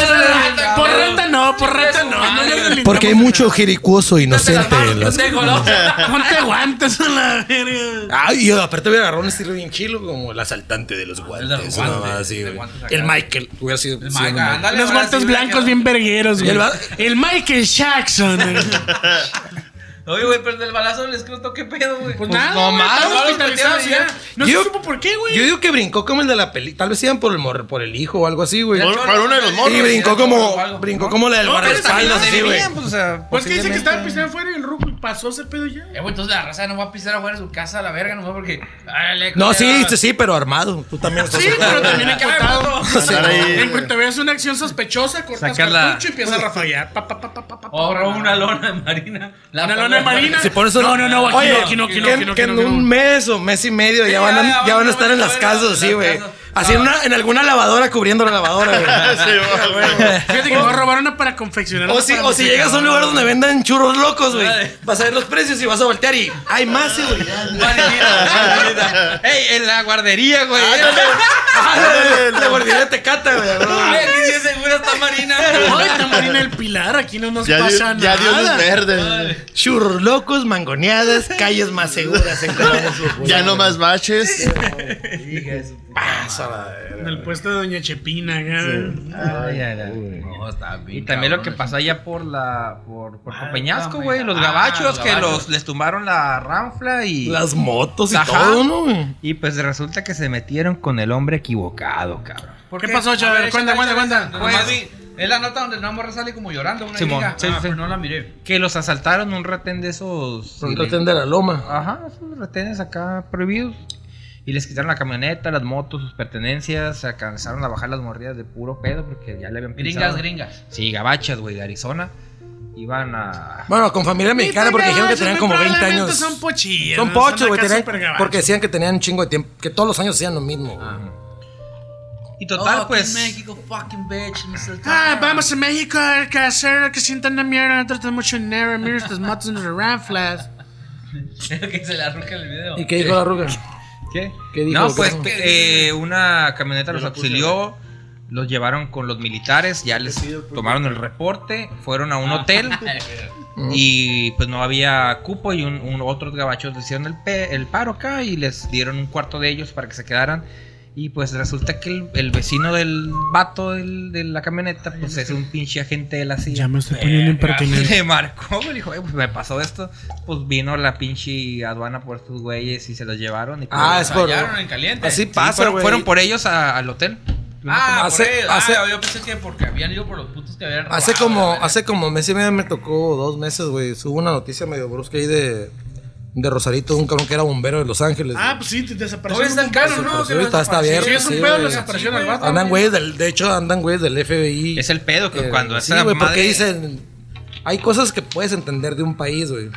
A: Por rata no, por rata no. no le delintamos.
G: Porque hay mucho jiricuoso inocente en las.
F: Pendejo, ¿no?
A: Ponte guantes a la verga.
G: Ay, yo aparte hubiera agarrado un estilo bien chilo como el asaltante de los guantes.
F: El de los
G: una
F: guantes,
G: mamada así,
F: de
G: güey.
F: guantes acá.
G: el Michael. Hubiera sido. sido
F: Michael,
G: un Michael.
F: ándale.
A: Unos
F: ahora
A: guantes
F: sí,
A: blancos
F: güey.
A: bien vergueros, güey.
G: el va-
A: El Michael Jackson. güey.
F: Oye, güey, pero del balazo del escroto, ¿qué pedo, güey?
A: Pues nada,
G: no
A: güey,
G: mames,
A: estaba
F: güey,
A: hospitalizado
F: metieron
A: ya.
F: ya.
A: No
G: Yo-
A: se supo por qué,
G: Yo
A: güey.
G: digo que brincó como el de la peli. Tal vez iban por el, mor- por el hijo o algo así, güey.
C: Por- para uno de los
G: Y
C: morros.
G: brincó
F: o
G: como,
F: algo,
G: brincó
F: ¿no?
G: como la del
A: No, pero
G: guardaespaldas,
A: también
G: así,
A: lo
G: güey.
B: Bien, pues, o sea,
A: Pues que dice que estaba
B: posiblemente.
A: pisando afuera y el ruco y pasó ese pedo ya.
F: Eh, güey, entonces la raza no va a pisar afuera de su casa a la verga, nomás porque. Árale,
G: No, sí,
F: culero.
G: sí, sí, pero armado. Tú también estás
A: Sí,
G: armado.
A: pero también hay que
F: Ay,
A: matarlo.
F: puto.
C: Andar ahí.
A: En cuanto veas una acción sospechosa, cortas
B: Sacarla.
A: cartucho y empiezas a rafallar. Pa, pa, pa, pa, pa, pa,
F: O
A: pa.
F: roba una lona de marina. La
A: Una lona de marina.
G: Oh, Si pones una-
A: No, no, no, aquí
G: Oye,
A: no, aquí no, aquí no,
G: que,
A: aquí no,
G: que
A: aquí
G: en
A: no, aquí
G: un
A: no.
G: mes o mes y medio ya
F: Sí,
G: van
F: ya,
G: a, ya van a
F: ya van
G: estar
F: a
G: en las
F: ver,
G: casas,
F: en
G: sí,
F: las
G: güey.
F: casas.
G: Así en, una, en alguna lavadora cubriendo la lavadora, güey.
C: Sí, güey.
A: Fíjate que me voy a robar una para confeccionar.
G: O
A: una
G: si,
A: para
G: o si
A: mi
G: llegas a un lugar
A: secadora.
G: donde vendan churros locos, güey.
F: Vale.
G: Vas a ver los precios y vas a voltear y hay más, sí, güey.
F: Marinita. Ey, en la guardería, güey.
G: Ah, La guardería te cata,
F: Ay,
G: güey.
F: aquí sí segura está marina.
A: Ay, también el pilar, aquí no nos
C: Ya dio,
A: pasa
C: ya
A: nada.
C: dio luz verde.
G: Churros locos, mangoneadas, calles más seguras. en Colombia.
C: Ya no más baches.
A: En el puesto de Doña Chepina, acá.
B: Ay, ay, ay.
F: No, está bien,
B: Y también lo que
F: cabrón.
B: pasó allá por la por, por
F: Ah,
B: Peñasco,
F: no,
B: güey,
F: mira.
B: los
F: Ah,
B: gabachos
F: los
B: que
F: gabachos.
B: los les tumbaron la ranfla y
G: Las motos y
B: Ajá.
G: todo, ¿no, güey?
B: y pues resulta que se metieron con el hombre equivocado, cabrón.
F: ¿Por
A: ¿Qué pasó, Chava?
F: A ver,
A: Cuenta,
F: échale,
A: cuenta,
F: échale.
A: cuenta.
F: Nomás vi- Es la nota donde una morra sale como llorando, una
B: Simón,
F: gringa.
B: sí,
F: Ah,
B: sí.
F: pero no la miré.
B: Que los asaltaron un retén de esos
G: Son
B: y le-
G: retén de la loma.
B: Ajá, esos retenes acá prohibidos. Y les quitaron la camioneta, las motos, sus pertenencias, se alcanzaron a bajar las mordidas de puro pedo porque ya le habían
F: Gringas,
B: pensado.
F: gringas.
B: Sí, gabachas, güey, de Arizona. Iban a
G: Bueno, con familia mexicana
A: pues
G: porque dijeron que tenían como 20 años.
A: Son pochillas.
G: Son pochos, güey.
A: acá
G: tenían-
A: supergabachos.
G: Porque decían que tenían un chingo de tiempo. Que todos los años hacían lo mismo. güey.
B: Y total,
F: Oh, aquí en
B: pues
F: México, fucking bitch. Mr.
A: Ah,
F: Trump.
A: vamos a México a que hacer que sientan la mierda, tratan mucho dinero, mira estas motos en los ranflas.
F: que se le arruca el video.
G: ¿Y qué dijo la ruga?
B: ¿Qué?
G: ¿Qué dijo?
B: No,
G: ¿Qué
B: pues
G: pasó?
B: que, eh, una camioneta los auxilió, los llevaron con los militares, ya les tomaron el reporte, fueron a un
G: Ah.
B: hotel y pues no había cupo y un, un- otros gabachos les hicieron el, pe- el paro acá y les dieron un cuarto de ellos para que se quedaran. Y pues resulta que el, el vecino del vato del- de la camioneta pues es un pinche agente de la CIA.
A: me estoy poniendo impertinente.
B: Le marcó, me dijo, "Ey, pues me pasó esto. Pues vino la pinche aduana por estos güeyes y se los llevaron. Y
G: Ah,
B: pues,
G: es por.
F: Fallaron en caliente.
G: Así
B: Sí,
G: pasa,
B: fueron,
G: güey.
B: fueron por ellos a- al hotel.
F: Ah,
G: Hace-
F: por eso. Ah,
G: hace-
F: yo pensé que porque habían ido por los putos que habían
G: Hace
F: robado,
G: como,
F: la
G: hace como mes y medio me tocó dos meses, güey. Hubo una noticia medio brusca ahí de, de Rosarito, un cabrón que era bombero de Los Ángeles.
A: Ah,
G: güey.
A: pues sí, te desapareció.
F: Todavía está en caro, ¿no?
G: Pues ahorita está
A: Sí,
G: abierto.
A: es un
G: sí,
A: pedo,
G: güey.
A: lo desapareció al vato.
G: Andan güeyes del, de hecho andan güeyes del FBI.
B: Es el pedo que
G: Eh,
B: Pues cuando
G: sí,
B: esa
G: güey, porque
B: madre-
G: dicen hay cosas que puedes entender de un país, güey.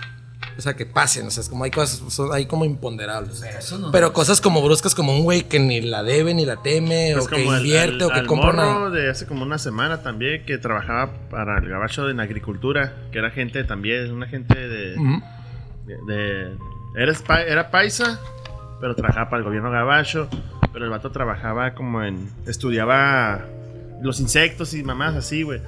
G: O sea, que pasen, o sea, es como hay cosas son hay como imponderables. Pero,
F: eso no-
G: cosas como bruscas como un güey que ni la debe ni la teme
C: Pues
G: o que
C: como el-
G: invierte
C: al-
G: o que
C: al
G: compra
C: morro
G: una
C: de hace como una semana también que trabajaba para el gabacho en agricultura, que era gente también, una gente de...
G: Ujú.
C: de- de- era, espa- era paisa, pero trabajaba para el gobierno gabacho, pero el vato trabajaba como en... estudiaba los insectos y mamás así, güey.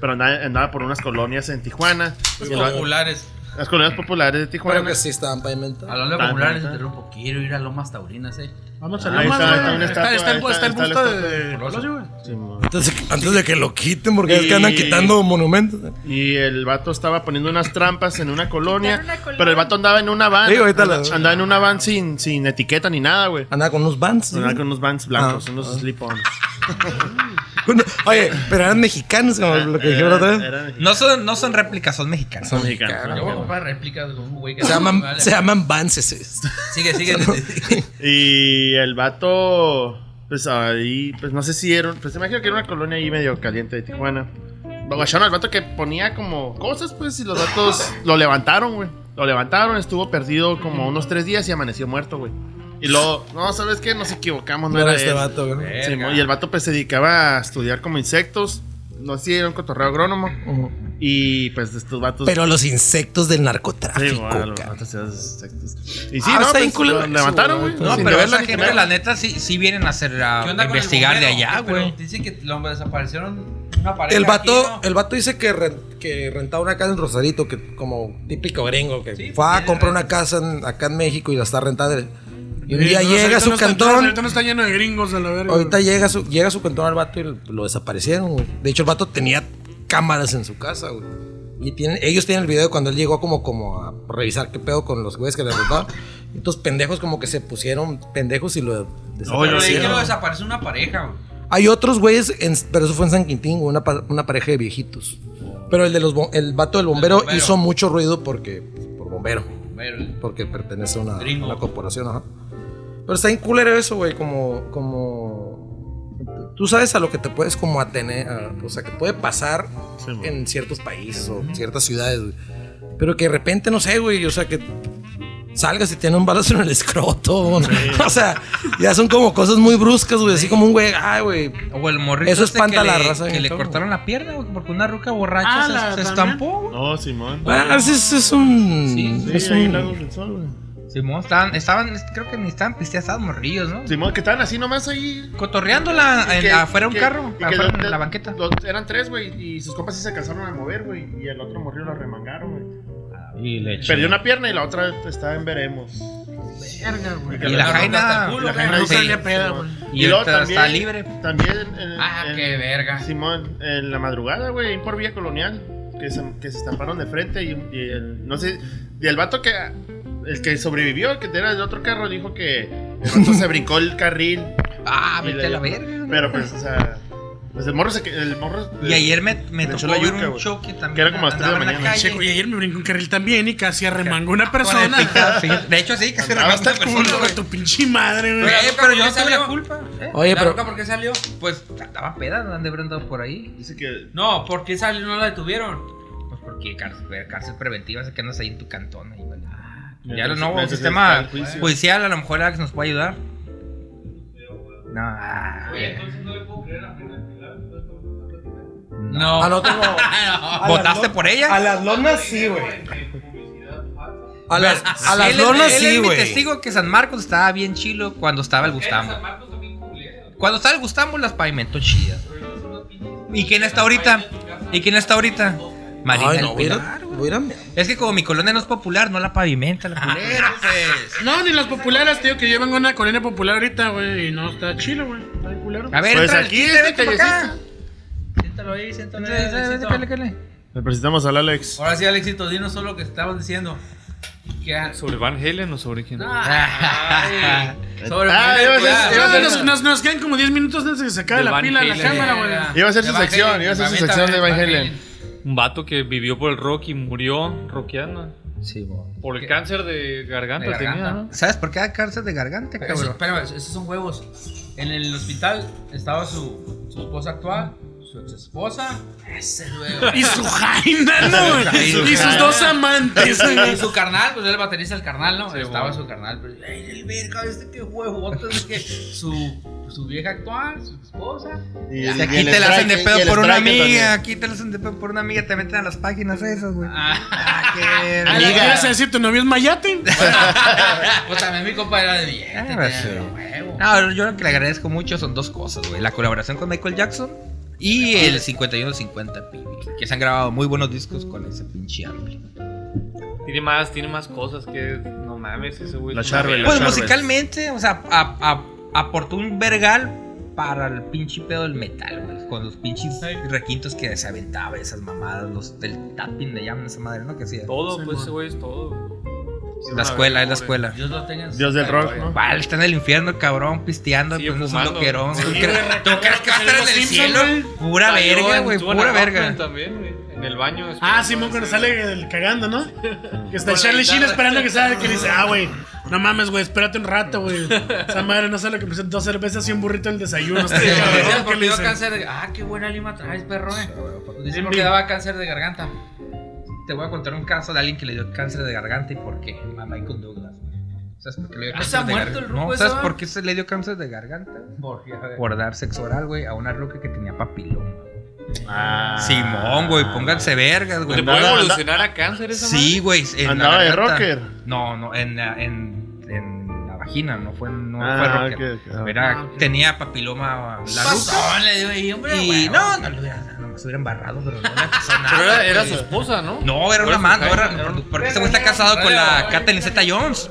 C: Pero andaba, andaba por unas colonias en Tijuana. y el
F: verga.
C: vato-
F: Populares.
C: las colonias populares de Tijuana.
G: Pero que sí estaban pavimentadas.
F: Hablando de
C: Tan,
F: populares,
C: tan.
F: interrumpo. Quiero ir a Lomas Taurinas, eh.
A: Vamos
C: a
A: a
C: la Ahí está, madre. está una
A: Está, está, el-
C: estatua,
A: está el
C: está la
A: busto
C: estatua
A: de.
C: de Colosio.
A: Colosio, güey.
C: Sí, mo.
G: Antes de, que- antes de que lo quiten, porque es que andan
C: Y-
G: quitando monumentos. eh.
C: Y el vato estaba poniendo unas trampas en una colonia. Pero el vato andaba en una van.
G: Sí, ahorita la-
C: Andaba en una van sin, sin etiqueta ni nada, güey.
G: Andaba con unos vans. ¿sí?
C: Andaba con unos vans blancos,
G: Ah.
C: unos slip-ons.
H: Uno- Oye, pero eran mexicanos,
C: Ah,
H: como lo
C: eh,
H: que dijeron la otra vez.
C: Eran
B: No son, no son réplicas, son mexicanas.
C: son mexicanos.
I: Yo voy a comprar réplicas de un güey que
H: Se llaman,
I: Vale.
H: se llaman Vances.
G: eh.
F: Sigue, sigue.
C: Y el vato, pues ahí, pues no sé si era, un- pues me imagino que era una colonia ahí medio caliente de Tijuana. Guacharon al vato que ponía como cosas, pues, y los vatos lo levantaron, güey. Lo levantaron, estuvo perdido como unos tres días y amaneció muerto, güey. Y luego, no, ¿sabes qué? Nos equivocamos, no, era,
H: este
C: él.
H: vato, güey.
C: Sí, mo- y el vato pues se dedicaba a estudiar como insectos. No sé si era un cotorreo agrónomo. Y pues estos vatos...
H: Pero los insectos del
C: Sí,
H: narcotráfico,
C: mo, a los
H: cabrón.
C: vatos eran insectos. Y sí,
H: Ah,
C: no,
H: está bien
C: pues,
H: culero
C: lo
H: eso,
C: levantaron,
H: güey.
C: güey.
B: No,
C: sin
B: pero
C: verla
B: esa
C: ni
B: gente,
C: nada.
B: la neta, sí, sí vienen a hacer a
F: ¿Qué onda con el
B: investigar de
F: bombero?
B: allá,
F: Pero
B: güey.
F: Dicen que lo desaparecieron una pareja.
G: El
F: aquí,
G: vato,
F: ¿no?
G: el vato dice que, re- que rentaba una casa en Rosarito, que como típico gringo, que
F: Sí,
G: fue
F: pues,
G: a
F: tiene
G: comprar una
F: renta.
G: casa en- acá en México y la está rentando. Y un
A: Y
G: día
A: entonces
G: llega
A: ahorita
G: a su
A: no está-
G: cantón.
A: Ahorita no está lleno de gringos, a la verga.
G: Ahorita llega a su, llega a su cantón al vato y lo, lo desaparecieron, güey. De hecho, el vato tenía cámaras en su casa, güey. Y tienen, ellos tienen el video de cuando él llegó como, como a revisar qué pedo con los güeyes que le rentaban. Y Estos pendejos como que se pusieron pendejos y lo
F: Pero
C: Oye,
F: le
C: sí,
F: dije que
C: ¿no?
F: lo desapareció una pareja, güey.
G: hay otros güeyes, en- pero eso fue en San Quintín, güey, una, pa- una pareja de viejitos. Pero el de los bom- el vato del bombero,
F: bombero.
G: hizo mucho ruido porque por bombero,
F: Pero,
G: porque pertenece a una,
F: Gringo.
G: una corporación, ajá. Pero está bien culero eso, güey, como como tú sabes a lo que te puedes como atener, a- o sea, que puede pasar
C: Sí, mo.
G: en ciertos países o ciertas ciudades, güey. Pero que de repente, no sé, güey, o sea, que salgas y tienes un balazo en el escroto. ¿no? O sea, ya son como cosas muy bruscas, güey. Así como un güey, ay, güey.
B: O el morrito
G: Eso
B: este
G: espanta
B: que
G: la
B: le,
G: raza,
B: Que le
G: cabrón.
B: cortaron la pierna, güey, porque una ruca borracha
A: Ah,
B: se,
A: la-
B: se
A: también.
B: estampó, güey.
C: No, Simón.
G: Ah, es, es- es un.
B: Sí,
C: Sí,
G: es
C: ahí en
G: un-
C: Lagos del Sol, güey.
B: Simón, estaban, estaban, creo que ni estaban pisteados, estaban morrillos, ¿no?
C: Simón, que estaban así nomás ahí.
B: Cotorreándola
C: Y
B: Ah, en-
C: que-
B: afuera de un
C: que-
B: carro,
C: y que
B: afuera
C: los-
B: en la banqueta.
C: los- eran tres, güey, y sus compas sí se alcanzaron a mover, güey. Y el otro morrió lo remangaron, güey.
B: Y le
C: Perdió una pierna y la otra está en veremos.
A: Verga, güey.
B: Y la jaina.
A: culo,
B: la
A: güey.
B: jaina
A: No
B: sí.
A: salía peda, güey.
B: Y ahorita está libre.
C: También en,
I: Ah,
C: en-
I: qué verga.
C: Simón, en la madrugada, güey, ahí por Vía Colonial, que se, que se estamparon de frente y, y el, no sé, y el vato que, el que sobrevivió, el que era del otro carro, dijo que el vato se brincó el carril,
B: Ah,
C: Y
B: vete
C: le-
B: a la verga.
C: pero pues, o sea, pues el morro se, que- el morro.
B: Y ayer me, me
C: Le
B: tocó
C: echó la
B: ver
C: yuca,
B: un
C: güey.
B: choque también.
C: Que era como las
B: Andaba
C: tres de la
B: en
C: mañana.
B: calle.
A: Checo, y ayer me brincó un carril también y casi arremangó una
B: Con el
A: persona.
B: picado, sí. De hecho, sí, que se
C: Andaba hasta
B: remata
C: el
A: Culo, güey, tu pinche madre, güey.
B: Pero,
F: ¿por
B: yo
F: qué
B: no tuve la
F: salió?
B: culpa. ¿eh?
G: Oye,
F: ¿La
G: pero.
F: ruca por qué salió?
B: Pues estaba peda, ¿no? han de haber andado por ahí.
C: Dice que.
F: No, ¿por qué salió? No la detuvieron.
B: Pues porque cárcel, cárcel preventiva, se que andas ahí en tu cantón. ahí, vale. Ya
C: Entonces,
B: lo nuevo
C: entonces está
B: sistema
C: el juicio.
B: judicial, a lo mejor Alex nos puede ayudar. No, ah,
F: No.
G: Al otro.
B: ¿Votaste por
G: A
B: ella?
G: las lonas sí, güey. A las, a las
B: Él es-
G: lonas
B: él es
G: sí,
B: mi
G: güey.
B: testigo que San Marcos estaba bien chilo cuando estaba el Gustavo. Cuando estaba el Gustavo las pavimentó chidas. ¿Y quién está ahorita? ¿Y quién está ahorita? Marina
G: Ay,
B: del
G: no, voy a ir
B: Pilar.
G: a- voy a ir a-
B: Es que como mi colonia no es popular, no la pavimenta la
C: Ah,
B: culera. pues.
A: No, ni las populares, tío, que yo vengo a una colonia popular ahorita, güey, y no está chilo, güey. Está bien culero.
B: A ver,
C: Pues
B: entra,
C: aquí,
B: vente,
C: este
B: vente para acá.
F: Siéntalo ahí, siéntalo ahí.
B: Vente, vente,
F: Alexito.
B: cale, cale.
C: Le presentamos al Alex.
F: Ahora sí, Alexito, dinos solo lo que estabas diciendo. ¿Qué ha-
J: ¿Sobre Van Halen o sobre
A: Ah,
J: quién?
F: Ay, sobre
C: Ah,
F: Manuel
C: iba a ser-
F: Cuidado.
C: iba a
A: No,
C: ser-
A: nos, nos- nos quedan como 10 minutos antes de que se acabe
J: De
A: la
J: Van
A: pila de la
J: Halen.
A: cámara, güey.
C: Iba a ser su
F: Van
C: sección,
F: Halen,
C: iba a ser su
F: mamita,
C: sección de Van
F: Helen.
C: Helen.
J: Un vato que vivió por el rock y murió rockeando.
B: Sí, bo.
J: Por el cáncer de garganta,
F: De garganta.
J: tenía, ¿no?
B: ¿Sabes por qué da cárcel de garganta,
F: Pero eso-
B: cabrón?
F: espérame, esos son huevos. En el hospital estaba su, su esposa actual, su ex esposa, ese huevo.
A: Y su jaina, ¿no, güey? Y sus dos amantes,
F: Y
A: güey.
F: su carnal, pues él baterista el carnal, ¿no?
J: Sí,
F: Estaba
J: bueno.
F: su carnal, pero "Ey, el verga, este qué huevo, es que su, su vieja actual, su esposa.
C: Y,
B: Si
C: y
B: aquí
C: el
B: te la hacen de
C: strike- y
B: pedo
C: el
B: por una
C: strike
B: amiga,
C: también.
B: aquí te la hacen de pedo por una amiga, te meten a las páginas esas, güey.
F: Ah,
B: Ah, qué
A: A la que ibas a decir, tu novio es Mayate.
F: pues también mi compa era de
B: Ah,
F: billete,
B: sí.
F: tenía huevo.
B: No, yo lo que le agradezco mucho son dos cosas, güey. La colaboración con Michael Jackson y el 5150 PB, que se han grabado muy buenos discos con ese pinche amplio.
J: Tiene más, tiene más cosas que. No mames, ese güey.
C: La
J: es una
C: Charvel,
J: verga.
B: Pues
C: Charvel.
B: musicalmente, o sea, a- a- aportó un vergal para el pinche pedo del metal, güey. Con los pinches requintos que se
J: Oh,
B: aventaba, esas mamadas, los, el tapping de llaman esa madre, ¿no? Que hacía.
J: Todo, pues ese güey es todo. güey.
B: La escuela, es la escuela.
F: Dios lo tenga en su-
C: Dios del rock, ¿no?
B: Vale, está en el infierno el cabrón, pisteando,
J: Sigue
B: pues no
J: fumando.
B: loquerón.
J: Sí,
B: ¿Tú
A: güey,
B: crees tú crees que va a estar en el
A: Simpson,
B: cielo?
A: güey.
B: Pura verga, güey, pura verga.
J: También, güey. En el baño.
A: Ah,
J: esperando
A: Simón
J: que
A: cuando
J: se-
A: sale el cagando, ¿no? Que está Charlie Sheen esperando que salga, que dice, ah, güey, no mames, güey, espérate un rato, güey. Esa madre no sabe lo que me hizo dos cervezas y un burrito del desayuno. Está
F: Sí,
A: cabrón, ¿qué
F: porque
A: le
F: dio
A: dicen?
F: cáncer de- Ah, qué buena lima traes, perro, eh. Dice porque daba cáncer de garganta.
B: Te voy a contar un caso de alguien que le dio cáncer de garganta y por qué. A Michael Douglas. ¿Sabes por qué le dio
F: Ah,
B: cáncer
F: se ha
B: de
F: muerto
B: garganta?
F: el ruco
B: No,
F: ese,
B: ¿sabes
F: va?
B: por qué se le dio cáncer de garganta?
F: Porque, a ver.
B: Por dar sexo oral, güey, a una roca que tenía papiloma.
C: Ah.
B: Simón, güey, pónganse vergas, güey.
J: ¿Le puede
C: Andaba-
J: evolucionar a cáncer esa
B: Sí, güey. en la
C: ¿Andaba de
B: garganta.
C: rocker?
B: No, no, en, la- en, en la vagina, no fue, no
C: Ah,
B: fue rocker.
C: ok, ok.
B: Era- tenía papiloma la ruca.
F: Pasón, le digo ahí, hombre,
B: Y
F: huevo.
B: no, no lo hubiera, no me hubiera embarrado, pero no le pasó nada.
J: Pero era, era
B: ah, güey.
J: su esposa, ¿no?
B: No, era
J: Era
B: una
J: su
B: mano,
J: mujer,
B: era-
J: era un-
B: porque este güey está casado con la Catherine Zeta Jones.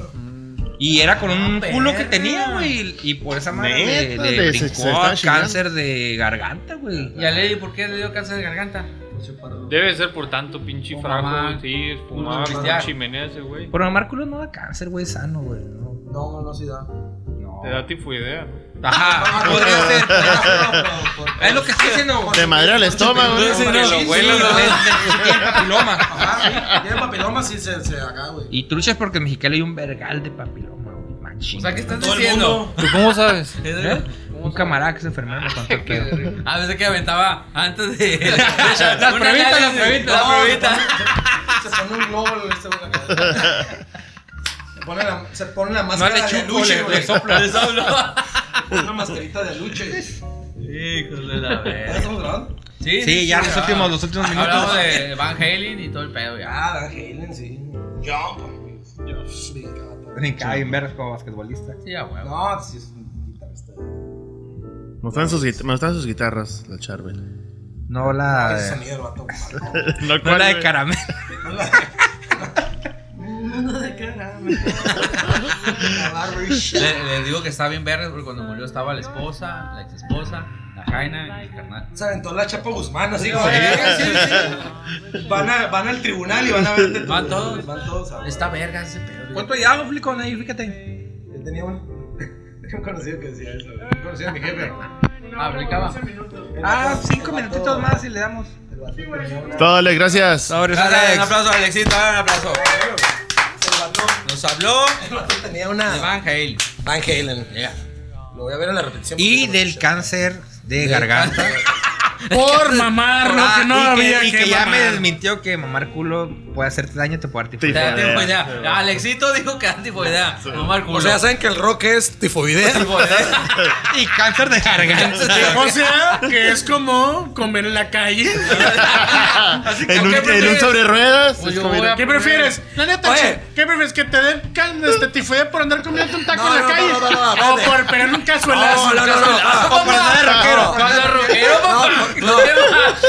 B: Y era con un
F: Ah,
B: culo que
F: perra.
B: tenía, güey. Y por esa madre
C: Neta,
B: le, le
C: le- se- se
B: brincó
C: estaba chingando.
B: cáncer de garganta, güey.
F: Y a Lady, ¿por qué le dio cáncer de garganta? Por su parro-
J: Debe ser por tanto pinche
F: Fumaba.
J: fraco, güey. Sí, fumaba
F: Fumaba.
J: con chimenea ese güey.
B: Por mamar culo no da cáncer, güey, sano, güey. No.
G: No, no, sí da.
B: no.
J: Te da tifoidea.
B: Ajá, podría ser.
F: por- por-
B: Es lo que estoy diciendo.
C: Te madreó el estómago, ¿no?
G: Sí,
J: Hombre,
G: no,
J: lo
G: sí,
J: huele,
G: sí,
J: lo
G: no.
J: huele.
B: Tiene papiloma.
G: Ajá, tiene papiloma, sí se, se acá, güey.
B: Y trucha es porque en Mexicali hay un vergal de papiloma, güey. Machín.
F: O sea, ¿qué estás
G: Todo el
F: diciendo?
G: mundo.
J: ¿Tú cómo sabes?
B: ¿Eh? Un camarada que se enfermó me contó el pedo.
F: A veces Ah, que aventaba antes de.
B: Las
F: Una
B: pruebitas, las
F: análisis.
B: pruebitas.
F: No,
B: Las
G: Se pone un globo en este güey acá. Se pone la, se pone la máscara
B: le
G: de
B: chupo, le-
G: luche, güey.
B: le soplo.
F: Les hablo.
G: Una mascarita de luche.
F: Híjole de la
G: ¿Ya
F: verga.
G: estamos grabando?
B: Sí, ya los últimos, los últimos
F: ah. Hablamos
B: minutos.
F: de Van Halen y todo el pedo ya.
G: Ah, Van Halen, sí. Jump. Jump.
B: Brincaba bien vergas como basquetbolista.
F: Sí, a huevo.
G: No, sí es un guitarrista.
C: Me gustan sus, guita- me gustan sus guitarras, la Charbel.
B: No la
G: Ese
B: de,
G: sonido del vato.
C: No,
B: no
C: ¿cuál,
B: la de
C: güey?
B: caramelo.
G: No de cara, me- La Barbie Shop.
F: Le, le digo que está bien verga porque cuando murió estaba la esposa, la ex esposa, la Jaina y el carnal.
G: Se aventó la chapa Guzmán, así como. Van, a- van al tribunal y van a ver.
F: Van todos.
G: Van todos. a-
F: Está verga ese pedo. güey.
B: llevaba Flicón ahí? Fíjate.
G: Yo tenía un, un conocido que decía eso. Un conocido de mi jefe.
F: Ah, brincaba.
G: El
B: Ah,
G: vato-
B: cinco
G: el vato-
B: minutitos más y le damos.
G: El vato tenía una-
C: Dale, gracias.
A: Pues
F: Dale, Un aplauso a Alexito, dale un aplauso.
G: el vato-
F: Nos habló
G: el vato tenía
F: de
G: una.
F: Van Halen.
G: Van Halen. Lo voy a ver en la repetición.
B: Y
G: porque no
B: del
G: sé.
B: cáncer de garganta.
A: Por mamar, no,
B: Ah,
A: que no
B: y
A: había
B: y
A: que,
B: ya me
A: mamar.
B: desmintió que mamar culo puede hacerte daño, te puede dar
C: Sí,
B: tifoidea.
C: fue-
F: Tifoidea. Alexito dijo que era tifoidea. No marco.
G: O sea, saben que el rock es tifoidea.
B: Y cáncer de garganta.
A: O sea, que es como comer en la calle.
C: En un,
F: ¿qué
C: en un
F: prefieres?
C: sobre ruedas.
F: Pues
C: es
F: yo
C: como-
F: voy a-
A: ¿Qué prefieres? La neta,
G: Oye.
A: che, ¿qué prefieres? ¿Que te den can- este tifoidea por andar comiendo un taco
G: No,
A: en la
G: no,
A: calle?
G: no, no, no, no,
A: o
G: espérate.
A: por pegar un cazuelazo.
G: No, no, no, no.
A: Cazuelazo.
G: Ah,
F: No, no,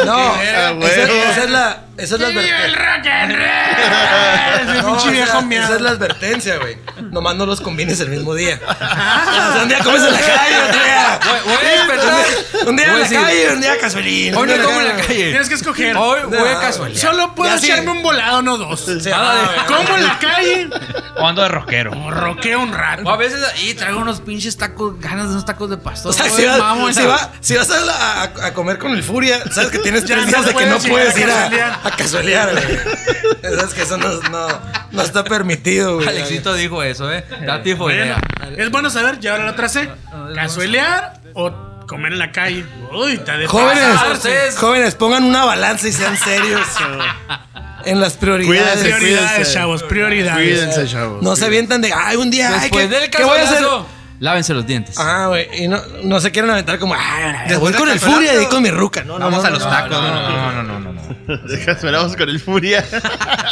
G: No,
C: Ah, güey.
G: esa, esa es la. Esa es la
A: ¡Viva el
G: advertencia.
A: rock and roll! Ese
G: No, o
A: pinche
G: sea,
A: viejo miado.
G: esa es la advertencia, güey. Nomás no los combines el mismo día. O sea, un día comes en la calle, otro día. Un día- Un día en la calle, un día casuelín.
F: Hoy
G: un día
F: no como en la calle.
A: Tienes que escoger.
F: Hoy voy a
G: No,
F: casualidad.
A: Solo puedo
G: Ya sí.
A: echarme un volado, no dos.
G: Sí,
A: Ah,
G: ah,
A: Como en la calle.
B: O ando de rosquero.
A: O roqueo un
F: O a
A: rato.
F: veces, y traigo unos pinches tacos, ganas de unos tacos de pastor.
G: O sea,
F: güey,
G: si, vas-
F: mamón.
G: si va- si vas a, la- a- a comer con el Furia, sabes que tienes
A: Ya
G: tres
A: no
G: días de que
A: puedes
G: no
A: llegar
G: puedes
A: a
G: ir a,
A: casualear.
G: a casualear, güey. Sabes que eso no, es- no, no está permitido, güey.
F: Alexito dijo eso, eh. Da tifoidea.
A: Es bueno saber, ya ahora lo tracé. Cazuelear o comer en la calle. Uy, te de
G: Jóvenes,
A: pasar,
F: ustedes.
G: jóvenes, pongan una balanza y sean serios en las prioridades.
C: Cuídense,
A: Prioridades,
C: Cuídense.
A: chavos, prioridades.
C: Cuídense, chavos.
G: No se avientan de, ay, un día, ay,
F: Después
G: ¿qué-
F: del
G: ¿qué voy a hacer?
F: caso, lávense los dientes.
G: Ah, güey, y no, no se quieren aventar como, ay,
B: Después
G: voy
B: del
G: con el
B: campeonato.
G: Furia y con mi ruca. No, no,
B: Vamos
G: no,
B: a los
G: no.
B: tacos. No, no, no, no, no.
C: Esperamos con el furia.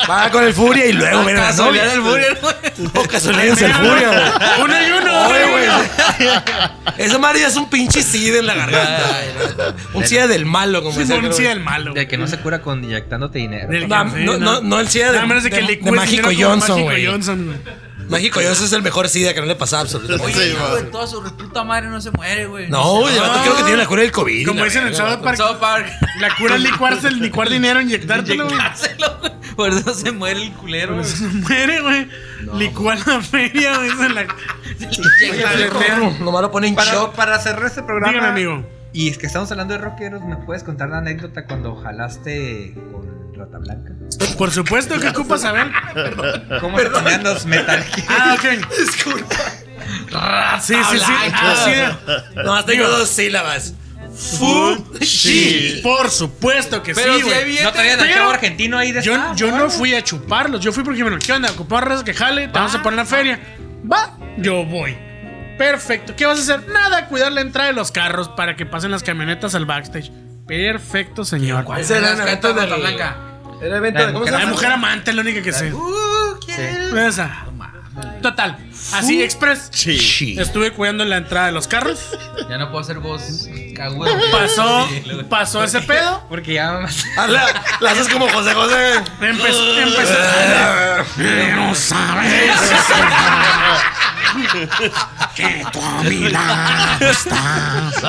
G: Va con el Furia y luego ven a la novia.
F: Casualidad del burger, güey.
G: O casualidades el Furia, güey.
A: Uno y uno.
G: Oye,
A: uno y
G: güey.
A: uno.
G: Esa madre ya es un pinche SIDA en la garganta. un SIDA del malo, como decía.
A: Simón, sí, el malo.
B: De que no se cura con inyectándote dinero.
A: Del
G: No,
A: café,
G: no, no, no el SIDA
A: A
G: de,
A: menos de que
G: de-
A: licúes
G: de Mágico
A: dinero como
G: Johnson,
A: Mágico
G: güey.
A: Johnson, güey.
G: Mágico Johnson es el mejor SIDA que no le pasa absolutamente.
C: Sí,
F: Oye,
C: va.
F: hijo de toda su puta madre no se muere, güey.
G: No, güey, el
A: no.
G: vato creo que tiene la cura del COVID.
A: Como
G: la
A: dicen en
G: verga.
A: South Park,
F: South Park.
A: la cura es licuarse, licuar dinero, inyectártelo, güey.
F: Inyectárselo, güey. Por eso se muere el culero. güey.
A: Se muere, güey. Licúa la feria, güey. se la-
D: Nomás lo ponen
B: Para,
D: shop.
B: para cerrar este programa.
A: Dígame, amigo.
B: Y es que estamos hablando de rockeros, ¿me puedes contar la anécdota cuando jalaste con Rata Blanca?
A: Por supuesto que ocupas saber.
B: ¿Cómo se ponían los Metal Gear?
A: Ah, ok. Disculpa. Sí, sí, sí. Así de-
D: Nomás tengo dos sílabas.
A: Sí, Por supuesto que
F: Pero
A: sí,
F: si hay
A: güey.
F: billetes,
B: ¿No traían al
A: pero-
B: chavo argentino ahí de
A: Yo,
B: staff
A: yo
B: o
A: no
B: algo?
A: fui a chuparlos. Yo fui porque me lo ¿qué onda? Ocupar que jale, te vamos a poner en la feria. Va, yo voy. Perfecto. ¿Qué vas a hacer? Nada, cuidar la entrada de los carros para que pasen las camionetas al backstage. Perfecto, señor.
D: Ese era el evento de
F: Rata Blanca.
D: Era el evento de. ¿Cómo se
A: La
D: llama?
A: mujer amante es la única que sé. Uh, Esa. Total. Así, express. Estuve cuidando la entrada de los carros.
F: Ya no puedo hacer voz cagüey.
A: Pasó,
F: Sí, luego-
A: pasó ese pedo.
B: Porque ya me mataste.
D: Ah,
G: Hazla- La haces como José José.
A: Empezó. empezó
F: Eh,
A: Pero sabes que tú a mi lado estás.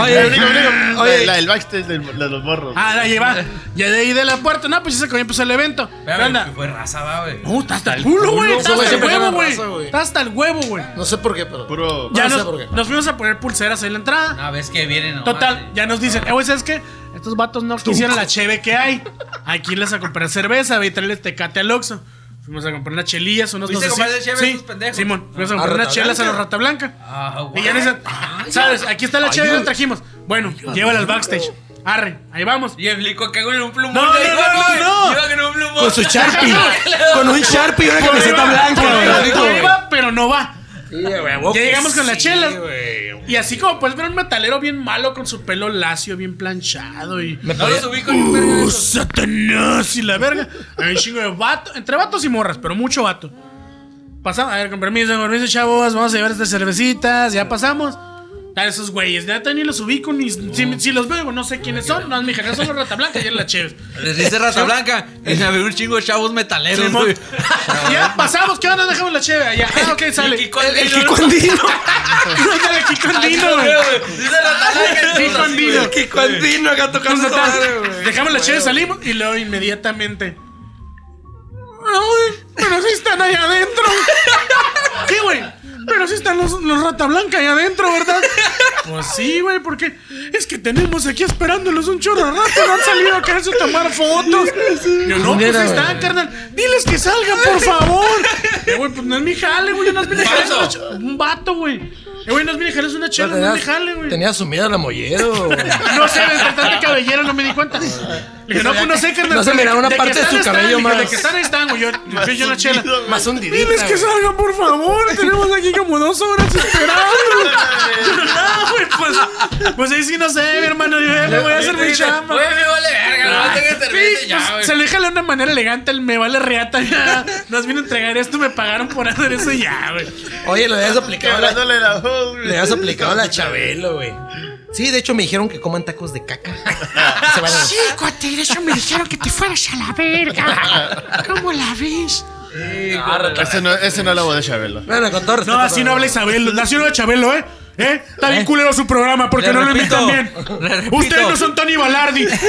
G: Oye,
C: Digo, digo,
G: Oye.
C: La, la del backstage del- de los morros.
A: Ah, la lleva. Ya de ahí de la puerta. No, pues ya se comió, empezó el evento. ¿Qué
F: Espérame, pues,
A: onda?
F: que fue raza, va, güey.
A: No, está hasta el culo, güey. Está
D: Eso, güey,
A: hasta el
D: siempre
A: huevo,
D: gana
A: güey.
D: raza, güey.
A: Está hasta el huevo, güey.
D: No sé por qué, pero.
C: Puro.
A: Ya
D: No sé
A: nos,
D: por qué.
A: nos fuimos a poner pulseras ahí en la entrada.
F: Una vez que vienen. nomás,
A: Total,
F: eh.
A: ya nos dicen, eh, güey, ¿sabes qué? Estos vatos no quisieron la cheve que hay. Aquí les a comprar cerveza, ve y traerles tecate al Oxxo. Fuimos a comprar unas chelillas, unos
F: ¿Fuiste a
A: docecitos.
F: comprarle cheve a esos pendejos?
A: Simón, fuimos a
D: ¿A
A: comprar unas
D: Rata
A: chelas a
D: Blanca?
A: los Rata Blanca.
F: Ah,
A: Y
F: güey.
A: ya dicen, ¿sabes? Aquí está la cheve, la trajimos. Bueno, llévala al backstage. Arre, ahí vamos.
F: Y el flico que con un plumón.
A: No, no,
F: güey.
A: no, no, no.
F: Iba con un plumón.
G: Con su Sharpie. Con un Sharpie y una camiseta blanca,
A: Por ahí va,
G: güey.
A: por ahí va, pero no va.
D: Sí, a huevo
A: Ya
D: que
A: llegamos con las
D: sí,
A: chelas.
D: güey.
A: Y así como puedes ver un metalero bien malo con su pelo lacio, bien planchado y...
F: No lo subí con un verga de
A: ¡Uh,
F: esos.
A: Satanás y la verga. Hay un chingo de vato, entre vatos y morras, pero mucho vato. Pasamos, a ver, con permiso, con permiso, chavos, vamos a llevar estas cervecitas, ya pasamos. A esos güeyes, ya ni los ubico, ni si, si los veo, digo, no sé quiénes son, no, mi generación son los Rata Blanca y es la Chévez.
F: Les dice raza blanca. Y se abrió un chingo de chavos metaleros,
A: Simón.
F: güey.
A: ya pasamos, ¿qué onda? Dejamos la Chévez allá. Ah, ok, sale. Ah,
F: Y con el
G: Kiko Andino.
A: Ándale, Kiko Andino, güey.
F: Dice raza blanca.
A: Kiko Andino.
G: El Kiko Andino acá
A: Pues,
G: tocando
A: total,
G: madre, güey.
A: Dejamos la chévere, salimos y luego inmediatamente. Ay, pero si están ahí adentro. ¿Qué, güey? Pero si están los, los rata blanca ahí adentro, ¿verdad? Pues sí, güey, porque es que tenemos aquí esperándolos un chorro de rato. No han salido a quererse tomar fotos. Yo, no, pues ahí están, carnal. Diles que salgan, por favor. Eh, güey, pues no es mi jale, güey. Yo nos vine a jalar una ch- Un vato, güey. Eh, güey, nos vine a jalar una chela, no es mi jale, güey.
D: Tenía sumida la mollero. güey.
A: No sé, desde tanta cabellera no me di cuenta. Le dije, no, pues no sé, carnal.
D: No se miraba una
A: que
D: parte de
A: están,
D: su
A: están.
D: cabello
A: Le dije,
D: más.
A: De que están, están, güey. Yo, yo, yo la chela.
D: Más hundidita.
A: Diles que
D: güey.
A: salgan, por favor. Tenemos aquí como dos horas esperando. Yo, no, güey, pues, pues ahí sí no sé, mi hermano. Yo ya le voy a hacer mi chamba.
F: Güey, me vale verga. No tengo cerveza
A: Sí,
F: y ya,
A: pues,
F: güey.
A: se le deja de una manera elegante el me vale reata. Ya. Nos vino a entregar esto, me pagaron por hacer eso y ya, güey.
D: Oye, le habías aplicado la,
C: Quebrándole la voz, güey.
D: le habías aplicado la Chabelo, güey. Sí, de hecho me dijeron que coman tacos de caca. Se van a-
K: Sí, cuate, de eso me dijeron que te fueras a la verga. ¿Cómo la ves?
C: Ese no, ese no es la voz de Chabelo.
D: Bueno, con todo respeto,
A: No, así no habla Isabel. Así no habla Chabelo, ¿eh? ¿Eh? Está bien culero su programa porque
F: Le
A: no
F: repito,
A: lo invitan bien.
F: le repito.
A: Ustedes no son Tony Balardi. ¿eh?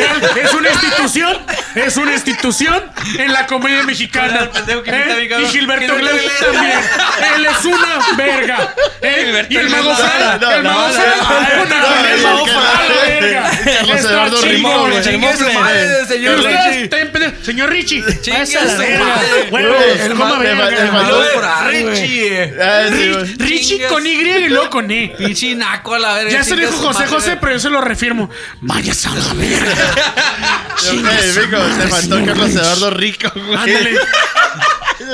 A: Es una institución. Es una institución en la comedia
F: Era
A: mexicana.
F: el pendejo que
A: ¿Eh?
F: invita a mi cabrón.
A: Y Gilberto
F: Gilberto
A: Gleves
F: Gleves.
A: también. Él es una verga. ¿Eh?
F: Gilberto
A: Y el mago
F: Gleves.
A: Fran.
C: No,
A: El
C: no,
A: mago
C: no,
A: Fran.
C: no,
A: Ah,
C: no,
A: no,
C: no,
A: el
C: no,
A: mago
C: no,
A: Fran,
C: no,
A: la verga.
C: Carlos
A: Está
C: Eduardo
A: chido,
C: Rimón,
A: güey.
C: güey.
F: Chingue su
C: Chingofle.
F: madre, señor
A: Ustedes
F: Richie.
A: están pendejos. Señor Richie, váyase a la
F: su
A: verga.
F: madre.
A: Huevos,
C: El
A: coma
C: ma- el ma-
A: verga.
C: el ma-
F: Luego,
C: por
F: Richie. eh.
C: Ah, sí, güey.
A: Rich- Richie
F: Chingas.
A: con Y y luego con E.
F: Pinche naco a la verga.
A: Ya se lo
F: chinga
A: dijo
F: su
A: José
F: madre.
A: José, pero yo se lo refirmo. Vayas a la verga.
C: Eh, Rico, te faltó Carlos Eduardo Rico, güey.
A: Ándale.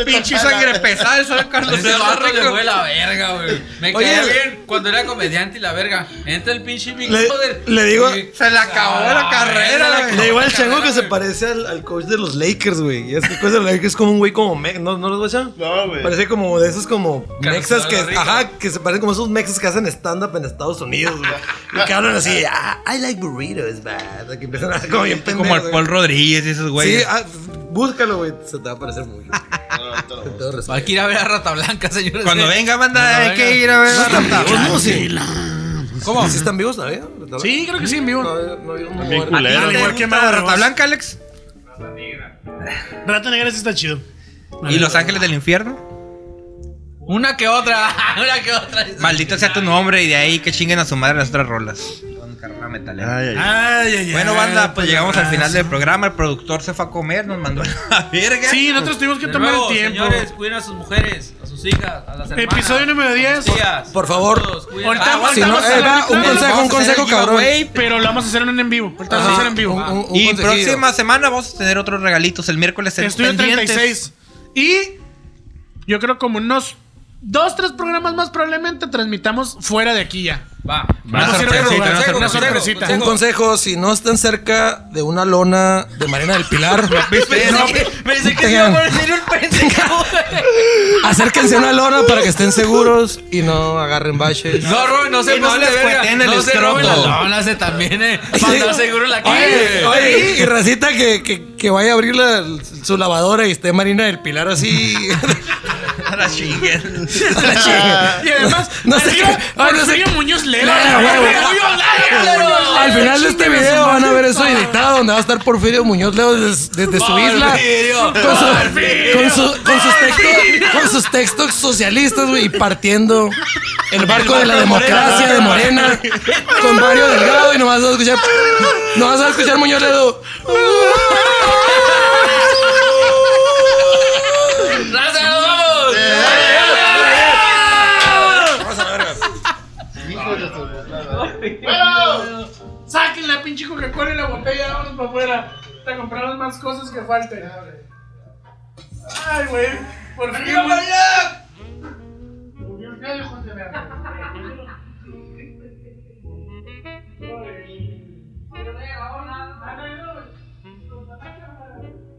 B: Pinche sangre pesada, eso de Carlos
F: Ese
B: Eduardo
F: barro le
B: Rico.
F: fue la verga, güey. Me
G: Oye,
F: caía
G: le-
F: bien cuando era comediante y la verga. Entra el pinche Big
G: Le-
F: Brother.
G: le digo-
F: y-
B: Se le acabó
F: Ah,
B: la carrera,
F: verga,
B: güey.
G: Le digo al chango que
F: Carrera,
G: se
F: güey.
G: parece al, al coach de los Lakers, güey. Y Es que el coach de los Lakers es como un güey como... me- ¿No, ¿No los voy a echar?
C: No, güey.
G: Parece como de esos como
F: Carlos
G: mexas que,
F: Eduardo Rico.
G: ajá, que se parecen como esos mexas que hacen stand-up en Estados Unidos, güey. Y que hablan así, "Ah, I like burritos, man. Que empiezan a hacer como bien pendejos.
B: Como el
G: güey.
B: Paul Rodríguez y esos
G: Sí,
B: güeyes.
G: ah, búscalo, güey. Se te va a parecer mucho. Con todo respeto.
F: Hay que ir a ver a Rata Blanca, señores.
B: Cuando
F: Eh.
B: venga, banda,
F: Cuando
B: hay que
F: venga.
B: ir a ver. la
G: ¿Están
B: tabla.
G: vivos, no? Sí. ¿Cómo? ¿Sí están vivos todavía?
A: Sí, creo que sí, en vivo.
G: No, no, no, no,
C: Bien
G: no.
C: culero.
B: ¿Te
A: Igual que
B: gusta
A: Mago
B: Rata
A: Ross.
B: Blanca, Alex?
A: Rata Negra sí está chido.
B: ¿Y Los Ángeles del Infierno?
F: Una que otra, una que otra.
B: Maldito sea tu nombre y de ahí que chinguen a su madre las otras rolas. Con carrera metalera.
D: Ay, ay, ay.
A: Ay, ay, ay.
B: Bueno, banda, pues llegamos
G: ah,
B: al final
A: de.
B: del programa. El productor se fue a comer, nos mandó a la verga.
A: Sí, nosotros tuvimos que
F: De
A: tomar
F: nuevo,
A: el tiempo.
F: Señores, cuiden a sus mujeres, a sus hijas, a las hermanas.
A: Episodio número 10.
G: Por favor.
A: Ahorita-
F: Ahorita
G: Si no,
A: Vamos a
G: eh, va, un
A: hacer el-
G: consejo, un
B: vamos a hacer
G: consejo,
B: el
G: cabrón.
B: giveaway.
A: Pero lo vamos a hacer en un en vivo. Ahorita lo vamos a hacer en vivo.
G: Un- un- un
B: Y
G: consejillo.
B: próxima semana vamos a tener otros regalitos. El miércoles en
A: Estudio
B: pendientes.
A: 36. Y yo creo como unos dos, tres programas más probablemente transmitamos fuera de aquí ya.
F: Va.
B: Una
A: Vamos a ir a
B: sorpresita,
A: robar.
B: una
A: Una
B: sorpresita.
A: sorpresita.
G: Un consejo, si no están cerca de una lona de Marina del Pilar, no,
F: Pensé que se iba a parecer un pendejo.
G: acérquense a una lona para que estén seguros y no agarren baches.
F: No, Rubén, no se
B: Y no
F: pasen
B: les
F: de verga.
B: cueteen el
F: No se roben
B: escroto.
F: las lonas, eh, también, eh. Para andar seguro en la
G: Oye,
F: calle.
G: oye, y racita que, que, que vaya a abrir la- su lavadora y esté Marina del Pilar así.
B: A la chinguen.
A: Y además,
G: No sé
A: arriba,
G: qué- ay, no sé
A: Porfirio
G: qué-
A: Muñoz Lera.
G: Lera, huevo.
A: Porfirio Muñoz Lera.
G: Al final de este video van a ver eso editado donde va a estar Porfirio Muñoz Leo desde, desde su isla. Con, su- con su- con sus textos, con sus textos socialistas, güey, y partiendo el barco de la democracia de Morena con Mario Delgado y nomás vas a escuchar, nomás vas a escuchar Muñoz Ledo.
F: ¡Raza, nos vamos!
B: eh,
A: Saquen la pinche Coca-Cola y la botella, vámonos para afuera. Te compramos más cosas que falten. Ay, güey. Por fin. Por fin, hijo de la-